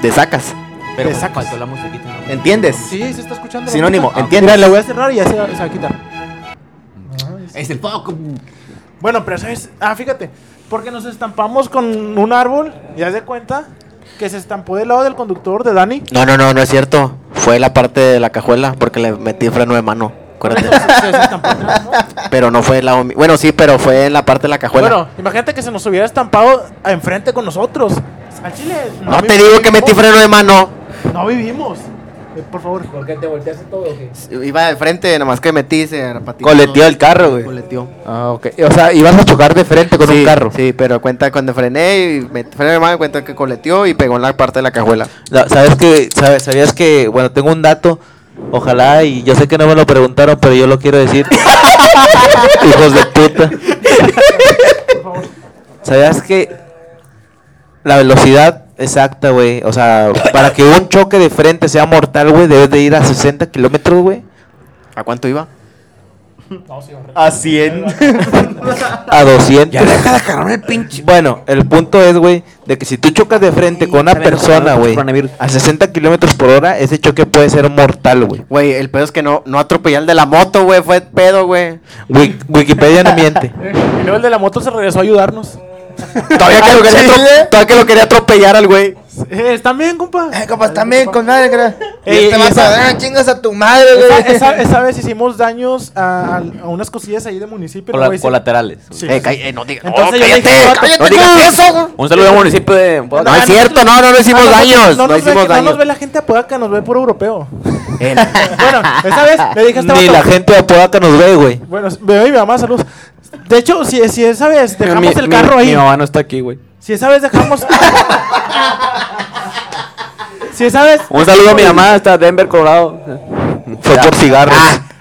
Speaker 6: De sacas.
Speaker 5: Pero
Speaker 1: Te sacas.
Speaker 5: faltó la musiquita. ¿no?
Speaker 3: ¿Entiendes?
Speaker 1: Sí, se está escuchando. la
Speaker 3: Sinónimo,
Speaker 1: música.
Speaker 3: ¿entiendes?
Speaker 1: Mira, Ah, la voy a cerrar y ya se, va- se va a quitar.
Speaker 5: Es el foco.
Speaker 1: Bueno, pero sabes, ah, fíjate, porque nos estampamos con un árbol y haz de cuenta que se estampó del lado del conductor de Dani.
Speaker 6: No, no, no, no es cierto. Fue la parte de la cajuela porque le metí freno de mano.
Speaker 1: (laughs)
Speaker 6: Acuérdate.
Speaker 1: Se estampó atrás, ¿no?
Speaker 6: pero no fue el lado mío. Bueno, sí, pero fue en la parte de la cajuela.
Speaker 1: Bueno, imagínate que se nos hubiera estampado a- enfrente con nosotros. Al chile.
Speaker 6: no te
Speaker 1: vivimos.
Speaker 6: digo que metí freno de mano.
Speaker 1: No vivimos. Eh, por favor.
Speaker 2: ¿Por qué te volteaste todo o qué?
Speaker 6: Iba de frente, nomás que metí, se repatinó.
Speaker 4: Coleteó el carro, güey.
Speaker 6: Coleteó.
Speaker 4: Ah, ok. O sea, ibas a chocar de frente con
Speaker 6: sí,
Speaker 4: un carro.
Speaker 6: Sí, pero cuenta cuando frené y me freno de mano, cuenta que coleteó y pegó en la parte de la cajuela.
Speaker 4: No, sabes que, sabes, sabías que, bueno, tengo un dato. Ojalá, y yo sé que no me lo preguntaron, pero yo lo quiero decir. Hijos de puta. ¿Sabías que la velocidad exacta, güey? O sea, para que un choque de frente sea mortal, güey, debes de ir a 60 kilómetros, güey.
Speaker 6: ¿A cuánto iba?
Speaker 3: A 100.
Speaker 4: A 200. Bueno, el punto es, güey, de que si tú chocas de frente con una
Speaker 5: Está bien,
Speaker 4: persona,
Speaker 5: está
Speaker 4: güey,
Speaker 5: bien, coronavirus.
Speaker 4: a 60 kilómetros por hora, ese choque puede ser mortal, güey.
Speaker 6: Güey, el pedo es que no, no atropellé al de la moto, güey. Fue pedo, güey.
Speaker 4: Wik- Wikipedia no miente.
Speaker 1: Y luego el de la moto se regresó a ayudarnos.
Speaker 6: (laughs) Todavía que, lo quería atro- todavía que lo quería atropellar al güey.
Speaker 1: Eh, ¿Están bien, compa?
Speaker 3: Eh, compas, también con madre, cara.
Speaker 1: Ey,
Speaker 3: Y te
Speaker 1: y
Speaker 3: vas
Speaker 1: esa-
Speaker 3: a dar chingas a tu madre,
Speaker 1: Esa,
Speaker 5: Eh.
Speaker 3: güey.
Speaker 1: esa- esa vez hicimos daños a, a unas cosillas ahí de municipio.
Speaker 5: Cola-
Speaker 1: güey, sí.
Speaker 5: colaterales.
Speaker 1: Sí,
Speaker 6: Eh,
Speaker 1: sí,
Speaker 6: ca-
Speaker 1: sí.
Speaker 6: eh, no digas.
Speaker 1: Entonces yo le dije,
Speaker 6: cállate,
Speaker 1: "Vato,
Speaker 6: cállate,
Speaker 1: no digas
Speaker 6: güey".
Speaker 5: Un saludo al municipio de.
Speaker 6: (laughs) Ah, No, es cierto, no, no, no hicimos
Speaker 1: Ah, no,
Speaker 6: daños. No,
Speaker 1: nos ve-
Speaker 6: hicimos
Speaker 1: No
Speaker 6: daños.
Speaker 1: nos ve la gente de Apodaca, nos ve puro
Speaker 5: (laughs)
Speaker 1: europeo.
Speaker 6: Eh,
Speaker 1: bueno, esa vez
Speaker 6: (laughs)
Speaker 1: le dije a este
Speaker 4: Ni
Speaker 1: vato-
Speaker 4: la gente de Apodaca nos ve, güey.
Speaker 1: Bueno, veo y mi mamá, saludos. De hecho, si, si esa vez
Speaker 5: Mi-
Speaker 1: dejamos el
Speaker 5: mi-
Speaker 1: carro ahí.
Speaker 5: Mi mamá no está aquí, güey.
Speaker 1: Si esa vez
Speaker 5: (laughs)
Speaker 1: dejamos. si esa vez.
Speaker 5: Un saludo a mi mamá hasta Denver, Colorado.
Speaker 4: Fue por cigarros.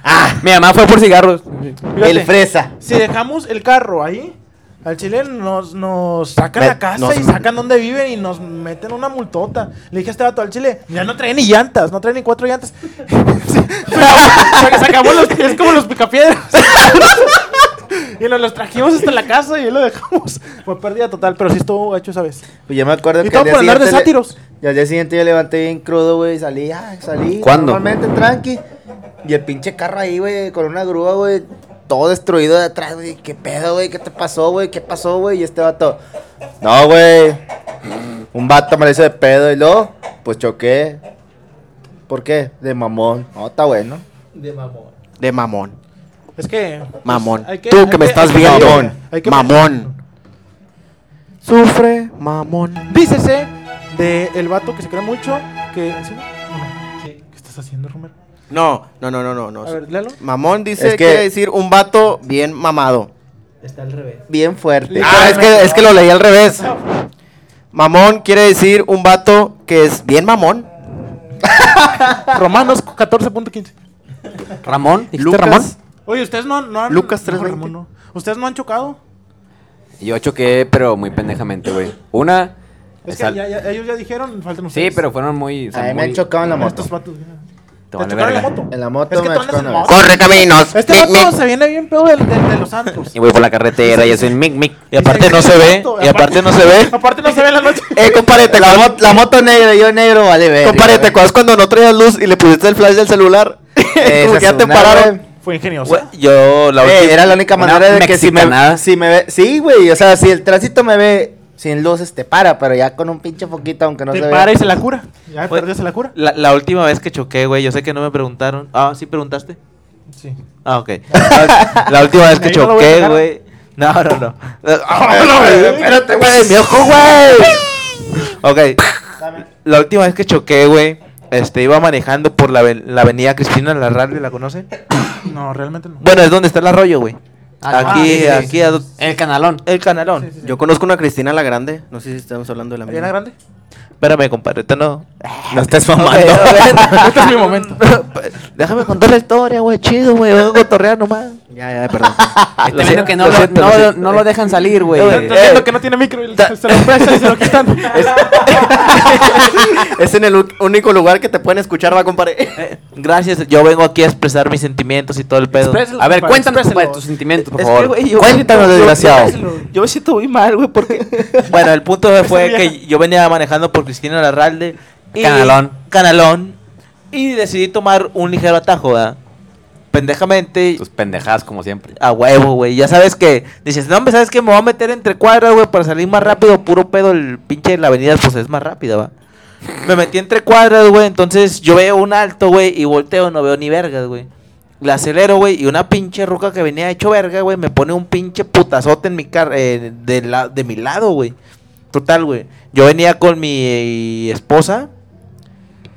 Speaker 5: Ah, Mi mamá fue por cigarros.
Speaker 1: Fíjate,
Speaker 3: El fresa.
Speaker 1: Si dejamos el carro ahí. Al chile nos, nos sacan
Speaker 6: Me-
Speaker 1: la casa
Speaker 6: nos-
Speaker 1: y sacan donde viven y nos meten una multota. Le dije a este vato al chile, ya no trae ni llantas, no trae ni cuatro llantas. (laughs) Sac- Sacamos los, es como los picapiedras. (laughs) y nos los trajimos hasta la casa y ahí lo dejamos. Fue pérdida total, pero sí estuvo hecho esa vez.
Speaker 3: Pues ya me acuerdo
Speaker 1: Y
Speaker 3: que
Speaker 1: todo
Speaker 3: al día
Speaker 1: por andar de
Speaker 3: siguiente le-
Speaker 1: sátiros.
Speaker 3: Y al día siguiente yo levanté bien crudo, güey, y salí, ah, salí.
Speaker 5: ¿Cuándo?
Speaker 3: Normalmente tranqui. Y el pinche carro ahí, güey, con una grúa, güey, todo destruido de atrás, güey. ¿Qué pedo, güey? ¿Qué te pasó, güey? ¿Qué pasó, güey? Y este vato, no, güey. Un vato me lo hizo de pedo y luego, pues choqué. ¿Por qué? De mamón. No, está bueno.
Speaker 2: De mamón.
Speaker 6: de mamón.
Speaker 1: Es que. pues,
Speaker 6: Mamón.
Speaker 1: hay
Speaker 6: Tú
Speaker 1: hay
Speaker 6: que me estás
Speaker 1: hay que-
Speaker 6: viendo.
Speaker 1: hay que- hay que-
Speaker 6: Mamón. Sufre, mamón.
Speaker 1: Dícese de el vato que se cree mucho. Que, ¿sí? ¿Qué estás haciendo, Romero?
Speaker 6: No, no, no, no, no. no.
Speaker 1: A ver, léalo.
Speaker 6: Mamón dice
Speaker 3: Es que-
Speaker 6: quiere decir un vato bien mamado.
Speaker 2: Está al revés.
Speaker 3: Bien fuerte.
Speaker 6: Ah, es que, es que lo leí al revés. Mamón quiere decir un vato que es bien mamón.
Speaker 1: Romanos 14.15.
Speaker 5: Ramón, ¿dijiste
Speaker 6: Lucas.
Speaker 5: Ramón?
Speaker 1: Oye, ustedes no, no han.
Speaker 6: Lucas
Speaker 1: no,
Speaker 6: 3:20.
Speaker 1: Ramón, no. Ustedes no han chocado.
Speaker 5: Yo choqué, pero muy pendejamente, güey. Una.
Speaker 1: Es
Speaker 5: es
Speaker 1: que
Speaker 5: al-
Speaker 1: ya, ya- ellos ya dijeron, faltan
Speaker 5: Sí,
Speaker 1: ustedes.
Speaker 5: pero fueron muy. o sea,
Speaker 3: A mí me
Speaker 5: muy-
Speaker 3: han chocado en la moto.
Speaker 1: Estos vatos. ya. ¿Te
Speaker 5: Te vale
Speaker 1: chocaron en la
Speaker 5: verga.
Speaker 1: moto?
Speaker 3: En la moto
Speaker 1: Es que
Speaker 3: me
Speaker 1: tú andas en
Speaker 3: chocaron.
Speaker 1: moto.
Speaker 6: Corre caminos.
Speaker 1: Este
Speaker 6: Mic,
Speaker 1: vato
Speaker 6: mic.
Speaker 1: se viene bien pedo del- del- de, los santos.
Speaker 5: Y voy por la carretera y soy un mic, mic.
Speaker 4: Y aparte no se ve. Y aparte no se ve.
Speaker 1: Aparte no se ve en la noche.
Speaker 6: Este (laughs) Eh, compadre, te
Speaker 3: La,
Speaker 6: acuerdas- Eh,
Speaker 3: mo- la moto negra, yo negro, vale ver.
Speaker 6: compadre, ¿te acuerdas cuando no traías luz y le pusiste el flash del (laughs) celular? Como que ya te pararon.
Speaker 1: Fue ingenioso.
Speaker 4: Güey, Yo la
Speaker 3: Eh,
Speaker 4: última-
Speaker 3: era la única
Speaker 5: Una
Speaker 3: manera de que si me,
Speaker 5: mexicanada.
Speaker 3: si me ve. Sí, güey. O sea, si el tránsito me ve sin luces, te para, pero ya con un pinche foquito, aunque no
Speaker 1: Te
Speaker 3: se
Speaker 1: para
Speaker 3: vea.
Speaker 1: y se la cura. Ya
Speaker 4: Güey.
Speaker 1: perdiste la cura.
Speaker 4: La, la última vez que choqué, güey, yo sé que no me preguntaron. Ah, ¿sí preguntaste?
Speaker 1: Sí.
Speaker 4: Ah, ok. (laughs) La, la última vez
Speaker 1: (laughs)
Speaker 4: que
Speaker 1: Ahí no lo voy a
Speaker 4: choqué,
Speaker 1: dejar.
Speaker 4: güey. No, no,
Speaker 1: (laughs)
Speaker 4: no. Ah, no, güey, Espérate, güey, mi ojo, güey. Ok. La última vez que choqué, güey, este, iba manejando por la, aven- la avenida Cristina Larralde, ¿la conocen?
Speaker 1: No, realmente no.
Speaker 4: Bueno, es donde está el arroyo, güey.
Speaker 5: Ah,
Speaker 4: aquí,
Speaker 5: sí, sí,
Speaker 4: aquí, a do-
Speaker 5: El canalón.
Speaker 4: el canalón.
Speaker 6: Yo conozco una Cristina la Grande. No sé si estamos hablando de la
Speaker 1: ¿Ariana
Speaker 6: misma.
Speaker 1: Grande?
Speaker 4: Espérame, compadre, ahorita no.
Speaker 5: Ah, No estés
Speaker 4: este es mi momento. (laughs) Déjame contar la historia, güey, chido, güey, voy a cotorrear nomás. Este,
Speaker 6: Ya, ya,
Speaker 4: (laughs)
Speaker 6: perdón.
Speaker 5: Está viendo que no
Speaker 4: Lo
Speaker 5: lo,
Speaker 4: siento,
Speaker 5: no,
Speaker 4: lo
Speaker 5: lo-
Speaker 4: siento.
Speaker 5: no lo dejan salir, güey.
Speaker 4: Eh,
Speaker 1: Estás viendo que no tiene micro y se lo prestan y se lo quitan. (laughs)
Speaker 6: es en el u- único lugar que te pueden escuchar, va, compadre.
Speaker 4: Eh, Gracias, yo vengo aquí a expresar mis sentimientos y todo el pedo.
Speaker 5: A ver,
Speaker 1: Exprésalo,
Speaker 5: cuéntanos
Speaker 1: exprésalo.
Speaker 5: compadre, tus sentimientos, por
Speaker 4: Es
Speaker 5: favor.
Speaker 4: que, güey, yo-
Speaker 6: Cuéntanos,
Speaker 4: yo- yo-
Speaker 6: desgraciado.
Speaker 4: Yo me siento muy mal, güey,
Speaker 1: (laughs)
Speaker 4: porque... bueno, el punto fue que yo venía manejando por Cristina Larralde. Y
Speaker 5: Canalón.
Speaker 4: Canalón. Y decidí tomar un ligero atajo, ¿verdad? Pendejamente,
Speaker 5: Tus pendejadas, como siempre.
Speaker 4: a huevo, güey. Ya sabes que... Dices, no, hombre, ¿sabes que Me voy a meter entre cuadras, güey, para salir más rápido. Puro pedo, el pinche de la avenida, pues es más rápida, va. Me metí entre cuadras, güey. Entonces yo veo un alto, güey, y volteo, no veo ni vergas, güey. La acelero, güey, y una pinche ruca que venía hecho verga, güey, me pone un pinche putazote en mi car eh, de, la de mi lado, güey. Total, güey. Yo venía con mi eh, esposa.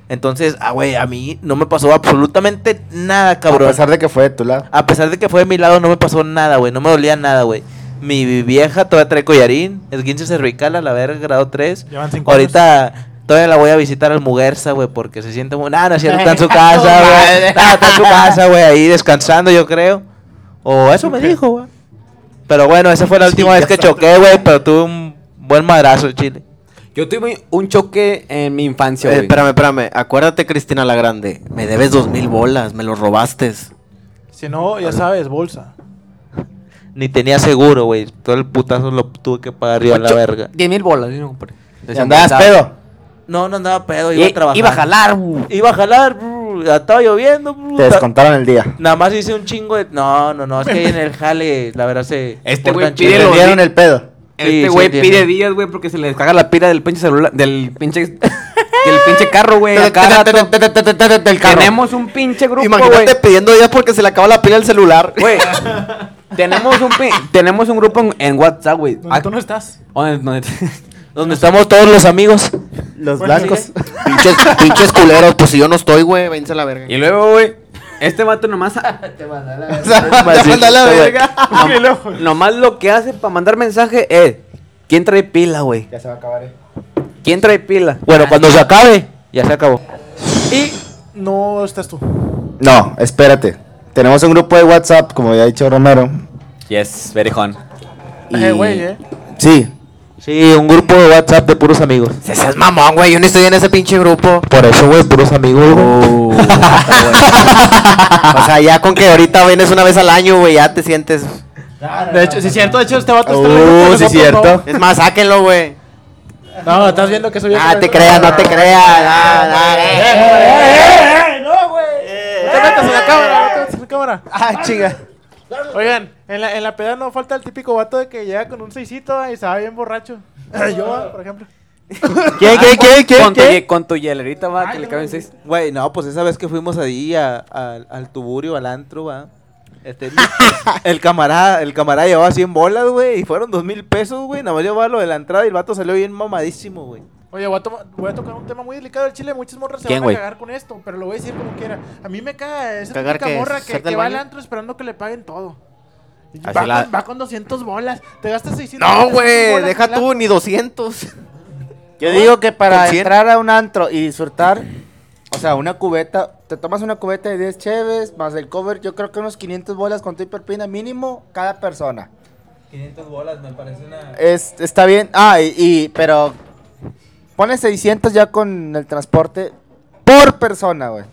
Speaker 4: Entonces, ah, güey, a mí no me pasó absolutamente nada,
Speaker 3: A
Speaker 4: cabrón.
Speaker 3: pesar de que fue de tu lado.
Speaker 4: A pesar de que fue de mi lado, no me pasó nada, güey. No me dolía nada, güey. Mi vieja todavía trae collarín. Esguince cervical a la verga, grado 3.
Speaker 1: Llevan cinco
Speaker 4: Ahorita todavía la voy a visitar al Muguerza, güey, porque se siente muy... Nada, no es cierto, está
Speaker 5: (laughs)
Speaker 4: en su casa, güey. Nah, está en su casa, güey, ahí descansando, yo creo. O eso me dijo, güey. Pero bueno, esa fue la última vez que choqué, güey, pero tuve un buen madrazo en Chile.
Speaker 5: Yo tuve un choque en mi infancia,
Speaker 6: Eh,
Speaker 5: güey.
Speaker 6: espérame, espérame. Acuérdate, Cristina la Grande. Me debes dos mil bolas, me los robaste.
Speaker 1: Si no, ya sabes, bolsa.
Speaker 4: Ni tenía seguro, güey. Todo el putazo lo tuve que pagar yo a la
Speaker 5: Ocho-
Speaker 4: verga.
Speaker 5: 10 mil bolas, ¿sí, compadre?
Speaker 3: ¿Y andabas pedo?
Speaker 4: No, no andaba pedo, iba
Speaker 5: Y-
Speaker 4: a trabajar.
Speaker 5: Iba a jalar, güey.
Speaker 4: Iba a jalar, brr, ya estaba lloviendo. brr,
Speaker 3: Te
Speaker 4: ta-
Speaker 3: descontaron el día.
Speaker 4: Nada más hice un chingo de... No, no, no, es que ahí en el jale, la verdad, se...
Speaker 5: Este
Speaker 4: portan
Speaker 5: güey
Speaker 4: chido.
Speaker 5: pide
Speaker 3: Te
Speaker 5: lo-
Speaker 3: dieron el pedo.
Speaker 4: Sí,
Speaker 5: Este
Speaker 4: sí
Speaker 5: güey
Speaker 4: entiendo.
Speaker 5: pide días, güey, porque se le descarga la pila del pinche celular, del pinche, del pinche carro, güey. a cada rato.
Speaker 6: Del
Speaker 5: Tenemos un pinche grupo,
Speaker 6: Imagínate
Speaker 5: güey.
Speaker 6: pidiendo días porque se le acaba la pila del celular.
Speaker 5: Güey, tenemos un pi- tenemos un grupo en, en WhatsApp, güey.
Speaker 1: ¿Dónde tú no estás?
Speaker 5: Donde- donde-
Speaker 4: Donde estamos todos los amigos.
Speaker 3: (laughs) Los
Speaker 1: Bueno,
Speaker 3: blancos.
Speaker 6: (laughs) pinches, pinches culeros, pues si yo no estoy, güey, váyanse a la verga.
Speaker 5: Y luego, güey, este vato nomás (laughs)
Speaker 6: Ya mandó a la verga.
Speaker 1: Y luego-
Speaker 5: nomás lo que hace para mandar mensaje es ¿Quién trae pila, güey?
Speaker 3: Ya se va a acabar, eh.
Speaker 5: ¿Quién trae pila?
Speaker 4: Bueno, cuando se acabe, ya se acabó.
Speaker 1: Y no estás tú.
Speaker 3: No, espérate. Tenemos un grupo de WhatsApp, como ya ha dicho Romero.
Speaker 5: Yes, verejón.
Speaker 3: Y...
Speaker 1: Eh, güey, eh.
Speaker 3: Sí.
Speaker 4: Sí, un grupo de WhatsApp de puros amigos.
Speaker 6: Se seas mamón, güey, yo no estoy en ese pinche grupo.
Speaker 4: Por eso, güey, puros amigos, güey.
Speaker 6: Oh.
Speaker 4: (laughs)
Speaker 6: Uh, (laughs) o sea, ya con que ahorita vienes una vez al año, güey, ya te sientes.
Speaker 1: De hecho, sí es cierto, de hecho este vato está en el grupo de
Speaker 6: Oh,
Speaker 3: Uh, sí,
Speaker 1: nosotros,
Speaker 3: cierto.
Speaker 6: Es más, sáquenlo, güey.
Speaker 1: No, No, estás viendo que soy yo.
Speaker 6: Ah, te creas, no te creas. Ah, nah, eh.
Speaker 1: No te metas en la cámara, no te metas en la cámara.
Speaker 3: Ah, chinga.
Speaker 1: Oigan, en la, en la peda no falta el típico vato de que llega con un seisito y se va bien borracho. Yo, por ejemplo.
Speaker 6: Ah,
Speaker 4: ¿Quién, quién, quién, quién,
Speaker 5: con, tu
Speaker 4: quién?
Speaker 5: ye- con tu hielerita, va, que le caben seis.
Speaker 4: Güey, no, pues esa vez que fuimos ahí a- al- al tuburio, al antro, va.
Speaker 5: (laughs)
Speaker 6: Este,
Speaker 4: el camarada, el camarada llevaba 100 bolas, güey, y fueron 2 mil pesos, güey. Nada más llevaba lo de la entrada y el vato salió bien mamadísimo, güey.
Speaker 1: Oye, voy a, toma- voy a tocar un tema muy delicado del Chile. Muchas morras se
Speaker 6: ¿Quién,
Speaker 1: van a
Speaker 6: güey?
Speaker 1: cagar con esto, pero lo voy a decir como quiera. A mí me caga esa
Speaker 6: ¿Cagar
Speaker 1: típica
Speaker 6: qué es?
Speaker 1: morra
Speaker 6: ¿Ser
Speaker 1: que,
Speaker 6: del
Speaker 1: que va al
Speaker 6: baño?
Speaker 1: antro esperando que le paguen todo. Y
Speaker 6: Así
Speaker 1: Va,
Speaker 6: la-
Speaker 1: con, va con 200 bolas. Te gastas 600
Speaker 6: No,
Speaker 1: bolas
Speaker 6: güey,
Speaker 1: en
Speaker 6: deja
Speaker 1: la-
Speaker 6: tú ni 200.
Speaker 3: Yo digo que para
Speaker 6: ¿Con cien?
Speaker 3: entrar a un antro y disfrutar, o sea, una cubeta, te tomas una cubeta de 10 cheves, más el cover, yo creo que unos 500 bolas con tu hiperpina mínimo cada persona.
Speaker 2: 500 bolas, me parece una.
Speaker 3: Es, está bien, ah, y, y- pero pones 600 ya con el transporte por persona, güey.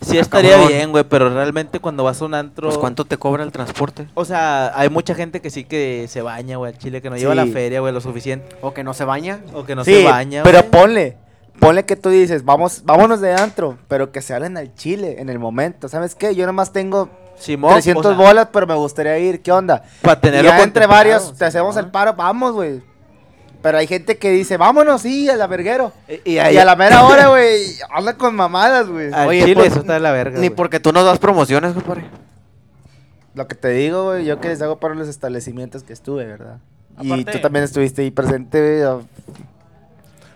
Speaker 4: Sí
Speaker 5: Ah,
Speaker 4: estaría
Speaker 6: cabrón.
Speaker 4: bien, güey, pero realmente cuando vas a un antro...
Speaker 6: Pues cuánto te cobra el transporte.
Speaker 4: O sea, hay mucha gente que sí que se baña, güey, al chile, que no lleva
Speaker 3: Sí.
Speaker 4: la feria, güey, lo suficiente.
Speaker 6: O que no se baña.
Speaker 4: O que no
Speaker 3: Sí,
Speaker 4: se baña,
Speaker 3: pero
Speaker 4: güey.
Speaker 3: ponle, ponle que tú dices, vamos, vámonos de antro, pero que se hablen al chile en el momento, ¿sabes qué? Yo nomás tengo
Speaker 4: Simón, o
Speaker 3: 300
Speaker 4: sea,
Speaker 3: bolas, pero me gustaría ir, ¿qué onda?
Speaker 4: Para tenerlo
Speaker 3: ya entre
Speaker 4: contemplado,
Speaker 3: varios,
Speaker 4: sí,
Speaker 3: te hacemos
Speaker 4: ¿no?
Speaker 3: el paro, vamos, güey. Pero hay gente que dice, vámonos, sí, a la verguero.
Speaker 4: Y, y
Speaker 3: Y
Speaker 4: ahí-
Speaker 3: a la
Speaker 4: (laughs)
Speaker 3: mera hora, güey, habla con mamadas, güey.
Speaker 4: al
Speaker 6: Oye,
Speaker 4: chile
Speaker 6: pues,
Speaker 4: eso está de la verga,
Speaker 6: Ni
Speaker 4: güey.
Speaker 6: porque tú nos das promociones, compadre.
Speaker 3: Lo que te digo, güey, yo que les hago paro en los establecimientos que estuve, ¿verdad? y
Speaker 1: Aparte-
Speaker 3: tú también estuviste ahí presente, güey. o-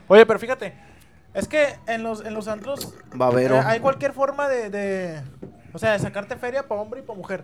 Speaker 1: Oye, pero fíjate. Es que en los, en los antros
Speaker 6: Babero.
Speaker 1: eh, hay cualquier forma de, de- O sea, de sacarte feria para hombre y para mujer.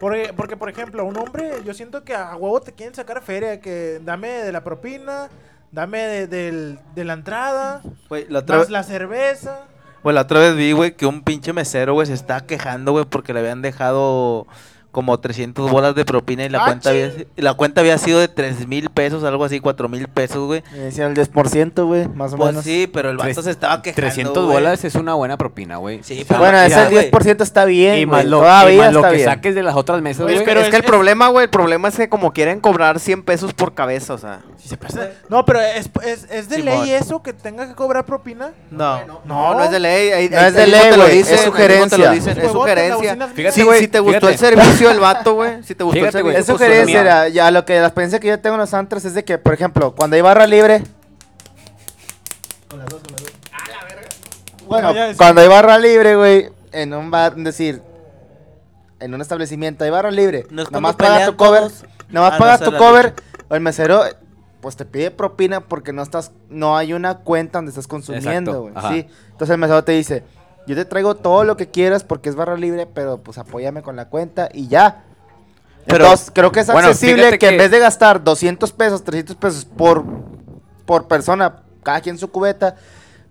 Speaker 1: Porque, porque, por ejemplo, un hombre, yo siento que a huevo te quieren sacar feria. Que dame de la propina, dame de, del- de la entrada,
Speaker 4: Güey, la otra
Speaker 1: más
Speaker 4: vez-
Speaker 1: la cerveza.
Speaker 4: Güey, la otra vez vi, güey, que un pinche mesero, güey, se está quejando, güey, porque le habían dejado como 300 bolas de propina y la,
Speaker 1: ¡Ah,
Speaker 4: cuenta, había, y la cuenta había sido de 3 mil pesos, algo así, 4 mil pesos, güey.
Speaker 3: Me decían el 10%, güey, más o
Speaker 4: Pues
Speaker 3: menos.
Speaker 4: sí, pero el vato
Speaker 5: Tres-
Speaker 4: se estaba quejando,
Speaker 5: 300
Speaker 4: güey.
Speaker 5: bolas es una buena propina, güey.
Speaker 4: Sí, pero
Speaker 3: Bueno,
Speaker 4: ya,
Speaker 3: ese
Speaker 4: güey.
Speaker 3: 10% está bien,
Speaker 5: y
Speaker 3: güey,
Speaker 5: más lo,
Speaker 3: todavía
Speaker 5: y más lo
Speaker 3: está
Speaker 5: que
Speaker 3: bien.
Speaker 5: saques de las otras mesas,
Speaker 1: Oye,
Speaker 5: güey.
Speaker 6: Pero es,
Speaker 1: es-
Speaker 6: que el
Speaker 1: es-
Speaker 6: problema, güey, el problema es que como quieren cobrar 100 pesos por cabeza, o sea.
Speaker 1: No, pero es, es, es de
Speaker 4: Simón.
Speaker 1: ley eso que tenga que cobrar propina.
Speaker 4: No.
Speaker 6: No, no es de ley. ahí-
Speaker 3: No
Speaker 6: ahí
Speaker 3: es
Speaker 6: te
Speaker 3: de
Speaker 6: digo,
Speaker 3: ley,
Speaker 6: te lo
Speaker 3: güey,
Speaker 6: dicen,
Speaker 3: es
Speaker 6: ahí mismo te lo
Speaker 3: sugerencia.
Speaker 6: dicen, es
Speaker 1: Huevote, la
Speaker 6: sugerencia.
Speaker 1: bocina-
Speaker 5: Fíjate,
Speaker 6: Si,
Speaker 5: güey,
Speaker 6: si te gustó
Speaker 5: fíjate.
Speaker 6: el servicio el vato, güey. Si te gustó
Speaker 5: Fíjate,
Speaker 6: el
Speaker 5: güey,
Speaker 6: servicio.
Speaker 3: Es
Speaker 5: Pues,
Speaker 3: sugerencia,
Speaker 5: mira.
Speaker 3: era, ya lo que la experiencia que yo tengo en los antros es de que, por ejemplo, cuando hay barra libre. Bueno,
Speaker 1: Ah, ya, sí.
Speaker 3: cuando hay barra libre, güey, en un bar, es decir, en un establecimiento hay barra libre.
Speaker 4: No es cuando
Speaker 3: nomás pagas
Speaker 4: pelean
Speaker 3: tu cover,
Speaker 4: todos a
Speaker 3: nomás
Speaker 4: las
Speaker 3: pagas
Speaker 4: a
Speaker 3: tu
Speaker 4: la
Speaker 3: cover, o el mesero, pues te pide propina porque no estás, no hay una cuenta donde estás
Speaker 5: Exacto,
Speaker 3: consumiendo, güey.
Speaker 5: ajá.
Speaker 3: ¿sí? Entonces el mesero te dice, yo te traigo todo lo que quieras porque es barra libre, pero pues apóyame con la cuenta y ya.
Speaker 4: Pero-
Speaker 3: Entonces, creo que es
Speaker 5: Bueno,
Speaker 3: accesible
Speaker 5: fíjate
Speaker 3: que, en
Speaker 5: que-
Speaker 3: vez de gastar 200 pesos, 300 pesos por, por persona, cada quien su cubeta,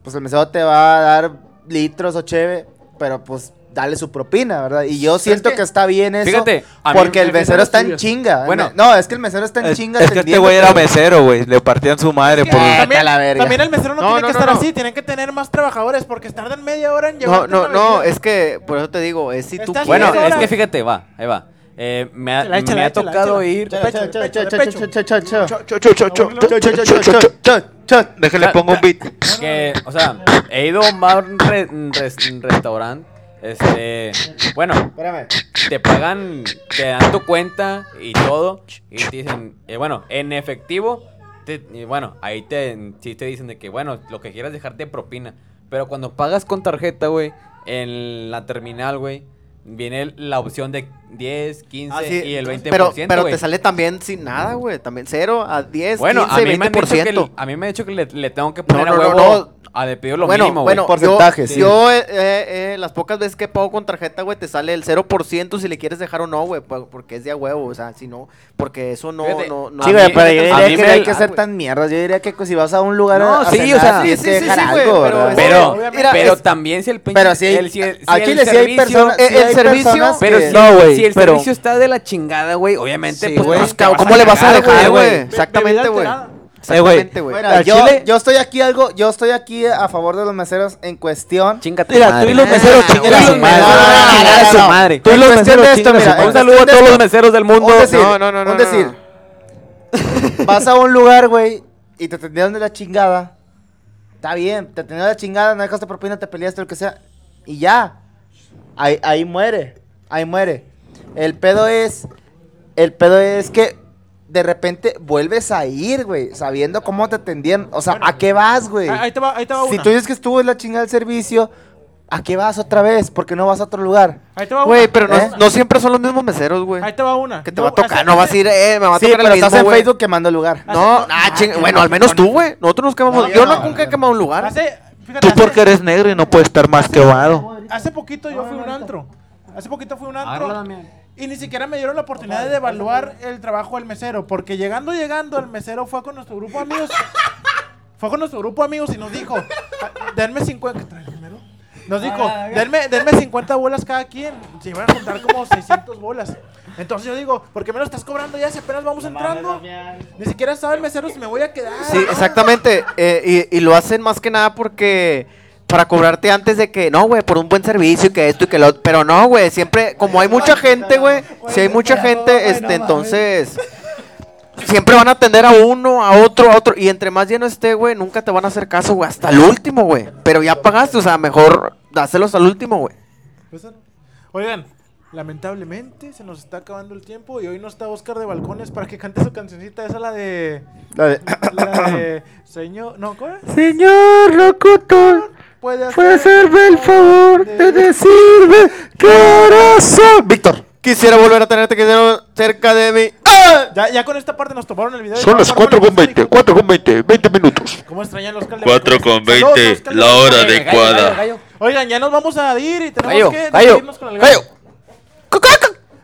Speaker 3: pues el mesero te va a dar litros o cheve, pero pues dale su propina, ¿verdad? Y yo siento
Speaker 1: que-
Speaker 3: que, está bien eso.
Speaker 5: Fíjate, a mí
Speaker 3: porque el
Speaker 1: prefiero
Speaker 3: mesero
Speaker 1: los
Speaker 3: está en
Speaker 1: suyos.
Speaker 3: chinga. El
Speaker 5: Bueno.
Speaker 3: me- no, es que el mesero está en
Speaker 4: Es,
Speaker 3: chinga.
Speaker 4: es que este
Speaker 3: atendiendo,
Speaker 4: güey era
Speaker 3: pero-
Speaker 4: mesero, güey. Le partían su madre por...
Speaker 3: Ah,
Speaker 1: También,
Speaker 3: la verga.
Speaker 1: también el mesero no,
Speaker 6: No,
Speaker 1: tiene
Speaker 6: no,
Speaker 1: que
Speaker 6: no,
Speaker 1: estar
Speaker 6: no.
Speaker 1: así, tienen que tener más trabajadores porque tardan media hora en llegar.
Speaker 6: No, no, no, es que por eso te digo, es si tú
Speaker 1: Estás
Speaker 5: Bueno,
Speaker 1: Sí, es
Speaker 5: es
Speaker 1: hora.
Speaker 5: que fíjate, va, ahí va. Eh, me ha,
Speaker 1: Échala, échala,
Speaker 5: me ha
Speaker 1: échala,
Speaker 5: tocado
Speaker 1: échala.
Speaker 5: ir.
Speaker 1: Échala. pecho, de pecho, de pecho.
Speaker 3: Cho, cho, cho, cho.
Speaker 4: Cho, cho, cho, cho, cho, cho, cho, cho, cho. Déjale,
Speaker 5: Cha-
Speaker 4: pongo un
Speaker 5: cha-
Speaker 4: beat.
Speaker 5: Que, o sea, he ido a un bar, un re- un res- un restaurante. Este, bueno,
Speaker 3: Espérame.
Speaker 5: te pagan, te dan tu cuenta y todo. Y te dicen, eh, bueno, en efectivo. te- y bueno, ahí te, sí te dicen de que, bueno, lo que quieras dejarte de propina. Pero cuando pagas con tarjeta, güey, en la terminal, güey, viene la opción de 10, 15
Speaker 6: Ah, sí,
Speaker 5: y el 20%.
Speaker 6: pero, pero
Speaker 5: güey.
Speaker 6: te sale también sin nada, güey. También 0 a 10,
Speaker 5: bueno,
Speaker 6: 15,
Speaker 5: a mí, me han dicho que,
Speaker 6: 20%.
Speaker 5: le- a mí me han dicho que le, le tengo que poner
Speaker 6: no,
Speaker 5: a
Speaker 6: no,
Speaker 5: huevo
Speaker 6: no.
Speaker 5: a de pedir lo
Speaker 6: bueno,
Speaker 5: mínimo, güey.
Speaker 6: bueno,
Speaker 3: Porcentaje,
Speaker 6: yo,
Speaker 3: sí.
Speaker 6: yo, eh, eh, eh, las pocas veces que pago con tarjeta, güey, te sale el 0% si le quieres dejar o no, güey, po- porque es de a huevo, o sea, si no, porque eso no,
Speaker 5: Fíjate,
Speaker 6: no, no.
Speaker 3: Sí,
Speaker 5: A
Speaker 3: güey,
Speaker 5: mí-
Speaker 3: pero yo
Speaker 5: a
Speaker 3: diría
Speaker 5: mí
Speaker 3: que
Speaker 5: me
Speaker 3: no hay
Speaker 5: la-
Speaker 3: que ser
Speaker 5: güey.
Speaker 3: tan mierdas. Yo diría que pues, si vas a un lugar
Speaker 5: No,
Speaker 3: a
Speaker 5: sí, o sea, sí,
Speaker 3: tienes
Speaker 6: sí,
Speaker 3: que
Speaker 6: sí, sí,
Speaker 3: dejar
Speaker 6: güey,
Speaker 3: algo,
Speaker 6: pero
Speaker 3: ¿verdad?
Speaker 6: es-
Speaker 5: Pero,
Speaker 1: Obviamente.
Speaker 5: mira, pero
Speaker 6: es-
Speaker 5: también si el pinche-
Speaker 3: Pero si hay-
Speaker 5: el- si el- si
Speaker 3: a
Speaker 5: el
Speaker 3: Chile sí hay
Speaker 5: servicio-
Speaker 3: personas,
Speaker 6: eh,
Speaker 3: sí
Speaker 6: el
Speaker 3: hay
Speaker 6: servicio,
Speaker 3: personas
Speaker 5: Pero
Speaker 3: que-
Speaker 5: si,
Speaker 4: No, güey,
Speaker 5: si el
Speaker 4: pero-
Speaker 5: servicio está de la chingada, güey, obviamente,
Speaker 4: Sí,
Speaker 5: pues,
Speaker 4: güey.
Speaker 5: pues, te
Speaker 6: ¿Cómo
Speaker 5: a
Speaker 6: le vas a
Speaker 5: cagar,
Speaker 6: dejar, güey?
Speaker 4: güey.
Speaker 6: Exactamente,
Speaker 1: Bebida
Speaker 6: este, güey.
Speaker 1: alterada.
Speaker 4: Eh, güey.
Speaker 6: Exactamente, güey.
Speaker 3: Mira,
Speaker 4: Al
Speaker 3: yo,
Speaker 4: chile-
Speaker 3: yo estoy aquí algo, yo estoy aquí a favor de los meseros en cuestión.
Speaker 5: Chinga tu
Speaker 4: Mira,
Speaker 5: madre.
Speaker 4: tú y los meseros
Speaker 6: Ah,
Speaker 4: chingan
Speaker 6: güey,
Speaker 4: a su
Speaker 6: no,
Speaker 4: madre.
Speaker 6: no, no, no, no,
Speaker 4: Chingan a su
Speaker 3: no.
Speaker 4: madre. Tú y
Speaker 3: En
Speaker 4: los
Speaker 3: cuestión de
Speaker 4: meseros
Speaker 3: esto,
Speaker 4: chingan a su
Speaker 3: mira,
Speaker 5: Un
Speaker 4: madre.
Speaker 5: saludo a
Speaker 3: ¿Dónde
Speaker 5: todos los
Speaker 3: está?
Speaker 5: meseros del mundo.
Speaker 3: Un decir,
Speaker 6: no, no, no,
Speaker 3: un
Speaker 6: no,
Speaker 3: decir. Vas
Speaker 6: (laughs)
Speaker 3: a un lugar, güey, y te atendieron de la chingada. Está bien, te atendieron de la chingada, no dejaste propina, te peleaste, lo que sea. Y ya. Ahí, ahí muere. Ahí muere. El pedo es. El pedo es que de repente vuelves a ir, güey, sabiendo cómo te atendieron. O sea, ¿a qué vas, güey?
Speaker 1: Ahí ahí te va, ahí te va
Speaker 3: Si
Speaker 1: una.
Speaker 3: tú dices que estuvo en la chingada el servicio, ¿a qué vas otra vez? ¿Por qué no vas a otro lugar?
Speaker 1: Ahí te va
Speaker 6: Güey,
Speaker 1: una.
Speaker 6: pero no,
Speaker 1: ¿Eh?
Speaker 6: no siempre son los mismos meseros, güey.
Speaker 1: Ahí te va una.
Speaker 6: Que te va a tocar, no vas a ir, eh, me va a
Speaker 3: Sí,
Speaker 6: tocar
Speaker 3: pero
Speaker 6: el mismo,
Speaker 3: estás en
Speaker 6: güey.
Speaker 3: Facebook quemando lugar.
Speaker 6: No, ah, ching- bueno, al menos tú, güey. Nosotros nos quemamos.
Speaker 3: No, yo
Speaker 6: yo
Speaker 3: no,
Speaker 6: no, nunca he quemado un lugar.
Speaker 1: Hace, fíjate,
Speaker 4: Tú
Speaker 1: hace-
Speaker 4: porque eres negro y no puedes estar más quemado.
Speaker 1: Hace poquito yo fui a un antro. Hace poquito fui a un antro.
Speaker 2: Agárrala, Damián.
Speaker 1: Y ni siquiera me dieron la oportunidad de evaluar el trabajo del mesero. Porque llegando, llegando, el mesero fue con nuestro grupo de amigos. Fue con nuestro grupo de amigos y nos dijo: "Ah, Denme 50. ¿qué traes, primero? Nos dijo: denme, denme 50 bolas cada quien. Se iban a juntar como 600 bolas. Entonces yo digo: ¿Por qué me lo estás cobrando ya si apenas vamos entrando? Ni siquiera sabe el mesero si me voy a quedar.
Speaker 6: Sí, exactamente. eh, y, y lo hacen más que nada porque. Para cobrarte antes de que, no, güey, por un buen servicio y que esto y que lo otro. Pero no, güey, siempre, como hay mucha gente, güey, si hay mucha gente, este, entonces. Siempre van a atender a uno, a otro, a otro. Y entre más lleno esté, güey, nunca te van a hacer caso, güey, hasta el último, güey. Pero ya pagaste, o sea, mejor dáselos al último, güey.
Speaker 1: Pues, Oigan, lamentablemente se nos está acabando el tiempo y hoy no está Oscar de Balcones para que cante su cancioncita, esa la de...
Speaker 3: La de-
Speaker 1: La de... Señor... No, ¿cómo era?
Speaker 4: Señor locutor,
Speaker 1: Puede
Speaker 4: hacerme el favor de decirme que corazón. Víctor,
Speaker 6: Quisiera volver a tenerte quisiera cerca de mí. ¡Ah!
Speaker 1: Ya, ya con esta parte nos tomaron el video.
Speaker 10: Son las 4 con 20, 4 con 20, 20 minutos.
Speaker 1: ¿Cómo extrañan los
Speaker 11: 4 con 20, la hora adecuada.
Speaker 1: Oigan, ya nos vamos a ir y tenemos
Speaker 6: Gallo,
Speaker 1: que
Speaker 6: gallo,
Speaker 1: despedirnos con el gallo.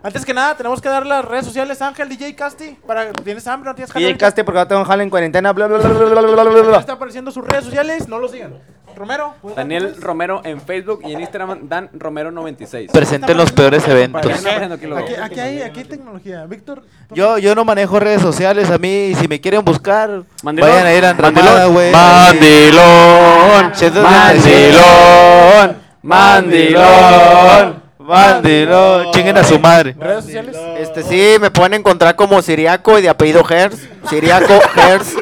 Speaker 1: Antes que nada, tenemos que dar las redes sociales, Ángel, DJ Casti, para... ¿Tienes hambre? ¿No tienes
Speaker 3: Y
Speaker 1: hambre?
Speaker 3: el casting porque ahora tengo un jale en cuarentena. Bla, bla, bla, bla, bla, bla, bla, bla.
Speaker 1: Está apareciendo sus redes sociales, no lo sigan. Romero.
Speaker 5: Daniel Romero en Facebook y en Instagram Dan Romero 96.
Speaker 4: presenten los peores eventos.
Speaker 5: Entonces-
Speaker 1: Aquí, aquí, aquí hay, aquí hay tecnología. Víctor. ¿tú-
Speaker 4: Yo, yo no manejo redes sociales, a mí, si me quieren buscar,
Speaker 5: Mandilón.
Speaker 4: vayan a ir a Enramada,
Speaker 5: Mandilón.
Speaker 4: güey.
Speaker 6: Mandilón,
Speaker 4: Mandilón,
Speaker 6: mandilón,
Speaker 4: mandilón. Chinguen a su madre.
Speaker 1: Redes sociales.
Speaker 6: Este sí, me pueden encontrar como Siriaco y de apellido Hers. Siriaco
Speaker 4: (laughs)
Speaker 6: Hers.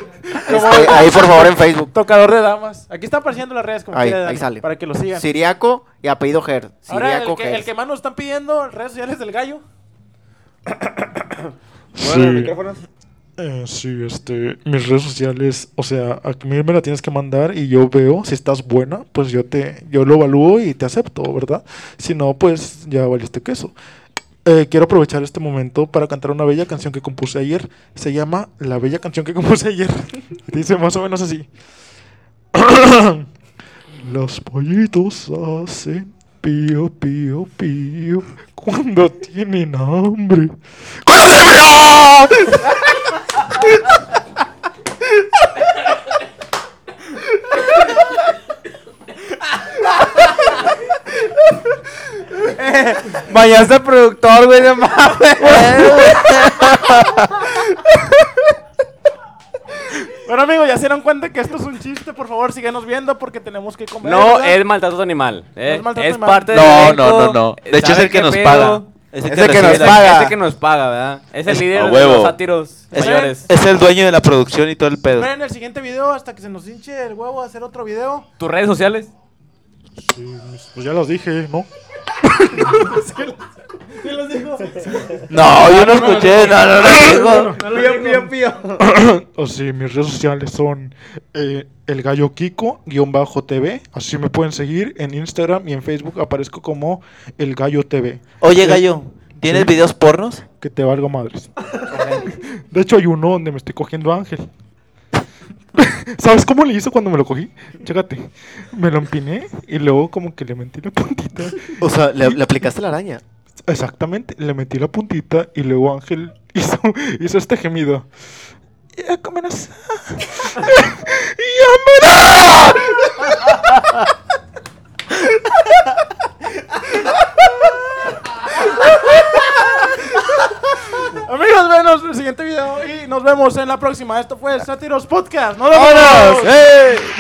Speaker 6: Este, ahí por favor en Facebook.
Speaker 1: Tocador de damas. Aquí está apareciendo las redes como
Speaker 6: Ahí,
Speaker 1: quiera,
Speaker 6: ahí
Speaker 1: Dani,
Speaker 6: sale.
Speaker 1: Para que lo sigan.
Speaker 6: Siriaco y apellido Hers.
Speaker 1: Ahora el
Speaker 6: Siriaco
Speaker 1: que, el
Speaker 6: Hers.
Speaker 1: que más nos están pidiendo redes sociales del gallo.
Speaker 10: Sí. Eh, sí, este, mis redes sociales, o sea, a mí me la tienes que mandar y yo veo si estás buena, pues yo te, yo lo evalúo y te acepto, ¿verdad? Si no, pues ya valiste queso. Eh, quiero aprovechar este momento para cantar una bella canción que compuse ayer. Se llama La bella canción que compuse ayer. (laughs) Dice más o menos así. (coughs) Los pollitos hacen pío, pío, pío cuando tienen hambre. ¡Cuando tienen hambre!
Speaker 6: Vaya ese productor, güey, de mames.
Speaker 1: Bueno, amigos, ya se dieron cuenta que esto es un chiste. Por favor, síguenos viendo porque tenemos que comer.
Speaker 5: No
Speaker 1: ¿verdad?
Speaker 5: es maltrato animal. eh.
Speaker 1: No es
Speaker 5: es
Speaker 1: maltrato animal.
Speaker 5: parte del
Speaker 4: No,
Speaker 5: elenco,
Speaker 4: no, no, no. De hecho, es
Speaker 5: sabe
Speaker 4: el que
Speaker 5: qué
Speaker 4: nos
Speaker 5: pedo,
Speaker 4: paga.
Speaker 5: Es
Speaker 6: el que nos
Speaker 5: recibe-
Speaker 6: paga.
Speaker 5: Es el que nos paga, ¿verdad? Es el líder
Speaker 11: a
Speaker 5: de
Speaker 11: huevo.
Speaker 5: los sátiros
Speaker 4: Es,
Speaker 5: mayores.
Speaker 4: es el dueño de la producción y todo el pedo.
Speaker 1: Esperen el siguiente video hasta que se nos hinche el huevo a hacer otro video.
Speaker 5: ¿Tus redes sociales?
Speaker 10: Sí, pues ya los dije, ¿no?
Speaker 4: No, yo no escuché, no, no, no, no.
Speaker 1: Pío, pío, pío.
Speaker 10: O sí, mis redes sociales son eh, el gallo Kiko guión bajo TV. Así me pueden seguir en Instagram y en Facebook aparezco como el gallo TV.
Speaker 4: Oye, gallo, ¿tienes
Speaker 10: Sí.
Speaker 4: videos pornos?
Speaker 10: Que te valga madres. De hecho hay uno donde me estoy cogiendo a Ángel. (laughs) ¿Sabes cómo le hizo cuando me lo cogí? Chécate. Me lo empiné y luego como que le metí la puntita.
Speaker 6: O sea, le, le aplicaste la araña.
Speaker 10: Exactamente, le metí la puntita y luego Ángel (laughs) hizo, hizo este gemido. Ya (laughs) comenazá.
Speaker 1: Amigos, venos el siguiente video y nos vemos en la próxima. Esto fue Sátiros Podcast. ¡Nos vemos!
Speaker 4: ¡Vámonos! ¡Eh!